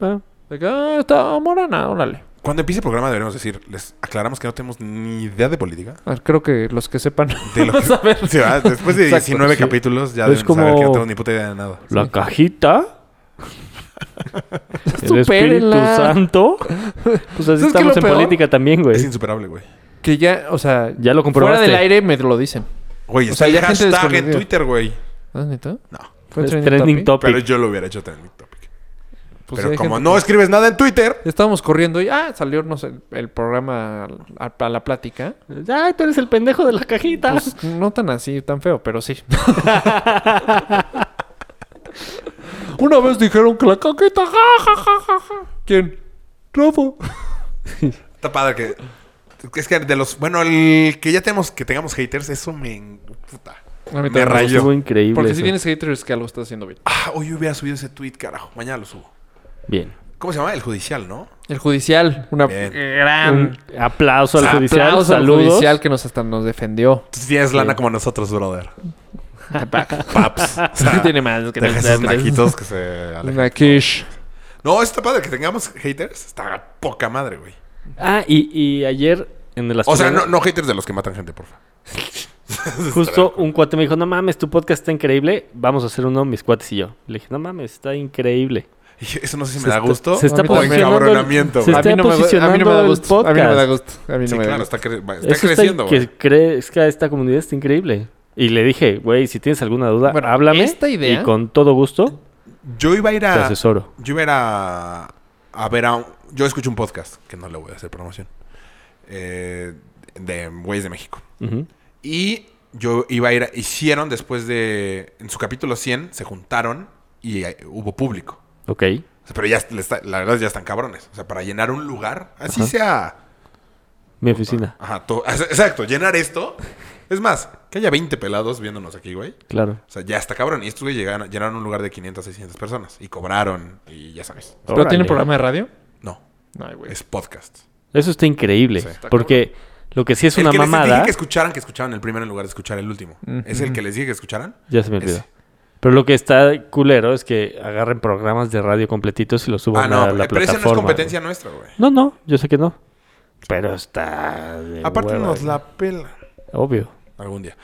[SPEAKER 5] Ah, de que, ah, está morana, órale.
[SPEAKER 3] Cuando empiece el programa deberíamos decir, les aclaramos que no tenemos ni idea de política.
[SPEAKER 5] Ah, Creo que los que sepan
[SPEAKER 3] De lo que-
[SPEAKER 5] van a saber.
[SPEAKER 3] Sí, ¿verdad? Después de
[SPEAKER 2] Exacto,
[SPEAKER 3] 19
[SPEAKER 2] sí.
[SPEAKER 3] capítulos ya
[SPEAKER 2] Es
[SPEAKER 3] deben saber
[SPEAKER 2] como-
[SPEAKER 3] que no tenemos ni puta idea de nada.
[SPEAKER 2] La cajita. El Espíritu
[SPEAKER 5] Supérenla.
[SPEAKER 2] Santo. Pues así
[SPEAKER 5] ¿Sabes qué es lo
[SPEAKER 2] estamos en
[SPEAKER 5] peor?
[SPEAKER 2] política también,
[SPEAKER 3] Es
[SPEAKER 2] güey.
[SPEAKER 3] insuperable, güey.
[SPEAKER 5] Que ya, o sea,
[SPEAKER 2] Ya
[SPEAKER 5] fuera
[SPEAKER 2] lo comprobaste.
[SPEAKER 5] del aire me lo dicen. O
[SPEAKER 3] Güey, está
[SPEAKER 5] sea,
[SPEAKER 3] el
[SPEAKER 5] ya gente
[SPEAKER 3] hashtag en
[SPEAKER 5] desconocida.
[SPEAKER 3] Twitter, güey.
[SPEAKER 5] ¿Ah, neta?
[SPEAKER 3] No.
[SPEAKER 5] Fue
[SPEAKER 2] Es
[SPEAKER 5] trending
[SPEAKER 2] trending
[SPEAKER 5] topic.
[SPEAKER 2] topic.
[SPEAKER 3] Pero yo lo hubiera hecho trending topic.
[SPEAKER 5] Pues sí,
[SPEAKER 3] Pero
[SPEAKER 5] hay
[SPEAKER 3] como
[SPEAKER 5] gente-
[SPEAKER 3] no escribes nada en Twitter,
[SPEAKER 5] Ya estábamos corriendo y ah, salió no sé, el programa a, a la plática.
[SPEAKER 2] Ay, tú eres el pendejo de la cajita.
[SPEAKER 5] Pues no tan así, tan feo, pero sí. Una vez dijeron que la caquita, ja, ja, ja, ja, ja. ¿Quién? Rafa.
[SPEAKER 3] está padre que. Es que de los. Bueno, el que ya tenemos que tengamos haters, eso me. en- Puta.
[SPEAKER 5] A mí
[SPEAKER 3] Me
[SPEAKER 5] también.
[SPEAKER 3] rayó.
[SPEAKER 2] Estuvo increíble.
[SPEAKER 5] Porque
[SPEAKER 2] eso.
[SPEAKER 5] si tienes haters que algo estás haciendo bien.
[SPEAKER 3] Ah, hoy hubiera subido ese tweet, carajo. Mañana lo subo.
[SPEAKER 2] Bien.
[SPEAKER 3] ¿Cómo se llama? El judicial, ¿no?
[SPEAKER 5] El judicial, una
[SPEAKER 3] Bien.
[SPEAKER 5] gran
[SPEAKER 2] Un aplauso al judicial.
[SPEAKER 5] aplauso al
[SPEAKER 2] Ah, saludos.
[SPEAKER 5] judicial que nos hasta nos defendió.
[SPEAKER 3] Tú sí tienes lana como nosotros, brother. Paps. O
[SPEAKER 5] Sí
[SPEAKER 3] sea,
[SPEAKER 5] tiene más que
[SPEAKER 3] deja esos
[SPEAKER 5] nosotros.
[SPEAKER 3] naquitos que se alejan.
[SPEAKER 5] Una quiche.
[SPEAKER 3] No, está padre que tengamos haters. Está a poca madre, güey.
[SPEAKER 2] Ah, y, y ayer en el
[SPEAKER 3] O sea,
[SPEAKER 2] Azteca,
[SPEAKER 3] no, no haters de los que matan gente, porfa.
[SPEAKER 2] Justo un cuate me dijo, no mames, tu podcast está increíble. Vamos a hacer uno, mis cuates y yo. Le dije, no mames, está increíble.
[SPEAKER 3] Y Eso no sé si me
[SPEAKER 2] Se
[SPEAKER 3] da
[SPEAKER 2] está-
[SPEAKER 3] gusto
[SPEAKER 2] se está
[SPEAKER 3] o
[SPEAKER 2] posicionando el-
[SPEAKER 3] encabronamiento,
[SPEAKER 2] se
[SPEAKER 3] güey.
[SPEAKER 5] A mí,
[SPEAKER 2] Está
[SPEAKER 5] no me, da- a mí no me
[SPEAKER 2] posicionando
[SPEAKER 5] da
[SPEAKER 2] el
[SPEAKER 5] gusto. A mí no me da
[SPEAKER 2] podcast.
[SPEAKER 5] gusto. A mí no
[SPEAKER 3] Sí,
[SPEAKER 5] me da
[SPEAKER 3] claro,
[SPEAKER 5] gusto.
[SPEAKER 3] está, cre- va- está
[SPEAKER 2] Eso
[SPEAKER 3] creciendo, güey.
[SPEAKER 2] que crezca esta comunidad está increíble. Y le dije, güey, si tienes alguna duda,
[SPEAKER 5] Bueno,
[SPEAKER 2] háblame.
[SPEAKER 5] esta idea-
[SPEAKER 2] Y con todo gusto,
[SPEAKER 3] Yo iba a ir
[SPEAKER 2] te
[SPEAKER 3] a...
[SPEAKER 2] asesoro.
[SPEAKER 3] Yo iba a ir a, a ver a... un- Yo escucho un podcast, que no le voy a hacer promoción, eh, de güeyes de México.
[SPEAKER 2] Ujú.
[SPEAKER 3] Y yo iba a ir... a- hicieron después de... En su capítulo 100 se juntaron y eh, hubo público.
[SPEAKER 2] Ok.
[SPEAKER 3] O sea, pero ya le está- la verdad ya están cabrones. O sea, para llenar un lugar, así
[SPEAKER 2] Ajá.
[SPEAKER 3] sea...
[SPEAKER 2] Mi oficina,
[SPEAKER 3] Ajá, to- exacto, llenar esto. Es más, que haya 20 pelados viéndonos aquí, güey.
[SPEAKER 2] claro.
[SPEAKER 3] O sea, ya está cabrón. Y estos güey llegaron, llenaron un lugar de 500, 600 personas. Y cobraron, y ya sabes.
[SPEAKER 5] ¿Pero tiene
[SPEAKER 2] Órale. Este.
[SPEAKER 5] programa de radio?
[SPEAKER 3] No,
[SPEAKER 5] No, güey.
[SPEAKER 3] es podcast.
[SPEAKER 2] Eso está increíble.
[SPEAKER 3] Sí.
[SPEAKER 2] porque lo que sí es
[SPEAKER 3] el
[SPEAKER 2] una
[SPEAKER 3] que les
[SPEAKER 2] mamada.
[SPEAKER 3] dije que escucharan, que escuchaban el primero en lugar de escuchar el último. Es el que les dije que escucharan.
[SPEAKER 2] Ya se me olvidó.
[SPEAKER 3] Ese.
[SPEAKER 2] Pero lo que está culero es que agarren programas de radio completitos y los suban
[SPEAKER 3] Ah, no,
[SPEAKER 2] a la
[SPEAKER 3] pero esa
[SPEAKER 2] plataforma.
[SPEAKER 3] no es competencia nuestra, güey.
[SPEAKER 2] No, no, yo sé que no. Pero está. de
[SPEAKER 3] Aparte
[SPEAKER 2] hueva,
[SPEAKER 3] nos
[SPEAKER 2] güey.
[SPEAKER 3] la pela.
[SPEAKER 2] Obvio.
[SPEAKER 3] Algún día.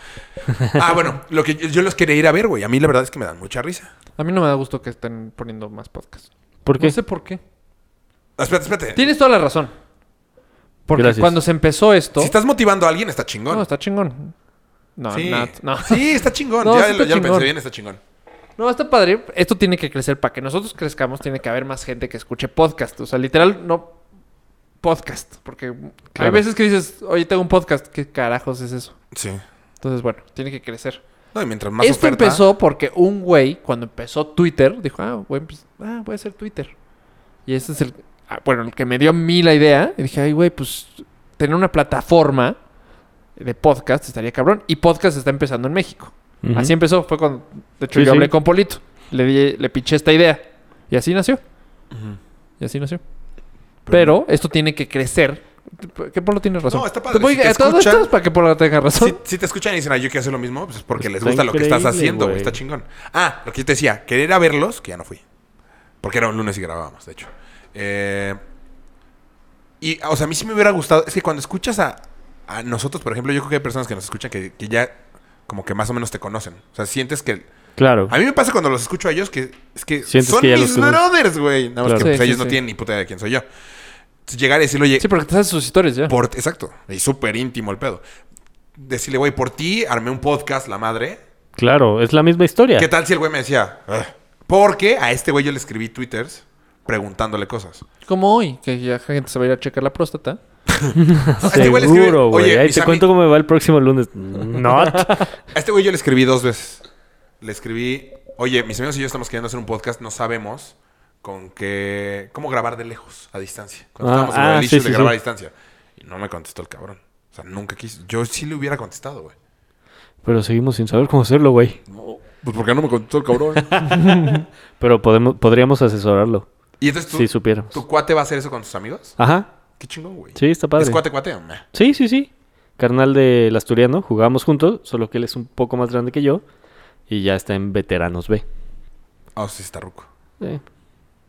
[SPEAKER 3] Ah, bueno, lo que yo, yo los quería ir a ver, güey. A mí la verdad es que me dan mucha risa.
[SPEAKER 5] A mí no me da gusto que estén poniendo más podcasts.
[SPEAKER 2] ¿Por qué?
[SPEAKER 5] No sé por qué.
[SPEAKER 3] Ah, Espérate, espérate.
[SPEAKER 5] Tienes toda la razón. Porque
[SPEAKER 2] Gracias.
[SPEAKER 5] cuando se empezó esto...
[SPEAKER 3] Si estás motivando a alguien, está chingón.
[SPEAKER 5] No, está chingón. No,
[SPEAKER 3] sí.
[SPEAKER 5] Nat, no.
[SPEAKER 3] sí, está chingón.
[SPEAKER 5] No,
[SPEAKER 3] ya
[SPEAKER 5] sí está
[SPEAKER 3] lo- ya lo
[SPEAKER 5] chingón.
[SPEAKER 3] pensé bien, está chingón.
[SPEAKER 5] No, está padre. Esto tiene que crecer. Para que nosotros crezcamos, tiene que haber más gente que escuche podcast. O sea, literal, no podcast. Porque hay
[SPEAKER 2] Claro.
[SPEAKER 5] veces que dices, oye, tengo un podcast. ¿Qué carajos es eso?
[SPEAKER 3] Sí.
[SPEAKER 5] Entonces, bueno, tiene que crecer.
[SPEAKER 3] No, y mientras más
[SPEAKER 5] Esto
[SPEAKER 3] oferta-
[SPEAKER 5] empezó porque un güey, cuando empezó Twitter, dijo, ah, voy a, empe- ah, voy a hacer Twitter. Y ese es el, ah, bueno, el que me dio a mí la idea. Y dije, ay, güey, pues tener una plataforma de podcast estaría cabrón. Y podcast está empezando en México.
[SPEAKER 2] Ujú.
[SPEAKER 5] Así empezó. Fue cuando, de hecho,
[SPEAKER 2] Sí,
[SPEAKER 5] yo hablé
[SPEAKER 2] sí.
[SPEAKER 5] con Polito. Le, di- le piché esta idea. Y así nació. Y así nació. Pero esto tiene que crecer. Que Polo tiene razón.
[SPEAKER 3] No, está padre.
[SPEAKER 5] Te voy
[SPEAKER 3] Si te
[SPEAKER 5] a todo
[SPEAKER 3] escuchan-
[SPEAKER 5] esto es para que Polo tenga razón.
[SPEAKER 3] Si, si te escuchan y dicen, ay, yo quiero hacer lo mismo, pues es porque les
[SPEAKER 2] Está
[SPEAKER 3] gusta lo que estás
[SPEAKER 2] increíble,
[SPEAKER 3] haciendo, güey.
[SPEAKER 2] güey.
[SPEAKER 3] Está chingón. Ah, lo que yo te decía, querer ir a verlos, que ya no fui. Porque era un lunes y grabábamos, de hecho. Eh, y, o sea, a mí sí me hubiera gustado. Es que cuando escuchas a, a nosotros, por ejemplo, yo creo que hay personas que nos escuchan que, que ya como que más o menos te conocen. O sea, sientes que.
[SPEAKER 2] Claro.
[SPEAKER 3] A mí me pasa cuando los escucho a ellos que es que
[SPEAKER 2] Sientes
[SPEAKER 3] son
[SPEAKER 2] que ya los
[SPEAKER 3] mis
[SPEAKER 2] conoces.
[SPEAKER 3] brothers, güey. Nada más
[SPEAKER 2] Claro.
[SPEAKER 3] que
[SPEAKER 2] Sí,
[SPEAKER 3] pues,
[SPEAKER 5] sí,
[SPEAKER 3] ellos no
[SPEAKER 5] sí.
[SPEAKER 3] tienen ni puta idea de quién soy yo. Entonces, llegar y decirle, oye,
[SPEAKER 5] Sí, porque te haces sus historias ya.
[SPEAKER 3] por- exacto. Y súper íntimo el pedo. Decirle, güey, por ti armé un podcast, la madre.
[SPEAKER 2] Claro, es la misma historia.
[SPEAKER 3] ¿Qué tal si el güey me decía? "Ugh"? Porque a este güey yo le escribí twitters preguntándole cosas.
[SPEAKER 5] Como hoy, que ya gente se va a ir a checar la próstata.
[SPEAKER 3] No, a este güey le escribí,
[SPEAKER 2] Seguro, güey.
[SPEAKER 3] "Oye,
[SPEAKER 2] Ahí
[SPEAKER 3] mis
[SPEAKER 2] te
[SPEAKER 3] ami-
[SPEAKER 2] cuento cómo me va el próximo lunes. Not.
[SPEAKER 3] A este güey yo le escribí dos veces. Le escribí, oye, mis amigos y yo estamos queriendo hacer un podcast, no sabemos con qué... ¿Cómo grabar de lejos, a distancia? Cuando
[SPEAKER 2] Ah,
[SPEAKER 3] estábamos en
[SPEAKER 2] ah,
[SPEAKER 3] el
[SPEAKER 2] sí,
[SPEAKER 3] issue de
[SPEAKER 2] sí,
[SPEAKER 3] grabar a
[SPEAKER 2] sí.
[SPEAKER 3] distancia. Y no me contestó el cabrón. O sea, nunca quiso. Yo sí le hubiera contestado, güey.
[SPEAKER 2] Pero seguimos sin saber cómo hacerlo, güey.
[SPEAKER 3] Pues porque no me contestó el cabrón.
[SPEAKER 2] Pero podemos, podríamos asesorarlo.
[SPEAKER 3] y entonces tú,
[SPEAKER 2] si supiéramos.
[SPEAKER 3] ¿Tu cuate va a hacer eso con sus amigos?
[SPEAKER 2] Ajá.
[SPEAKER 3] Qué chingón, güey.
[SPEAKER 2] Sí, está padre.
[SPEAKER 3] ¿Es cuate cuate? Ah, Meh.
[SPEAKER 2] Sí, sí, sí. Carnal del asturiano, jugábamos juntos, solo que él es un poco más grande que yo y ya está en veteranos B.
[SPEAKER 3] Ah, sí, está ruco.
[SPEAKER 2] Eh,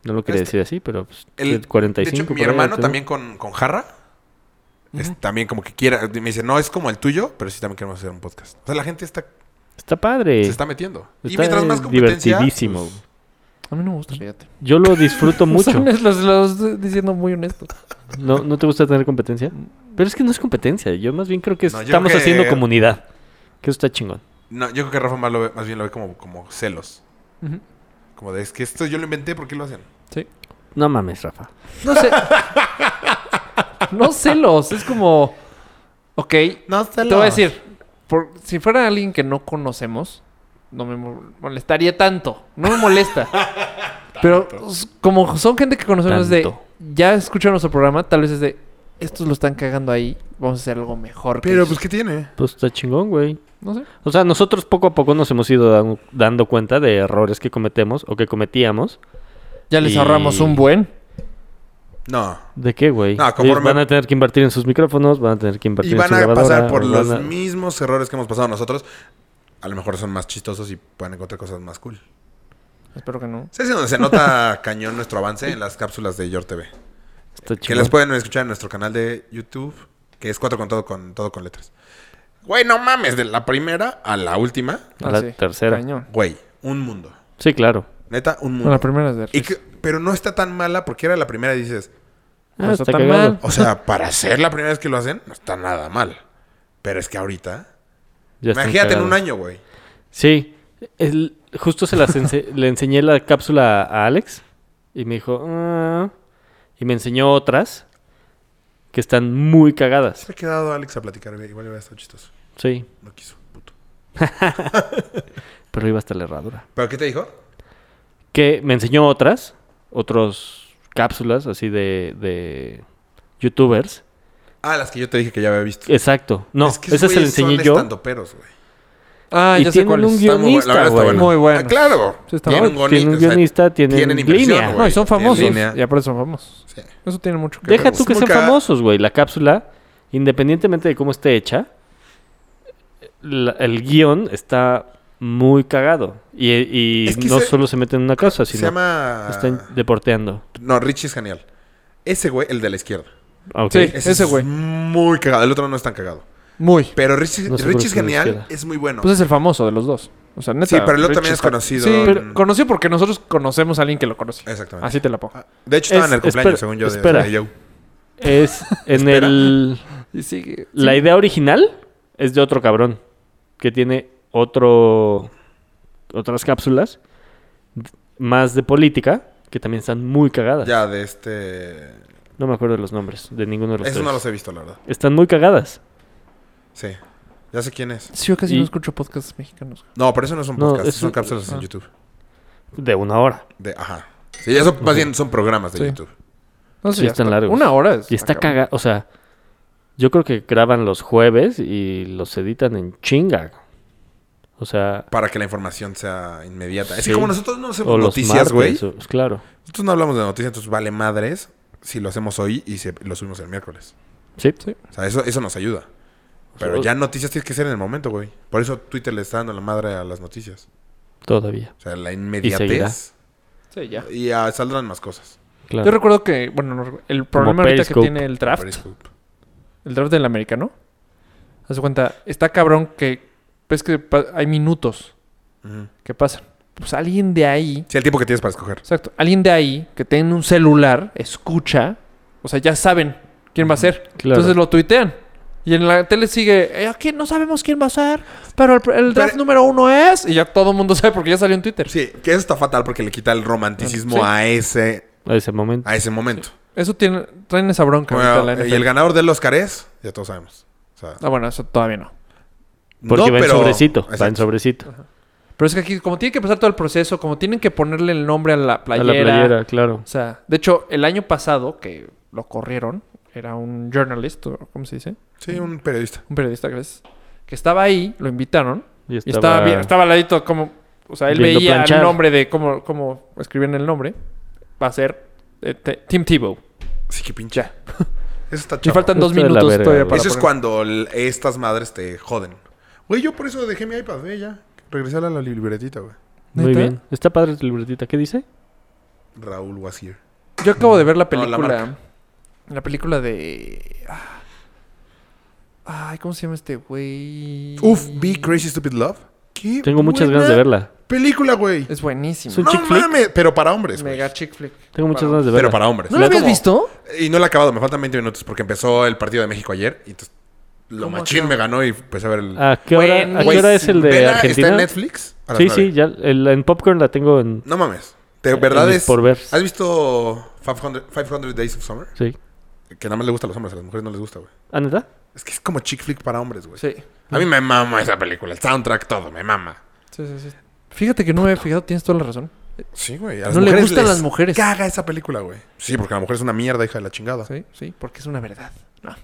[SPEAKER 2] no lo quería
[SPEAKER 3] Este-
[SPEAKER 2] decir así, pero pues,
[SPEAKER 3] El,
[SPEAKER 2] 45.
[SPEAKER 3] de hecho, mi
[SPEAKER 2] por ahí,
[SPEAKER 3] hermano
[SPEAKER 2] ¿no?
[SPEAKER 3] también con, con Jarra. es también como que quiera. Me dice, no es como el tuyo, pero sí también queremos hacer un podcast. O sea, la gente está,
[SPEAKER 2] Está padre.
[SPEAKER 3] se está metiendo. y
[SPEAKER 2] Está
[SPEAKER 3] mientras más competencia.
[SPEAKER 2] divertidísimo.
[SPEAKER 3] pues,
[SPEAKER 5] A mí no me gusta, fíjate.
[SPEAKER 2] Yo lo disfruto mucho.
[SPEAKER 5] Son es- los, los diciendo muy honestos.
[SPEAKER 2] ¿No, ¿No te gusta tener competencia? Pero es que no es competencia. Yo más bien creo que
[SPEAKER 3] No, yo
[SPEAKER 2] estamos
[SPEAKER 3] creo que-
[SPEAKER 2] haciendo comunidad. Que eso está chingón.
[SPEAKER 3] no, yo creo que Rafa más, lo ve- más bien lo ve como, como celos. Como de, es que esto yo lo inventé, ¿por qué lo hacen?
[SPEAKER 5] Sí.
[SPEAKER 2] No mames, Rafa.
[SPEAKER 5] No sé. no celos. Es como. Ok.
[SPEAKER 3] No,
[SPEAKER 5] Te voy a decir. por- si fuera alguien que no conocemos, no me mo- molestaría tanto. No me molesta. Pero s- como son gente que conocemos de.
[SPEAKER 2] Tanto.
[SPEAKER 5] Ya escucharon nuestro programa, tal vez es de. Estos lo están cagando ahí. Vamos a hacer algo mejor. que
[SPEAKER 3] Pero,
[SPEAKER 5] ellos".
[SPEAKER 3] pues, ¿qué tiene?
[SPEAKER 2] Pues está chingón, güey.
[SPEAKER 5] No sé.
[SPEAKER 2] O sea, nosotros poco a poco nos hemos ido dan- dando cuenta de errores que cometemos o que cometíamos.
[SPEAKER 5] Ya les
[SPEAKER 2] Y-
[SPEAKER 5] ahorramos un buen.
[SPEAKER 3] No.
[SPEAKER 2] ¿De qué, güey?
[SPEAKER 3] No,
[SPEAKER 2] Ellos
[SPEAKER 3] conforme-
[SPEAKER 2] Van a tener que invertir en sus micrófonos, van a tener que invertir
[SPEAKER 3] Y
[SPEAKER 2] en
[SPEAKER 3] van
[SPEAKER 2] su
[SPEAKER 3] a
[SPEAKER 2] grabadora.
[SPEAKER 3] pasar por
[SPEAKER 2] van
[SPEAKER 3] los
[SPEAKER 2] a-
[SPEAKER 3] mismos errores que hemos pasado nosotros. A lo mejor son más chistosos y pueden encontrar cosas más cool.
[SPEAKER 5] Espero que no.
[SPEAKER 3] ¿Sabes en donde se nota cañón nuestro avance? En las cápsulas de Yor TV.
[SPEAKER 2] Está
[SPEAKER 3] Que
[SPEAKER 2] chingón.
[SPEAKER 3] las pueden escuchar en nuestro canal de YouTube, que es cuatro con todo con todo con letras. Güey, no mames, de la primera a la última,
[SPEAKER 2] A la tercera.
[SPEAKER 5] Ah, Cañón.
[SPEAKER 3] güey, un mundo.
[SPEAKER 2] Sí, claro.
[SPEAKER 3] Neta, un mundo.
[SPEAKER 5] No, la primera es de
[SPEAKER 3] Y
[SPEAKER 5] risa.
[SPEAKER 3] que- pero no está tan mala porque era la primera y dices,
[SPEAKER 2] Ah,
[SPEAKER 5] No está
[SPEAKER 2] está,
[SPEAKER 5] tan
[SPEAKER 2] cagado.
[SPEAKER 5] mal.
[SPEAKER 3] o sea, para ser la primera vez que lo hacen, no está nada mal. Pero es que ahorita,
[SPEAKER 2] Ya están
[SPEAKER 3] imagínate en un
[SPEAKER 2] cagados.
[SPEAKER 3] año, güey.
[SPEAKER 2] Sí. El- justo se las ense- le enseñé la cápsula a Alex y me dijo... "Ah", y me enseñó otras que están muy cagadas.
[SPEAKER 3] Se ha quedado Alex a platicar, güey, igual iba a estar chistoso.
[SPEAKER 2] Sí,
[SPEAKER 3] No quiso, puto.
[SPEAKER 2] pero iba hasta la herradura.
[SPEAKER 3] ¿Pero qué te dijo?
[SPEAKER 2] que me enseñó otras, otros cápsulas así de, de youtubers.
[SPEAKER 3] Ah, las que yo te dije que ya había visto.
[SPEAKER 2] Exacto. No,
[SPEAKER 3] esos
[SPEAKER 2] esas se las
[SPEAKER 3] güeyes son
[SPEAKER 2] enseñé yo.
[SPEAKER 3] estandoperos, güey.
[SPEAKER 5] Ah,
[SPEAKER 2] y
[SPEAKER 5] ya sé
[SPEAKER 2] tienen
[SPEAKER 5] cuál
[SPEAKER 2] un
[SPEAKER 5] es.
[SPEAKER 3] Está muy bu- la
[SPEAKER 2] guionista,
[SPEAKER 3] verdad está
[SPEAKER 2] güey.
[SPEAKER 5] Muy bueno.
[SPEAKER 3] Ah, claro.
[SPEAKER 5] Sí, está
[SPEAKER 3] Tienen
[SPEAKER 2] bueno. Tienen un
[SPEAKER 3] o sea,
[SPEAKER 2] guionista, tienen
[SPEAKER 3] inversión,
[SPEAKER 2] línea.
[SPEAKER 5] No, y son
[SPEAKER 3] güey.
[SPEAKER 5] famosos.
[SPEAKER 3] Tienen
[SPEAKER 5] Ya
[SPEAKER 3] línea.
[SPEAKER 5] por eso son famosos.
[SPEAKER 3] Sí.
[SPEAKER 5] Eso tiene mucho que
[SPEAKER 2] Deja
[SPEAKER 5] ver.
[SPEAKER 2] tú que
[SPEAKER 3] Es muy
[SPEAKER 2] sean
[SPEAKER 3] cagado.
[SPEAKER 2] famosos, güey. La cápsula, independientemente de cómo esté hecha, la- el guión está muy cagado. Y, y
[SPEAKER 3] Es que
[SPEAKER 2] no
[SPEAKER 3] se-
[SPEAKER 2] solo se mete en una cosa, sino
[SPEAKER 3] Se llama... ah,
[SPEAKER 2] están deporteando.
[SPEAKER 3] No, Richie es genial. Ese güey, el de la izquierda.
[SPEAKER 2] Ah, ok.
[SPEAKER 5] Sí. Ese
[SPEAKER 3] es
[SPEAKER 5] güey.
[SPEAKER 3] Muy cagado. El otro no es tan cagado.
[SPEAKER 5] Muy.
[SPEAKER 3] Pero Richie,
[SPEAKER 2] No sé por
[SPEAKER 3] Richie es
[SPEAKER 2] qué es de la
[SPEAKER 3] genial.
[SPEAKER 2] izquierda.
[SPEAKER 3] Es muy bueno.
[SPEAKER 5] Pues es el famoso de los dos. O sea, neta.
[SPEAKER 3] sí, pero el otro
[SPEAKER 5] Richie
[SPEAKER 3] también es
[SPEAKER 5] está-
[SPEAKER 3] conocido.
[SPEAKER 5] Sí,
[SPEAKER 3] en-
[SPEAKER 5] pero conoció porque nosotros conocemos a alguien que lo conoce.
[SPEAKER 3] Exactamente.
[SPEAKER 5] Así te la pongo.
[SPEAKER 3] Ah, De hecho, estaba
[SPEAKER 2] Es-
[SPEAKER 3] en el cumpleaños,
[SPEAKER 2] espera,
[SPEAKER 3] según yo, de,
[SPEAKER 2] espera.
[SPEAKER 3] de Joe.
[SPEAKER 2] Es en
[SPEAKER 3] Espera.
[SPEAKER 2] el...
[SPEAKER 5] Y sigue.
[SPEAKER 2] La idea original es de otro cabrón que tiene otro otras cápsulas d- más de política que también están muy cagadas.
[SPEAKER 3] Ya, de este...
[SPEAKER 2] No me acuerdo de los nombres de ninguno de los
[SPEAKER 3] Eso
[SPEAKER 2] tres.
[SPEAKER 3] no los he visto, la verdad.
[SPEAKER 2] Están muy cagadas.
[SPEAKER 3] Sí. Ya sé quién es.
[SPEAKER 5] Sí, yo casi
[SPEAKER 2] Y-
[SPEAKER 5] no escucho podcasts mexicanos.
[SPEAKER 3] No, pero eso no es un
[SPEAKER 2] No,
[SPEAKER 3] podcast.
[SPEAKER 2] es
[SPEAKER 3] son
[SPEAKER 2] un-
[SPEAKER 3] cápsulas en
[SPEAKER 5] ah.
[SPEAKER 3] YouTube.
[SPEAKER 2] De una hora.
[SPEAKER 3] De, ajá. Sí, eso más bien son programas de
[SPEAKER 5] Sí.
[SPEAKER 3] YouTube.
[SPEAKER 5] No
[SPEAKER 2] Sí,
[SPEAKER 5] ya
[SPEAKER 2] están
[SPEAKER 5] está-
[SPEAKER 2] largos.
[SPEAKER 5] Una hora.
[SPEAKER 2] Y está
[SPEAKER 5] cabrón.
[SPEAKER 2] cagada. O sea, yo creo que graban los jueves y los editan en chinga. O sea,
[SPEAKER 3] Para que la información sea inmediata. Es
[SPEAKER 2] Sí.
[SPEAKER 3] que como nosotros no hacemos
[SPEAKER 2] o los
[SPEAKER 3] noticias,
[SPEAKER 2] martes,
[SPEAKER 3] güey.
[SPEAKER 2] o- pues, Claro.
[SPEAKER 3] Nosotros no hablamos de noticias, entonces vale madres si lo hacemos hoy y se- lo subimos el miércoles.
[SPEAKER 2] Sí.
[SPEAKER 3] O sea, eso, eso nos ayuda. Pero
[SPEAKER 2] O-
[SPEAKER 3] ya noticias tienes que ser en el momento, güey. Por eso Twitter le está dando la madre a las noticias.
[SPEAKER 2] Todavía.
[SPEAKER 3] O sea, la
[SPEAKER 2] seguirá.
[SPEAKER 3] inmediatez.
[SPEAKER 5] Sí, ya.
[SPEAKER 3] Y, ah, saldrán más cosas.
[SPEAKER 2] Claro.
[SPEAKER 5] Yo recuerdo que, bueno, no recuerdo- el problema ahorita que
[SPEAKER 2] Periscope.
[SPEAKER 5] tiene el draft,
[SPEAKER 3] Periscope.
[SPEAKER 5] el draft del americano, haz de cuenta, está cabrón que ves que pa- hay minutos
[SPEAKER 3] Ujú.
[SPEAKER 5] que pasan. Pues alguien de ahí
[SPEAKER 3] Sí, el tiempo que tienes para escoger.
[SPEAKER 5] Exacto. Alguien de ahí que tiene un celular, escucha, o sea, ya saben quién va a ser.
[SPEAKER 2] Claro.
[SPEAKER 5] Entonces lo tuitean. Y en la tele sigue, eh, aquí no sabemos quién va a ser, pero el, el draft
[SPEAKER 3] Pero-
[SPEAKER 5] número uno es. Y ya todo el mundo sabe porque ya salió en Twitter.
[SPEAKER 3] Sí, que eso está fatal porque le quita el romanticismo
[SPEAKER 5] Sí.
[SPEAKER 3] a ese
[SPEAKER 2] A ese momento.
[SPEAKER 3] a ese momento.
[SPEAKER 5] Eso tiene, traen esa bronca.
[SPEAKER 3] Bueno,
[SPEAKER 5] ahorita la
[SPEAKER 3] y el
[SPEAKER 5] NFL.
[SPEAKER 3] ganador del Oscar es, ya todos sabemos. O sea,
[SPEAKER 5] Ah, bueno, eso todavía no.
[SPEAKER 2] Porque
[SPEAKER 3] no,
[SPEAKER 2] va en
[SPEAKER 3] pero-
[SPEAKER 2] sobrecito. Va en
[SPEAKER 3] Exacto.
[SPEAKER 2] sobrecito.
[SPEAKER 5] Pero es que aquí, como tiene que pasar todo el proceso, como tienen que ponerle el nombre a la
[SPEAKER 2] A
[SPEAKER 5] playera.
[SPEAKER 2] la playera, claro.
[SPEAKER 5] O sea, de hecho, el año pasado que lo corrieron, era un journalist, o ¿cómo se dice?
[SPEAKER 3] Sí, un periodista.
[SPEAKER 5] un periodista, gracias, que estaba ahí, lo invitaron,
[SPEAKER 2] Y
[SPEAKER 5] y estaba,
[SPEAKER 2] estaba-
[SPEAKER 5] bien- estaba al ladito como, o sea, él
[SPEAKER 2] Viendo
[SPEAKER 5] veía
[SPEAKER 2] planchar.
[SPEAKER 5] el nombre de cómo, cómo escribían el nombre, va a ser eh, Te- Tim Tebow.
[SPEAKER 3] Sí, que pinche.
[SPEAKER 5] Ya.
[SPEAKER 3] Eso está
[SPEAKER 5] Y
[SPEAKER 3] chavo.
[SPEAKER 5] faltan dos
[SPEAKER 2] Está de la
[SPEAKER 5] minutos
[SPEAKER 2] verga,
[SPEAKER 5] todavía
[SPEAKER 2] güey.
[SPEAKER 5] para
[SPEAKER 3] Eso es
[SPEAKER 5] poner-
[SPEAKER 3] cuando l- estas madres te joden. Güey, yo por eso dejé mi iPad, ve ya. Regresar a la libretita, güey.
[SPEAKER 2] Muy
[SPEAKER 5] ¿Neta?
[SPEAKER 2] bien. Está padre tu libretita. ¿Qué dice?
[SPEAKER 3] Raúl Wasir.
[SPEAKER 5] Yo acabo de ver la
[SPEAKER 3] No, la
[SPEAKER 5] película.
[SPEAKER 3] marca.
[SPEAKER 5] la, película de. ah. Ay, ¿cómo se llama este güey?
[SPEAKER 3] Uf, vi Crazy Stupid Love. ¿Qué
[SPEAKER 2] Tengo muchas
[SPEAKER 3] buena
[SPEAKER 2] ganas de verla.
[SPEAKER 3] Película, güey.
[SPEAKER 5] Es buenísimo.
[SPEAKER 2] Es un
[SPEAKER 3] No
[SPEAKER 2] chick flick.
[SPEAKER 3] mames, pero para hombres. güey.
[SPEAKER 5] Mega chick flick.
[SPEAKER 2] Tengo muchas
[SPEAKER 5] Para-
[SPEAKER 2] ganas de verla.
[SPEAKER 3] Pero para hombres.
[SPEAKER 5] ¿No lo
[SPEAKER 2] La
[SPEAKER 5] habías
[SPEAKER 2] como-
[SPEAKER 5] visto?
[SPEAKER 3] Y no la he acabado, me faltan 20 minutos porque empezó el partido de México ayer y entonces lo
[SPEAKER 5] ¿Cómo
[SPEAKER 3] machín
[SPEAKER 5] acaba?
[SPEAKER 3] me ganó y empecé a ver el.
[SPEAKER 2] ¿A qué, hora, ¿A qué
[SPEAKER 5] Güey,
[SPEAKER 2] hora es el Ah, de
[SPEAKER 3] Vela,
[SPEAKER 2] Argentina?
[SPEAKER 3] ¿Está en Netflix? A las
[SPEAKER 2] Sí,
[SPEAKER 3] nueve.
[SPEAKER 2] sí, ya. el- en Popcorn la tengo en.
[SPEAKER 3] No mames. De
[SPEAKER 2] En
[SPEAKER 3] verdad
[SPEAKER 2] mis
[SPEAKER 3] es.
[SPEAKER 2] por ver.
[SPEAKER 3] ¿Has visto 500, 500 Days of Summer?
[SPEAKER 2] Sí.
[SPEAKER 3] Que nada más le gusta a los hombres, a las mujeres no les gusta, güey.
[SPEAKER 2] ¿Ah, neta?
[SPEAKER 3] Es que es como chick flick para hombres, güey.
[SPEAKER 5] Sí.
[SPEAKER 3] A mí me mama esa película, el soundtrack, todo, me mama.
[SPEAKER 5] Sí, sí, sí. Fíjate que no me había fijado, tienes toda la razón.
[SPEAKER 3] Sí, güey. a las
[SPEAKER 5] No le
[SPEAKER 3] mujeres
[SPEAKER 5] gustan
[SPEAKER 3] les
[SPEAKER 5] las mujeres.
[SPEAKER 3] Caga esa película, güey. Sí, porque la mujer es una mierda, hija de la chingada.
[SPEAKER 5] Sí, sí, porque es una verdad. No.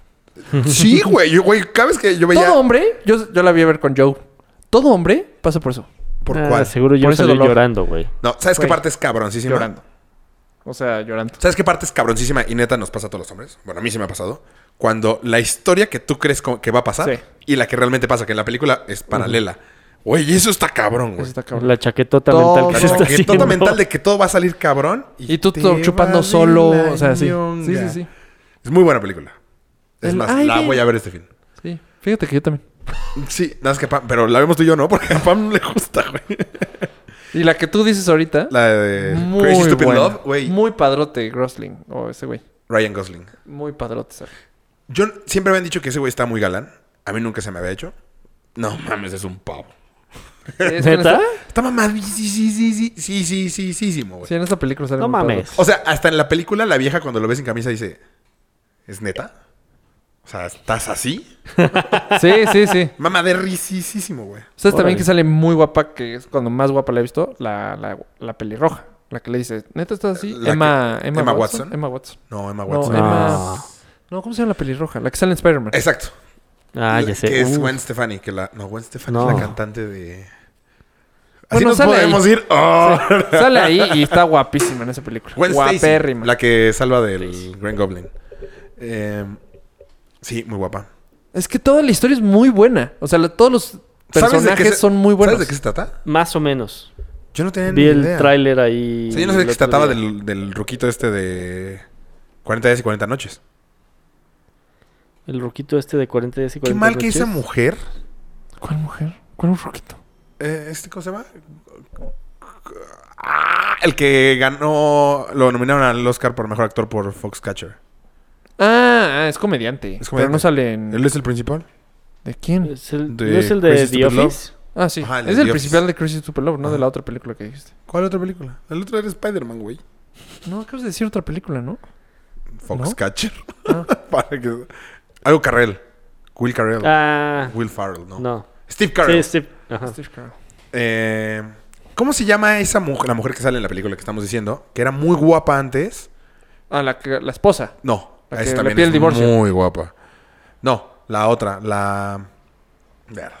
[SPEAKER 3] Sí, güey. Yo, güey, cada vez que yo veía.
[SPEAKER 5] Todo hombre, yo, yo la vi a ver con Joe. Todo hombre pasa por eso.
[SPEAKER 3] ¿Por
[SPEAKER 2] Ah,
[SPEAKER 3] cuál?
[SPEAKER 2] Seguro yo
[SPEAKER 5] Por ese
[SPEAKER 2] salí
[SPEAKER 5] dolor.
[SPEAKER 2] llorando, güey.
[SPEAKER 3] No, ¿sabes qué
[SPEAKER 5] Güey.
[SPEAKER 3] parte es cabroncísima?
[SPEAKER 5] Llorando. O sea, llorando.
[SPEAKER 3] ¿Sabes qué parte es cabroncísima y neta nos pasa a todos los hombres? Bueno, a mí sí me ha pasado. Cuando la historia que tú crees co- que va a pasar
[SPEAKER 5] Sí.
[SPEAKER 3] y la que realmente pasa, que en la película es paralela. Güey, eso está cabrón,
[SPEAKER 5] Eso
[SPEAKER 3] güey.
[SPEAKER 5] está cabrón.
[SPEAKER 2] La chaquetota
[SPEAKER 5] Todo.
[SPEAKER 2] mental que
[SPEAKER 3] La
[SPEAKER 2] se está
[SPEAKER 3] chaquetota
[SPEAKER 2] haciendo.
[SPEAKER 3] mental de que todo va a salir cabrón.
[SPEAKER 5] Y tú
[SPEAKER 3] te
[SPEAKER 5] to- chupando
[SPEAKER 3] vale
[SPEAKER 5] solo.
[SPEAKER 3] la
[SPEAKER 5] O sea, sí. Sí,
[SPEAKER 3] ñonga.
[SPEAKER 5] sí, sí.
[SPEAKER 3] Es muy buena película. Es
[SPEAKER 5] El-
[SPEAKER 3] más,
[SPEAKER 5] ay,
[SPEAKER 3] la
[SPEAKER 5] ve.
[SPEAKER 3] voy a ver este fin.
[SPEAKER 5] Sí. Fíjate que yo también.
[SPEAKER 3] Sí, nada más que Pam, pero la vemos tú y yo, ¿no? Porque a Pam no le gusta, güey.
[SPEAKER 5] Y la que tú dices ahorita.
[SPEAKER 3] La de
[SPEAKER 5] muy
[SPEAKER 3] Crazy Stupid
[SPEAKER 5] buena.
[SPEAKER 3] Love, güey.
[SPEAKER 5] Muy padrote, Grosling. O ese güey.
[SPEAKER 3] Ryan Gosling.
[SPEAKER 5] Muy padrote. ese.
[SPEAKER 3] Yo siempre me han dicho que ese güey está muy galán. A mí nunca se me había hecho. No mames, es un pavo.
[SPEAKER 5] Es que en
[SPEAKER 2] ¿Neta?
[SPEAKER 5] esta-
[SPEAKER 3] Está mamadísimo, sí, sí, sí, sí, sí, sí, sí, sí, sí, güey.
[SPEAKER 5] Sí, en esta película sale
[SPEAKER 2] No
[SPEAKER 5] muy
[SPEAKER 2] mames.
[SPEAKER 3] O sea, hasta en la película la vieja cuando lo ves sin camisa dice, ¿es neta? O sea, ¿estás así?
[SPEAKER 5] padrote. Sí, sí, sí.
[SPEAKER 3] Mamaderricisísimo, güey.
[SPEAKER 5] ¿Sabes
[SPEAKER 2] Órale.
[SPEAKER 5] también que sale muy guapa, que es cuando más guapa la he visto? La, la, la pelirroja. La que le dice, ¿neta estás así?
[SPEAKER 3] La
[SPEAKER 5] Emma, Emma,
[SPEAKER 3] Emma
[SPEAKER 5] Watson.
[SPEAKER 3] Watson.
[SPEAKER 5] Emma Watson.
[SPEAKER 3] No, Emma
[SPEAKER 5] No,
[SPEAKER 3] Watson.
[SPEAKER 5] Emma... No, ¿cómo se llama la pelirroja? La que sale en Spider-Man.
[SPEAKER 3] Exacto.
[SPEAKER 2] Ah, ya
[SPEAKER 3] La-
[SPEAKER 2] sé.
[SPEAKER 3] Que es
[SPEAKER 2] Uf.
[SPEAKER 3] Gwen Stefani, que la... No, Gwen Stefani
[SPEAKER 2] No.
[SPEAKER 3] es la cantante de... Así
[SPEAKER 5] Bueno,
[SPEAKER 3] nos
[SPEAKER 5] sale ahí.
[SPEAKER 3] podemos ir. ¡Oh!
[SPEAKER 5] Sale ahí y está guapísima en esa película.
[SPEAKER 3] Gwen Stacy,
[SPEAKER 5] Guapérrima.
[SPEAKER 3] la que salva del Green Goblin. Eh, sí, muy guapa.
[SPEAKER 5] Es que toda la historia es muy buena. O sea, la- todos los
[SPEAKER 3] ¿Sabes de qué
[SPEAKER 5] personajes
[SPEAKER 3] se-
[SPEAKER 5] son muy buenos.
[SPEAKER 3] ¿Sabes de qué se trata?
[SPEAKER 2] Más o menos.
[SPEAKER 3] Yo no tenía
[SPEAKER 2] Vi
[SPEAKER 3] ni
[SPEAKER 2] el
[SPEAKER 3] idea.
[SPEAKER 2] tráiler ahí.
[SPEAKER 3] O sea, yo no sé de
[SPEAKER 2] el
[SPEAKER 3] qué se
[SPEAKER 2] otro
[SPEAKER 3] trataba
[SPEAKER 2] día.
[SPEAKER 3] del, del ruquito este de 40 días y 40 noches.
[SPEAKER 2] El roquito este de 40 días y 40
[SPEAKER 3] Qué mal que
[SPEAKER 2] noches.
[SPEAKER 3] esa mujer...
[SPEAKER 5] ¿Cuál mujer? ¿Cuál un roquito?
[SPEAKER 3] eh, este, ¿Cómo se llama? Ah, el que ganó... Lo nominaron al Oscar por Mejor Actor por Foxcatcher.
[SPEAKER 5] Ah, ah, es comediante.
[SPEAKER 3] Es
[SPEAKER 5] Pero no
[SPEAKER 3] comediante.
[SPEAKER 5] sale en...
[SPEAKER 3] ¿Él es el principal?
[SPEAKER 5] ¿De quién?
[SPEAKER 2] Es el-
[SPEAKER 3] De
[SPEAKER 2] ¿No es el de
[SPEAKER 3] Crazy
[SPEAKER 2] The
[SPEAKER 3] Stupid Love.
[SPEAKER 2] Office?
[SPEAKER 5] Ah, sí.
[SPEAKER 3] Ajá, el
[SPEAKER 5] es
[SPEAKER 3] de
[SPEAKER 5] el
[SPEAKER 3] The
[SPEAKER 5] principal
[SPEAKER 3] Office.
[SPEAKER 5] de Crazy Superlove, no de
[SPEAKER 3] Ajá.
[SPEAKER 5] la otra película que dijiste.
[SPEAKER 3] ¿Cuál otra película? El otro era Spider-Man, güey.
[SPEAKER 5] No, acabas de decir otra película, ¿no?
[SPEAKER 3] Foxcatcher.
[SPEAKER 5] Ah.
[SPEAKER 3] Para que... Algo Carrell. Will Carrell.
[SPEAKER 2] Ah,
[SPEAKER 3] Will Farrell, ¿no?
[SPEAKER 2] no.
[SPEAKER 3] Steve
[SPEAKER 2] Sí,
[SPEAKER 3] Carrell.
[SPEAKER 2] Steve. Ajá.
[SPEAKER 5] Steve Carell.
[SPEAKER 3] Eh, ¿Cómo se llama esa mujer, la mujer que sale en la película que estamos diciendo? Que era muy guapa antes.
[SPEAKER 5] Ah, la, que- la esposa.
[SPEAKER 3] No,
[SPEAKER 5] La
[SPEAKER 3] esa
[SPEAKER 5] que le
[SPEAKER 3] también
[SPEAKER 5] pide
[SPEAKER 3] es
[SPEAKER 5] el divorcio.
[SPEAKER 3] muy guapa. No, la otra, la... Verga.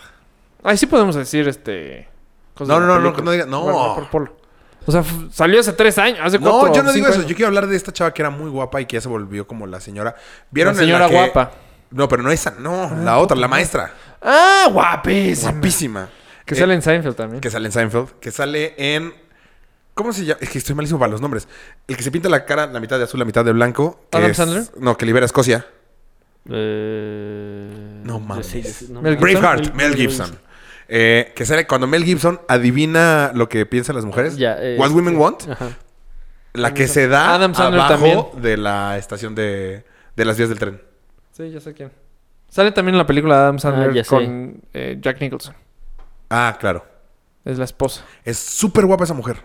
[SPEAKER 5] Ahí sí podemos decir, este... cosas
[SPEAKER 3] No,
[SPEAKER 5] de
[SPEAKER 3] no,
[SPEAKER 5] la
[SPEAKER 3] no, no,
[SPEAKER 5] película.
[SPEAKER 3] no diga- no.
[SPEAKER 5] Guardada por Polo. O sea, f- salió hace tres años, hace cuatro
[SPEAKER 3] No, yo no digo
[SPEAKER 5] cinco
[SPEAKER 3] eso.
[SPEAKER 5] años.
[SPEAKER 3] Yo quiero hablar de esta chava que era muy guapa y que ya se volvió como la señora... ¿Vieron
[SPEAKER 5] La
[SPEAKER 3] en
[SPEAKER 5] señora
[SPEAKER 3] que-
[SPEAKER 5] guapa.
[SPEAKER 3] No, pero no esa, no. la otra, la maestra.
[SPEAKER 5] Ah, guapísima.
[SPEAKER 3] Guapísima.
[SPEAKER 5] Que
[SPEAKER 3] Eh,
[SPEAKER 5] sale en Seinfeld también.
[SPEAKER 3] Que sale en Seinfeld. Que sale en... ¿Cómo se llama? Es que estoy malísimo para los nombres. El que se pinta la cara la mitad de azul, la mitad de blanco. que
[SPEAKER 5] ¿Adam
[SPEAKER 3] es-
[SPEAKER 5] Sandler?
[SPEAKER 3] No, que libera a Escocia.
[SPEAKER 2] Eh,
[SPEAKER 3] No mames.
[SPEAKER 2] sí, sí, no
[SPEAKER 5] Mel
[SPEAKER 2] mames.
[SPEAKER 3] Braveheart, Mel Gibson. Eh, que sale cuando Mel Gibson adivina lo que piensan las mujeres.
[SPEAKER 2] Ya, eh,
[SPEAKER 3] What Women Want.
[SPEAKER 2] Ajá.
[SPEAKER 3] La que se da
[SPEAKER 5] Adam Sandler
[SPEAKER 3] abajo
[SPEAKER 5] también.
[SPEAKER 3] de la estación de, de las vías del tren.
[SPEAKER 5] Sí, ya sé quién. Sale también en la película de Adam Sandler
[SPEAKER 2] Ah, ya sé.
[SPEAKER 5] con eh, Jack Nicholson.
[SPEAKER 3] Ah, claro.
[SPEAKER 5] Es la esposa.
[SPEAKER 3] Es súper guapa esa mujer.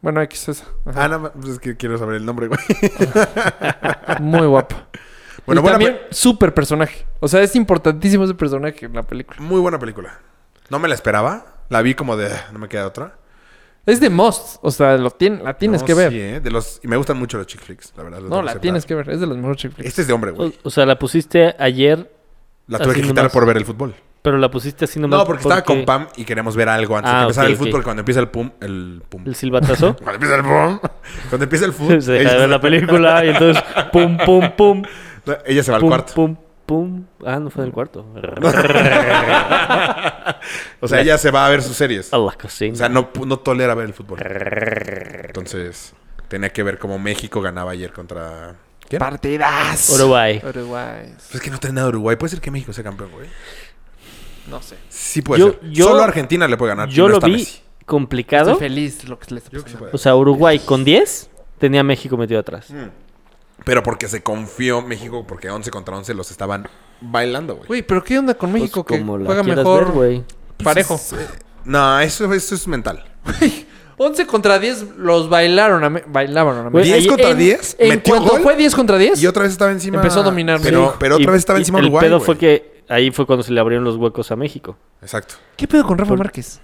[SPEAKER 5] Bueno, X es esa. Ajá.
[SPEAKER 3] Ah, nada más, pues es que quiero saber el nombre, güey.
[SPEAKER 5] Muy guapa. y
[SPEAKER 3] Bueno, pues- buena
[SPEAKER 5] también súper personaje. O sea, es importantísimo ese personaje en la película.
[SPEAKER 3] Muy buena película. No me la esperaba. La vi como de... "Ah, No me queda otra.
[SPEAKER 5] Es de Most. O sea, lo tien- la tienes
[SPEAKER 3] No,
[SPEAKER 5] que ver.
[SPEAKER 3] sí, ¿eh? de los, y me gustan mucho los chick flicks, la verdad. lo
[SPEAKER 5] no,
[SPEAKER 3] tengo
[SPEAKER 5] la
[SPEAKER 3] aceptar.
[SPEAKER 5] tienes que ver. Ah, Es de los mejores chick flicks.
[SPEAKER 3] Este es de hombre,
[SPEAKER 2] O,
[SPEAKER 3] güey.
[SPEAKER 2] o sea, la pusiste ayer,
[SPEAKER 3] La tuve
[SPEAKER 2] Así
[SPEAKER 3] que quitar
[SPEAKER 2] nomás.
[SPEAKER 3] por ver el fútbol.
[SPEAKER 2] pero la pusiste así nomás.
[SPEAKER 3] No, porque estaba con Pam y queríamos ver algo antes de
[SPEAKER 2] Ah,
[SPEAKER 3] que empezara
[SPEAKER 2] ok,
[SPEAKER 3] el fútbol.
[SPEAKER 2] ok.
[SPEAKER 3] porque Cuando empieza el pum, el pum.
[SPEAKER 2] El silbatazo.
[SPEAKER 3] Cuando empieza el pum, cuando empieza el fútbol,
[SPEAKER 2] se deja de ver la película y entonces pum, pum, pum.
[SPEAKER 3] ella se va al
[SPEAKER 2] pum,
[SPEAKER 3] cuarto.
[SPEAKER 2] pum, pum. Ah, no fue en el cuarto.
[SPEAKER 3] O sea, ella se va a ver sus series.
[SPEAKER 2] A la
[SPEAKER 3] O
[SPEAKER 2] cocina.
[SPEAKER 3] sea, no, pu- no tolera ver el fútbol. Entonces, tenía que ver cómo México ganaba ayer contra. ¿Quién?
[SPEAKER 5] Partidas.
[SPEAKER 2] Uruguay.
[SPEAKER 5] Uruguay.
[SPEAKER 3] Pues es que no tiene nada Uruguay. Puede ser que México sea campeón, güey.
[SPEAKER 5] No sé.
[SPEAKER 3] Sí puede
[SPEAKER 2] Yo-
[SPEAKER 3] ser.
[SPEAKER 2] yo-
[SPEAKER 3] Solo Argentina le puede ganar. y
[SPEAKER 2] Yo
[SPEAKER 3] no
[SPEAKER 2] lo
[SPEAKER 3] está
[SPEAKER 2] vi
[SPEAKER 3] Messi.
[SPEAKER 5] Estoy
[SPEAKER 2] complicado.
[SPEAKER 5] feliz lo que les está
[SPEAKER 3] Yo creo que sí
[SPEAKER 5] pasando.
[SPEAKER 3] puede.
[SPEAKER 2] O sea, Uruguay con 10 tenía a México metido atrás.
[SPEAKER 5] Mm.
[SPEAKER 3] Pero porque se confió México, porque 11 contra 11 los estaban bailando, güey.
[SPEAKER 5] Güey, pero ¿qué onda con
[SPEAKER 2] Pues
[SPEAKER 5] México que
[SPEAKER 2] como la
[SPEAKER 5] juega
[SPEAKER 2] quieras
[SPEAKER 5] mejor
[SPEAKER 2] ver, güey.
[SPEAKER 5] Pues parejo?
[SPEAKER 3] No, eso, eso es mental.
[SPEAKER 5] 11 contra 10 los bailaron a Me- bailaban a
[SPEAKER 2] Güey,
[SPEAKER 5] México.
[SPEAKER 3] 10
[SPEAKER 2] ahí
[SPEAKER 3] contra
[SPEAKER 2] en-
[SPEAKER 3] 10,
[SPEAKER 5] En
[SPEAKER 3] metió
[SPEAKER 5] cuanto
[SPEAKER 3] gol
[SPEAKER 5] fue 10 contra 10,
[SPEAKER 3] y otra vez estaba encima.
[SPEAKER 5] Empezó a dominar
[SPEAKER 3] Pero,
[SPEAKER 5] México.
[SPEAKER 3] pero otra
[SPEAKER 2] Y-
[SPEAKER 3] vez estaba
[SPEAKER 2] y
[SPEAKER 3] encima
[SPEAKER 2] El
[SPEAKER 3] Uruguay.
[SPEAKER 2] pedo
[SPEAKER 3] güey.
[SPEAKER 2] fue que ahí fue cuando se le abrieron los huecos a México.
[SPEAKER 3] Exacto.
[SPEAKER 5] ¿qué pedo con Rafa
[SPEAKER 2] Por-
[SPEAKER 5] Márquez?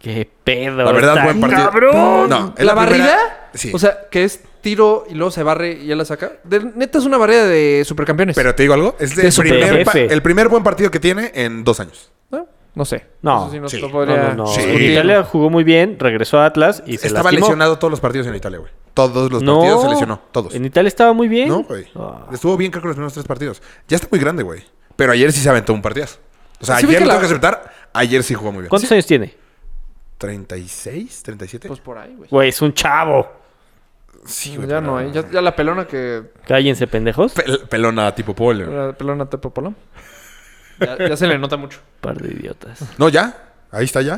[SPEAKER 2] Qué pedo.
[SPEAKER 3] La verdad,
[SPEAKER 2] está
[SPEAKER 3] buen partido.
[SPEAKER 2] cabrón.
[SPEAKER 3] No, es
[SPEAKER 5] ¿La, barrida?
[SPEAKER 3] primera- Sí.
[SPEAKER 5] O sea, que es tiro y luego se barre y ya la saca. De- neta es una barrida de supercampeones.
[SPEAKER 3] pero te digo algo, es
[SPEAKER 5] De
[SPEAKER 3] el
[SPEAKER 5] super
[SPEAKER 3] primer, pa-
[SPEAKER 2] jefe.
[SPEAKER 3] el primer buen partido que tiene en dos años.
[SPEAKER 5] ¿No? No sé.
[SPEAKER 2] No.
[SPEAKER 5] Eso sí no
[SPEAKER 3] Sí.
[SPEAKER 5] te
[SPEAKER 2] No,
[SPEAKER 5] podría
[SPEAKER 2] no, no.
[SPEAKER 3] Sí.
[SPEAKER 5] discutir.
[SPEAKER 2] Italia jugó muy bien, regresó a Atlas y se
[SPEAKER 3] Estaba
[SPEAKER 2] lastimó.
[SPEAKER 3] lesionado todos los partidos en Italia, güey. Todos los
[SPEAKER 2] No,
[SPEAKER 3] partidos se lesionó, todos.
[SPEAKER 2] En Italia estaba muy bien.
[SPEAKER 3] No, güey.
[SPEAKER 2] Ah.
[SPEAKER 3] Estuvo bien, creo que los primeros tres partidos. Ya está muy grande, güey. Pero ayer sí se aventó un partidazo. O sea,
[SPEAKER 5] Sí, vi
[SPEAKER 3] ayer
[SPEAKER 5] que la-
[SPEAKER 3] lo tengo que aceptar. Ayer sí jugó muy bien.
[SPEAKER 2] ¿Cuántos años tiene?
[SPEAKER 3] ¿36? ¿37?
[SPEAKER 5] Pues por ahí, güey.
[SPEAKER 2] Güey, es un chavo.
[SPEAKER 3] sí,
[SPEAKER 2] pues
[SPEAKER 5] Ya
[SPEAKER 3] pero-
[SPEAKER 5] no, ¿eh? Ya, ya la pelona que...
[SPEAKER 2] Cállense, pendejos.
[SPEAKER 3] Pel- pelona tipo Paul.
[SPEAKER 5] La pelona Tepo Polo. Ya, ya se le nota mucho.
[SPEAKER 2] Par de idiotas.
[SPEAKER 3] No, ya. Ahí está ya.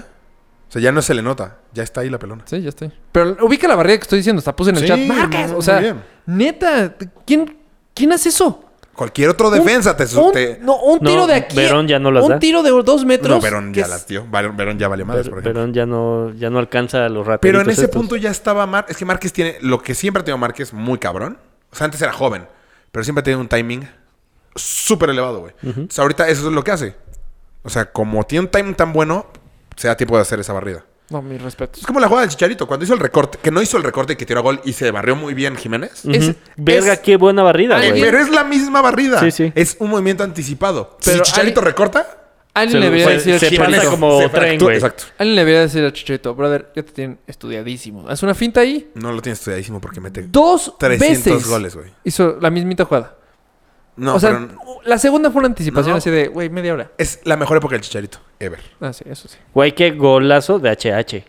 [SPEAKER 3] O sea, ya no se le nota. Ya está ahí la pelona.
[SPEAKER 5] Sí, ya estoy. Pero ubica la barrida que estoy diciendo. Hasta puse en el
[SPEAKER 3] Sí,
[SPEAKER 5] chat. Márquez.
[SPEAKER 3] muy
[SPEAKER 5] O sea,
[SPEAKER 3] bien.
[SPEAKER 5] neta. ¿Quién, ¿Quién hace eso?
[SPEAKER 3] Cualquier otro defensa te... su-
[SPEAKER 5] Un,
[SPEAKER 3] te-
[SPEAKER 5] no, un
[SPEAKER 2] No,
[SPEAKER 5] tiro de aquí.
[SPEAKER 2] Verón ya no las
[SPEAKER 5] Un
[SPEAKER 2] da.
[SPEAKER 5] tiro de dos metros.
[SPEAKER 3] No, Verón
[SPEAKER 5] que
[SPEAKER 3] ya
[SPEAKER 5] es-
[SPEAKER 3] las dio. Verón, Verón ya vale madres, por
[SPEAKER 2] Pero,
[SPEAKER 3] ejemplo.
[SPEAKER 2] Perón ya no, ya no alcanza a los ratitos.
[SPEAKER 3] Pero en ese punto ya estaba Mar... Es que Márquez tiene... Lo que siempre ha tenido Márquez muy cabrón. O sea, antes era joven. Pero siempre ha tenido un timing súper elevado, güey. O sea, ahorita eso es lo que hace. O sea, como tiene un timing tan bueno, se da tiempo de hacer esa barrida.
[SPEAKER 5] No, mis respetos.
[SPEAKER 3] Es como la jugada del Chicharito. Cuando hizo el recorte... Que no hizo el recorte y que tiró a gol y se barrió muy bien Jiménez.
[SPEAKER 5] es-
[SPEAKER 2] Verga,
[SPEAKER 5] es-
[SPEAKER 2] qué buena barrida,
[SPEAKER 5] Alguien-
[SPEAKER 2] güey.
[SPEAKER 3] Ah, Pero es la misma barrida.
[SPEAKER 2] Sí, sí.
[SPEAKER 3] Es un movimiento anticipado. si
[SPEAKER 5] Pero
[SPEAKER 3] Chicharito
[SPEAKER 5] hay-
[SPEAKER 3] recorta,
[SPEAKER 5] Alguien
[SPEAKER 2] Se-
[SPEAKER 5] le debería
[SPEAKER 2] se-
[SPEAKER 5] decir a
[SPEAKER 2] se
[SPEAKER 5] Chicharito.
[SPEAKER 2] pasa como
[SPEAKER 3] se
[SPEAKER 2] tren,
[SPEAKER 3] fractura-
[SPEAKER 2] güey.
[SPEAKER 3] Exacto.
[SPEAKER 5] Alguien le debería decir a Chicharito, brother, ya te tienen estudiadísimo. Haz una finta ahí.
[SPEAKER 3] No lo tiene estudiadísimo porque mete
[SPEAKER 5] Dos
[SPEAKER 3] 300
[SPEAKER 5] veces
[SPEAKER 3] goles, güey.
[SPEAKER 5] hizo la mismita jugada.
[SPEAKER 3] No,
[SPEAKER 5] o sea,
[SPEAKER 3] pero
[SPEAKER 5] la segunda fue una anticipación
[SPEAKER 3] No.
[SPEAKER 5] así de, güey, media hora.
[SPEAKER 3] es la mejor época del Chicharito. Ever.
[SPEAKER 5] Ah, sí, eso sí.
[SPEAKER 2] Güey, qué golazo de HH.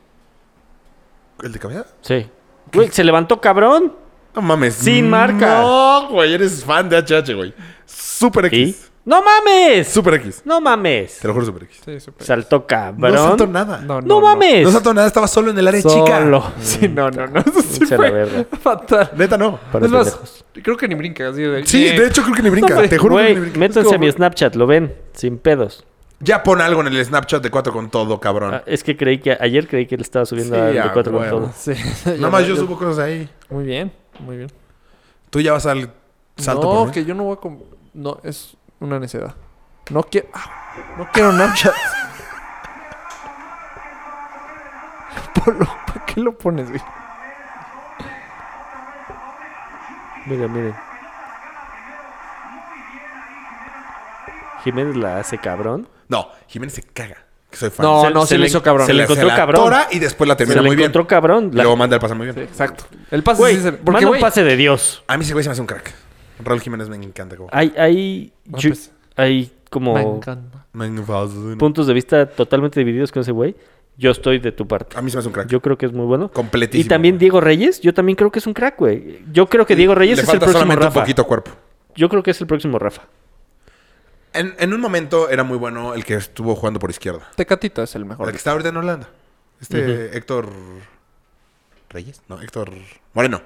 [SPEAKER 3] ¿El de cabeza?
[SPEAKER 2] Sí. Güey, se levantó cabrón.
[SPEAKER 3] No mames. Mm,
[SPEAKER 2] Sin marca.
[SPEAKER 3] No, güey. Eres fan de HH, güey. Super
[SPEAKER 2] ¿Y?
[SPEAKER 3] X.
[SPEAKER 2] ¡No mames!
[SPEAKER 3] Super X.
[SPEAKER 2] ¡No mames!
[SPEAKER 3] Te lo juro, Super X.
[SPEAKER 5] Sí, súper.
[SPEAKER 2] Saltó cabrón.
[SPEAKER 3] No saltó nada. No,
[SPEAKER 2] ¡No mames!
[SPEAKER 3] saltó nada. Estaba solo en el área
[SPEAKER 2] Solo.
[SPEAKER 3] chica.
[SPEAKER 5] Sí, no, no, no. Eso sí
[SPEAKER 2] Se la
[SPEAKER 5] fue
[SPEAKER 2] verga.
[SPEAKER 5] fatal.
[SPEAKER 3] Neta, no.
[SPEAKER 2] Para
[SPEAKER 5] es más,
[SPEAKER 2] pendejos.
[SPEAKER 5] creo que ni brinca. Así de,
[SPEAKER 3] Sí,
[SPEAKER 5] Bien.
[SPEAKER 3] de hecho creo que ni brinca. Te juro que
[SPEAKER 2] Güey,
[SPEAKER 3] ni brinca.
[SPEAKER 2] métanse
[SPEAKER 5] Es como-
[SPEAKER 2] a mi Snapchat, lo ven. Sin pedos.
[SPEAKER 3] Ya pon algo en el Snapchat de 4 con todo, cabrón.
[SPEAKER 2] Ah, es que creí que... Ayer creí que le estaba subiendo
[SPEAKER 3] Sí,
[SPEAKER 2] al
[SPEAKER 3] ya,
[SPEAKER 2] de cuatro con
[SPEAKER 3] huevo.
[SPEAKER 2] todo.
[SPEAKER 5] Sí.
[SPEAKER 3] Nada más yo subo cosas ahí.
[SPEAKER 5] Muy bien, muy bien.
[SPEAKER 3] Tú ya vas al salto
[SPEAKER 5] no,
[SPEAKER 3] por mí.
[SPEAKER 5] que yo no voy a... com- No, es una necedad. No quiero... ah, no quiero Snapchat. Polo, ¿para qué lo pones, güey?
[SPEAKER 2] Miren, miren. Jiménez la hace cabrón.
[SPEAKER 3] No, Jiménez se caga. Que soy fan.
[SPEAKER 5] No,
[SPEAKER 2] Se-
[SPEAKER 5] no,
[SPEAKER 2] se
[SPEAKER 5] se le
[SPEAKER 2] le-
[SPEAKER 5] hizo cabrón.
[SPEAKER 2] se le- encontró cabrón.
[SPEAKER 3] atora y después la termina
[SPEAKER 2] se le
[SPEAKER 3] muy bien.
[SPEAKER 2] encontró cabrón. La...
[SPEAKER 3] Luego manda el pase muy bien.
[SPEAKER 5] Sí, exacto. El pase
[SPEAKER 2] Güey,
[SPEAKER 5] sí se le...
[SPEAKER 2] manda
[SPEAKER 5] Porque,
[SPEAKER 2] un
[SPEAKER 5] güey,
[SPEAKER 2] pase de Dios.
[SPEAKER 3] A mí ese güey se me hace un crack. Raúl Jiménez me encanta. Como...
[SPEAKER 2] Hay, hay,
[SPEAKER 5] No,
[SPEAKER 2] yo-
[SPEAKER 5] pues.
[SPEAKER 2] hay como
[SPEAKER 5] me encanta.
[SPEAKER 3] Me encanta.
[SPEAKER 2] puntos de vista totalmente divididos con ese güey. Yo estoy de tu parte.
[SPEAKER 3] A mí se Ah, me hace un crack.
[SPEAKER 2] Yo creo que es muy bueno.
[SPEAKER 3] Completísimo.
[SPEAKER 2] Y también
[SPEAKER 3] güey.
[SPEAKER 2] Diego Reyes, yo también creo que es un crack, güey. Yo creo que Diego Reyes
[SPEAKER 3] Le
[SPEAKER 2] es el
[SPEAKER 3] falta
[SPEAKER 2] próximo
[SPEAKER 3] solamente
[SPEAKER 2] Rafa.
[SPEAKER 3] un poquito cuerpo.
[SPEAKER 2] Yo creo que es el próximo Rafa.
[SPEAKER 3] En, en un momento era muy bueno el que estuvo jugando por izquierda.
[SPEAKER 5] Tecatito es el
[SPEAKER 3] El
[SPEAKER 5] mejor.
[SPEAKER 3] que está ahorita en Holanda. Este Héctor Reyes. No, Héctor Moreno.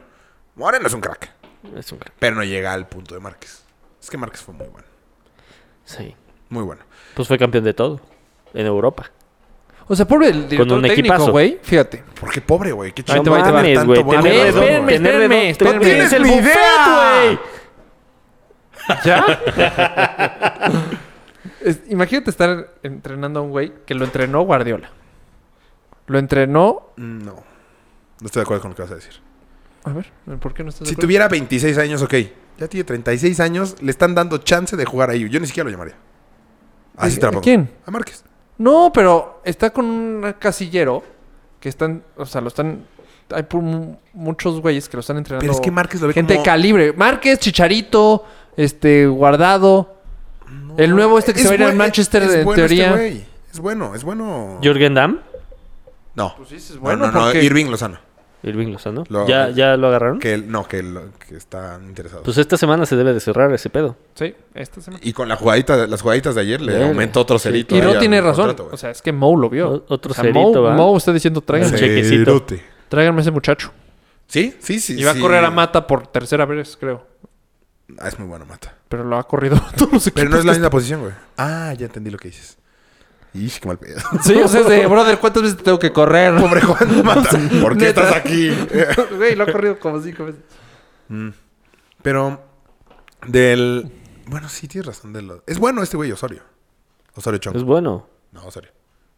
[SPEAKER 3] Moreno es un crack.
[SPEAKER 2] Es un crack.
[SPEAKER 3] Pero no llega al punto de Márquez. Es que Márquez fue muy bueno.
[SPEAKER 2] Sí.
[SPEAKER 3] Muy bueno.
[SPEAKER 2] Pues fue campeón de todo. En Europa.
[SPEAKER 5] O sea, pobre el director
[SPEAKER 2] un
[SPEAKER 5] técnico,
[SPEAKER 2] equipazo.
[SPEAKER 5] güey. Fíjate.
[SPEAKER 3] Porque pobre, güey. Qué
[SPEAKER 5] Ahí
[SPEAKER 3] chingón
[SPEAKER 5] te va, ahí te va.
[SPEAKER 3] tener
[SPEAKER 2] mames, güey.
[SPEAKER 3] tanto buen
[SPEAKER 2] Tener
[SPEAKER 5] Espérenme,
[SPEAKER 3] jugador,
[SPEAKER 2] redondo.
[SPEAKER 5] espérenme,
[SPEAKER 3] güey.
[SPEAKER 2] Tener redondo.
[SPEAKER 5] espérenme.
[SPEAKER 2] Tener-
[SPEAKER 3] ¡No
[SPEAKER 2] es el
[SPEAKER 3] tienes ni
[SPEAKER 2] buffet,
[SPEAKER 3] idea!
[SPEAKER 2] güey.
[SPEAKER 5] ¿Ya? Es- imagínate estar entrenando a un güey que lo entrenó Guardiola. Lo entrenó...
[SPEAKER 3] No. No estoy de acuerdo con lo que vas a decir.
[SPEAKER 5] A ver, ¿por qué no estás de
[SPEAKER 3] Si
[SPEAKER 5] acuerdo?
[SPEAKER 3] tuviera 26 años, ok. Ya tiene 36 años, le están dando chance de jugar ahí. Yo ni siquiera lo llamaría. Así
[SPEAKER 5] ¿A-
[SPEAKER 3] te la
[SPEAKER 5] a
[SPEAKER 3] pongo.
[SPEAKER 5] quién?
[SPEAKER 3] A Márquez.
[SPEAKER 5] No, pero está con un casillero que están... O sea, lo están... Hay pu- muchos güeyes que lo están entrenando.
[SPEAKER 3] Pero es que Márquez lo ve
[SPEAKER 5] Gente de
[SPEAKER 3] como...
[SPEAKER 5] calibre. Márquez, Chicharito, este, Guardado. El nuevo este que se va a ir al
[SPEAKER 3] buen-
[SPEAKER 5] Manchester,
[SPEAKER 3] es
[SPEAKER 5] en
[SPEAKER 3] bueno este
[SPEAKER 5] teoría.
[SPEAKER 3] güey. es bueno, es bueno.
[SPEAKER 2] Jürgen Damm,
[SPEAKER 3] No.
[SPEAKER 5] Pues es
[SPEAKER 3] No,
[SPEAKER 5] bueno,
[SPEAKER 3] no, no,
[SPEAKER 5] porque-
[SPEAKER 3] Irving Lozano.
[SPEAKER 2] Irving Lozano.
[SPEAKER 3] Lo-
[SPEAKER 2] ¿Ya, ¿Ya lo
[SPEAKER 5] ¿Mm?
[SPEAKER 2] agarraron?
[SPEAKER 3] Que él- no, que, él- que están interesados.
[SPEAKER 2] Pues esta semana se debe de cerrar ese pedo.
[SPEAKER 5] Sí, esta semana.
[SPEAKER 3] y con la jugadita, las jugaditas de ayer le
[SPEAKER 2] Verga.
[SPEAKER 3] aumentó otro cerito.
[SPEAKER 5] Y
[SPEAKER 3] ahí
[SPEAKER 5] no
[SPEAKER 3] al
[SPEAKER 5] tiene razón.
[SPEAKER 3] contrato, güey.
[SPEAKER 5] o sea, es que Mo lo vio.
[SPEAKER 2] O- otro
[SPEAKER 5] O sea,
[SPEAKER 2] cerito,
[SPEAKER 5] Mo,
[SPEAKER 2] ¿va?
[SPEAKER 5] Mo está diciendo, tráiganme,
[SPEAKER 2] Sí. chequecito.
[SPEAKER 3] Cerote.
[SPEAKER 5] tráiganme a ese muchacho.
[SPEAKER 3] Sí, sí, sí.
[SPEAKER 5] Y va
[SPEAKER 3] sí.
[SPEAKER 5] a correr a Mata por tercera vez, creo.
[SPEAKER 3] Ah, es muy bueno Mata.
[SPEAKER 5] Pero lo ha corrido a todos los equipos.
[SPEAKER 3] Pero no es la
[SPEAKER 5] Pues que-
[SPEAKER 3] misma posición, güey. Ah, ya entendí lo que dices. Ish, qué mal pedo.
[SPEAKER 5] Sí, o sea, es de, brother, ¿cuántas veces te tengo que correr?
[SPEAKER 3] Pobre Juan Mata. ¿Por qué
[SPEAKER 5] neta.
[SPEAKER 3] estás aquí?
[SPEAKER 5] Güey, lo ha corrido como cinco veces.
[SPEAKER 3] Pero del... Bueno, sí, tienes razón. De lo... Es bueno este güey Osorio. Osorio Chong.
[SPEAKER 2] Es bueno.
[SPEAKER 3] No, Osorio.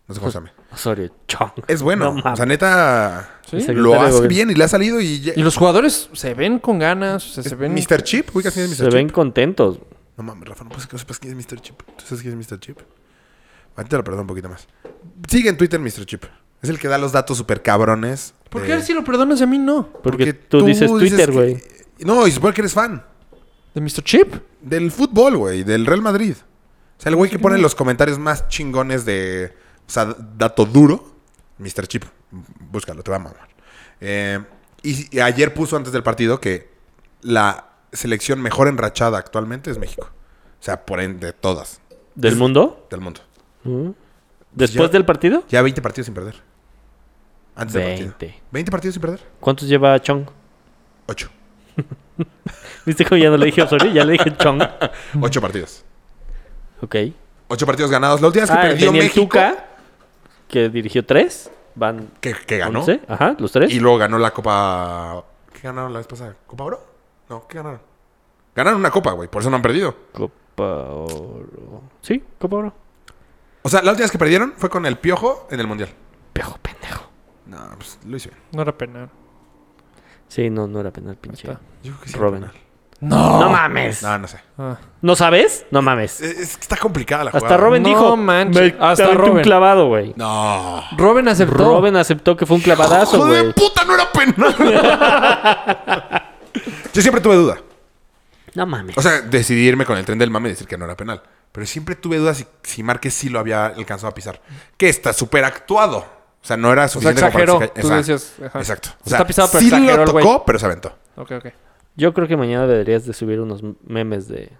[SPEAKER 3] No sé cómo se llama.
[SPEAKER 2] Osorio Chong.
[SPEAKER 3] Es bueno.
[SPEAKER 2] No
[SPEAKER 3] o
[SPEAKER 2] mames.
[SPEAKER 3] sea, neta...
[SPEAKER 5] Sí.
[SPEAKER 2] El secretario
[SPEAKER 3] Lo
[SPEAKER 2] de
[SPEAKER 3] hace
[SPEAKER 2] gobierno.
[SPEAKER 3] bien y le ha salido y... ya-
[SPEAKER 5] Y los jugadores se ven con ganas, o sea,
[SPEAKER 3] Es
[SPEAKER 5] se ven...
[SPEAKER 3] Mr. Chip, ubicas quién es
[SPEAKER 2] Se
[SPEAKER 3] Mr.
[SPEAKER 2] ven
[SPEAKER 3] Chip.
[SPEAKER 2] contentos.
[SPEAKER 3] No mames, Rafa, no puedes que no sepas quién es Mr. Chip. ¿Tú sabes quién es Mr. Chip? Ahorita te lo perdón un poquito más. Sigue en Twitter Mr. Chip. Es el que da los datos super cabrones.
[SPEAKER 5] ¿Por
[SPEAKER 3] de-
[SPEAKER 5] qué a él sí lo perdonas y a mí no?
[SPEAKER 2] Porque, tú, dices Twitter,
[SPEAKER 3] que-
[SPEAKER 2] güey.
[SPEAKER 3] No, y supongo que eres fan
[SPEAKER 5] ¿De Mr. Chip?
[SPEAKER 3] del fútbol, güey, del Real Madrid. O sea, el güey que pone los comentarios más chingones de. O sea, dato duro. Mr. Chip, búscalo, te va a mamar. Eh, y, y ayer puso antes del partido que la selección mejor enrachada actualmente es México. O sea, por ende, todas
[SPEAKER 2] ¿Del mundo?
[SPEAKER 3] del mundo. Pues
[SPEAKER 2] Mm. Pues ¿Después
[SPEAKER 3] Ya-
[SPEAKER 2] del partido?
[SPEAKER 3] Ya 20 partidos sin perder. Antes del
[SPEAKER 2] 20.
[SPEAKER 3] partido. 20 partidos sin perder.
[SPEAKER 2] ¿Cuántos lleva Chong?
[SPEAKER 3] 8.
[SPEAKER 2] ¿Viste cómo ya no le dije Osorio? Ya le dije Chong.
[SPEAKER 3] 8 partidos.
[SPEAKER 2] Ok.
[SPEAKER 3] 8 partidos ganados. La última vez que
[SPEAKER 2] ah,
[SPEAKER 3] perdió
[SPEAKER 2] tenía el
[SPEAKER 3] México.
[SPEAKER 2] Tuca, que dirigió tres. Van
[SPEAKER 3] que, que ganó.
[SPEAKER 2] 11. Ajá, los tres.
[SPEAKER 3] Y luego ganó la Copa. ¿Qué ganaron la vez pasada? ¿Copa Oro? No, ¿qué ganaron? Ganaron una copa, güey. Por eso no han perdido.
[SPEAKER 2] Copa Oro. Sí, Copa Oro.
[SPEAKER 3] O sea, la última vez que perdieron fue con el Piojo en el Mundial.
[SPEAKER 2] Pejo, pendejo.
[SPEAKER 3] No, pues lo hice bien.
[SPEAKER 5] No era penal.
[SPEAKER 2] Sí, no, no era penal, pinche.
[SPEAKER 5] Ahí
[SPEAKER 3] Yo creo que sí.
[SPEAKER 2] Robin.
[SPEAKER 5] ¡No!
[SPEAKER 2] No mames.
[SPEAKER 3] No, no sé.
[SPEAKER 5] Ah.
[SPEAKER 2] ¿No sabes? No mames.
[SPEAKER 3] Es, es que está complicada la
[SPEAKER 2] Hasta
[SPEAKER 3] jugada.
[SPEAKER 2] Robin
[SPEAKER 5] No
[SPEAKER 2] dijo.
[SPEAKER 5] manches,
[SPEAKER 2] "Me
[SPEAKER 5] hasta
[SPEAKER 2] aventé un
[SPEAKER 5] Robin".
[SPEAKER 2] clavado, güey.
[SPEAKER 3] No.
[SPEAKER 5] Robin aceptó.
[SPEAKER 2] Robin aceptó que fue un clavadazo,
[SPEAKER 3] ¡Hijo de
[SPEAKER 2] güey.
[SPEAKER 3] puta! No era penal. Yo siempre tuve duda.
[SPEAKER 2] No mames.
[SPEAKER 3] O sea, decidirme con el tren del mame y decir que no era penal. Pero siempre tuve dudas si, si Márquez sí lo había alcanzado a pisar. Que está súper actuado. O sea, no era suficiente como para
[SPEAKER 5] exageró.
[SPEAKER 3] que se ca-
[SPEAKER 5] Tú
[SPEAKER 3] Esa-
[SPEAKER 5] decías, ajá.
[SPEAKER 3] Exacto. O
[SPEAKER 5] Está
[SPEAKER 3] sea,
[SPEAKER 5] pisado, pero
[SPEAKER 3] sí
[SPEAKER 5] exageró el
[SPEAKER 3] lo
[SPEAKER 5] güey. ¿Eh?
[SPEAKER 3] tocó, pero se aventó.
[SPEAKER 5] Ok, ok.
[SPEAKER 2] Yo creo que mañana deberías de subir unos memes de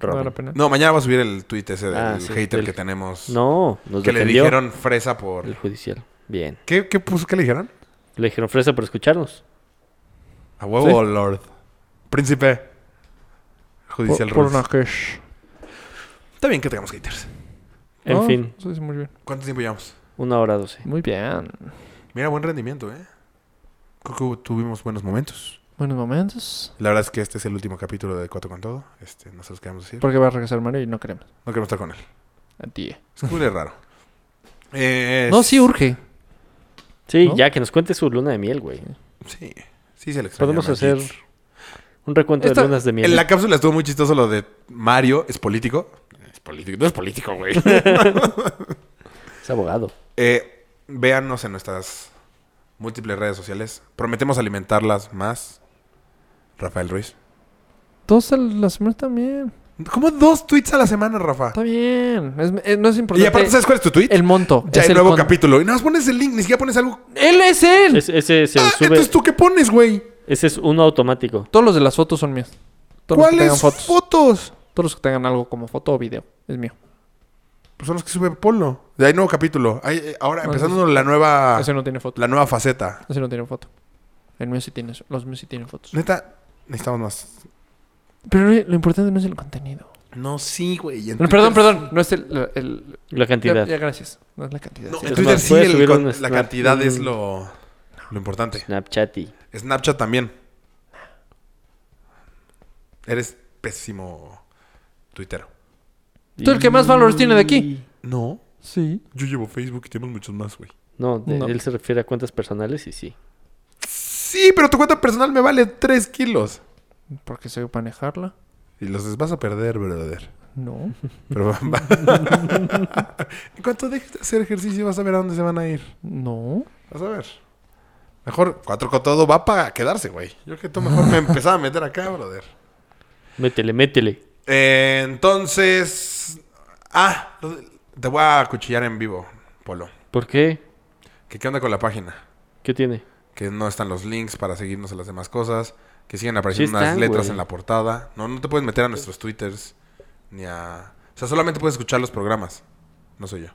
[SPEAKER 5] No era
[SPEAKER 2] Robin.
[SPEAKER 5] penal.
[SPEAKER 3] No, mañana va a subir el tweet ese del
[SPEAKER 2] Ah, sí,
[SPEAKER 3] hater
[SPEAKER 2] del-
[SPEAKER 3] que tenemos.
[SPEAKER 2] No, nos
[SPEAKER 3] que le
[SPEAKER 2] defendió
[SPEAKER 3] dijeron fresa por.
[SPEAKER 2] el judicial. Bien.
[SPEAKER 3] ¿Qué, qué puso? ¿Qué le dijeron?
[SPEAKER 2] Le dijeron fresa por escucharnos.
[SPEAKER 3] A huevo,
[SPEAKER 5] Sí.
[SPEAKER 3] Lord. Príncipe.
[SPEAKER 5] Por,
[SPEAKER 3] Judicial
[SPEAKER 5] por
[SPEAKER 3] rules.
[SPEAKER 5] una hash.
[SPEAKER 3] Está bien que tengamos haters.
[SPEAKER 2] En
[SPEAKER 5] No,
[SPEAKER 2] fin,
[SPEAKER 5] eso es muy bien.
[SPEAKER 3] ¿Cuánto tiempo llevamos?
[SPEAKER 2] una hora doce.
[SPEAKER 5] Muy bien.
[SPEAKER 3] Mira, buen rendimiento, ¿eh? Creo que hubo- tuvimos buenos momentos.
[SPEAKER 5] Buenos momentos.
[SPEAKER 3] La verdad es que este es el último capítulo de Cuatro con Todo. Este, nosotros queremos decir.
[SPEAKER 5] Porque va a regresar Mario y no queremos.
[SPEAKER 3] No queremos estar con él.
[SPEAKER 5] A ti.
[SPEAKER 3] Es que huele raro. Eh,
[SPEAKER 5] No,
[SPEAKER 3] es-
[SPEAKER 5] sí urge.
[SPEAKER 2] Sí,
[SPEAKER 5] ¿No?
[SPEAKER 2] ya que nos cuente su luna de miel, güey.
[SPEAKER 3] Sí. Sí, se le extraña
[SPEAKER 2] Podemos
[SPEAKER 3] a
[SPEAKER 2] hacer
[SPEAKER 3] Magic.
[SPEAKER 2] un recuento
[SPEAKER 3] Esta-
[SPEAKER 2] de lunas de miel.
[SPEAKER 3] En la cápsula estuvo muy chistoso lo de Mario, es político. Es político, no es político, güey.
[SPEAKER 2] Es abogado.
[SPEAKER 3] Eh, véannos en nuestras múltiples redes sociales. Prometemos alimentarlas más. Rafael Ruiz.
[SPEAKER 5] Dos a la semana también.
[SPEAKER 3] ¿Cómo dos tweets a la semana, Rafa?
[SPEAKER 5] Está bien. Es- eh, no es importante.
[SPEAKER 3] Y aparte, ¿sabes cuál es tu tweet?
[SPEAKER 5] El monto.
[SPEAKER 3] ya
[SPEAKER 5] es
[SPEAKER 3] el, nuevo
[SPEAKER 5] con-
[SPEAKER 3] capítulo. Y nada más pones el link, ni siquiera pones algo.
[SPEAKER 5] Él es él.
[SPEAKER 2] Es- ese, se
[SPEAKER 3] ah,
[SPEAKER 2] sube,
[SPEAKER 3] entonces tú qué pones, güey.
[SPEAKER 2] ese es uno automático.
[SPEAKER 5] Todos los de las fotos son míos. Todos los que tengan
[SPEAKER 3] ¿Cuáles
[SPEAKER 5] fotos.
[SPEAKER 3] fotos?
[SPEAKER 5] Todos los que tengan algo como foto o video. Es mío.
[SPEAKER 3] Pues son los que sube Polo. De ahí nuevo capítulo. Ahí, eh, ahora
[SPEAKER 5] Ah,
[SPEAKER 3] empezando la nueva.
[SPEAKER 5] Ese no tiene foto.
[SPEAKER 3] La nueva faceta.
[SPEAKER 5] Ese no tiene foto. El mío sí tiene. Los míos sí tienen fotos.
[SPEAKER 3] Neta, necesitamos más.
[SPEAKER 5] Pero lo importante no es el contenido.
[SPEAKER 3] No, sí, güey. en
[SPEAKER 5] No, perdón,
[SPEAKER 3] Twitter
[SPEAKER 5] perdón. No es el. el-
[SPEAKER 2] La
[SPEAKER 5] ya,
[SPEAKER 2] cantidad.
[SPEAKER 5] ya, gracias. No es la cantidad.
[SPEAKER 3] No,
[SPEAKER 5] sí.
[SPEAKER 3] en
[SPEAKER 2] Es
[SPEAKER 3] Twitter
[SPEAKER 2] más,
[SPEAKER 3] sí
[SPEAKER 2] puedes
[SPEAKER 3] el
[SPEAKER 2] subir
[SPEAKER 3] con-
[SPEAKER 2] un
[SPEAKER 3] la
[SPEAKER 2] snap- Mm.
[SPEAKER 3] cantidad es
[SPEAKER 2] un-
[SPEAKER 3] lo, lo importante.
[SPEAKER 2] Snapchatty.
[SPEAKER 3] Snapchat también. Eres pésimo tuitero.
[SPEAKER 5] Tú el que más valores tiene de aquí.
[SPEAKER 3] No,
[SPEAKER 5] Sí.
[SPEAKER 3] yo llevo Facebook y tenemos muchos más, güey.
[SPEAKER 2] No, de-
[SPEAKER 5] No.
[SPEAKER 2] él se refiere a cuentas personales y sí.
[SPEAKER 3] Sí, pero tu cuenta personal me vale 3 kilos.
[SPEAKER 5] Porque sé manejarla.
[SPEAKER 3] Y los vas a perder, brother.
[SPEAKER 5] No.
[SPEAKER 3] Pero va- va- en cuanto dejes de hacer ejercicio vas a ver a dónde se van a ir.
[SPEAKER 5] No.
[SPEAKER 3] Vas a ver. Mejor cuatro con todo va para quedarse, güey. Yo que tú mejor me empezaba a meter acá, brother.
[SPEAKER 2] Métele, métele.
[SPEAKER 3] Eh, entonces. Ah, lo de- te voy a acuchillar en vivo, Polo.
[SPEAKER 2] ¿Por qué?
[SPEAKER 3] ¿Qué, ¿Qué onda con la página?
[SPEAKER 2] ¿Qué tiene?
[SPEAKER 3] Que no están los links para seguirnos en las demás cosas. Que siguen apareciendo
[SPEAKER 2] están,
[SPEAKER 3] unas letras
[SPEAKER 2] güey.
[SPEAKER 3] en la portada. No, no te puedes meter a nuestros twitters. Ni a. O sea, solamente puedes escuchar los programas. No soy yo.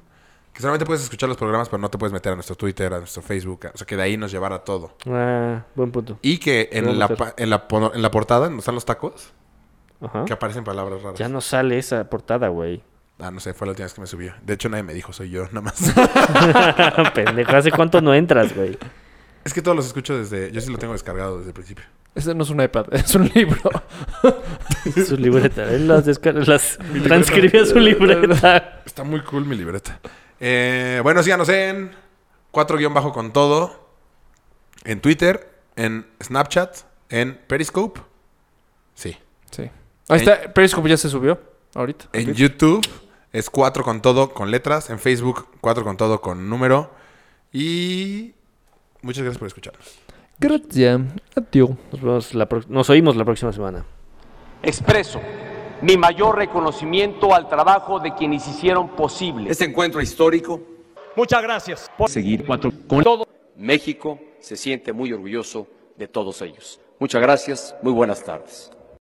[SPEAKER 3] Que solamente puedes escuchar los programas, pero no te puedes meter a nuestro Twitter, a nuestro Facebook. a- O sea, que de ahí nos llevara todo.
[SPEAKER 2] Ah, buen punto.
[SPEAKER 3] Y que
[SPEAKER 2] Voy
[SPEAKER 3] en
[SPEAKER 2] a
[SPEAKER 3] la,
[SPEAKER 2] meter.
[SPEAKER 3] pa- en, la, pono- en la portada, donde están los tacos,
[SPEAKER 2] Ajá.
[SPEAKER 3] que aparecen palabras raras.
[SPEAKER 2] ¿Ah? Ya no sale esa portada, güey.
[SPEAKER 3] Ah, no sé, fue la última vez que me subió. De hecho, nadie me dijo, soy yo, nada más.
[SPEAKER 2] Pendejo, ¿hace cuánto no entras, güey?
[SPEAKER 3] es que todos los escucho desde. Yo sí lo tengo descargado desde el principio.
[SPEAKER 5] Ese no es un iPad, es un libro.
[SPEAKER 2] Su libreta. Él las, descar- las transcribía a su libreta.
[SPEAKER 3] Está muy cool mi libreta. Eh, bueno, síganos en 4 guión bajo con todo. En Twitter, en Snapchat, en Periscope. Sí.
[SPEAKER 5] Sí. Ahí está, Periscope ya se subió ahorita.
[SPEAKER 3] En YouTube es 4 con todo con letras. En Facebook, 4 con todo con número. Y muchas gracias por escucharnos.
[SPEAKER 5] Gracias. Adiós.
[SPEAKER 2] Nos, vemos la pro- nos oímos la próxima semana.
[SPEAKER 6] Expreso mi mayor reconocimiento al trabajo de quienes hicieron posible
[SPEAKER 7] Este encuentro histórico
[SPEAKER 1] Muchas gracias.
[SPEAKER 7] seguir cuatro con todo. México se siente muy orgulloso de todos ellos. Muchas gracias, muy buenas tardes.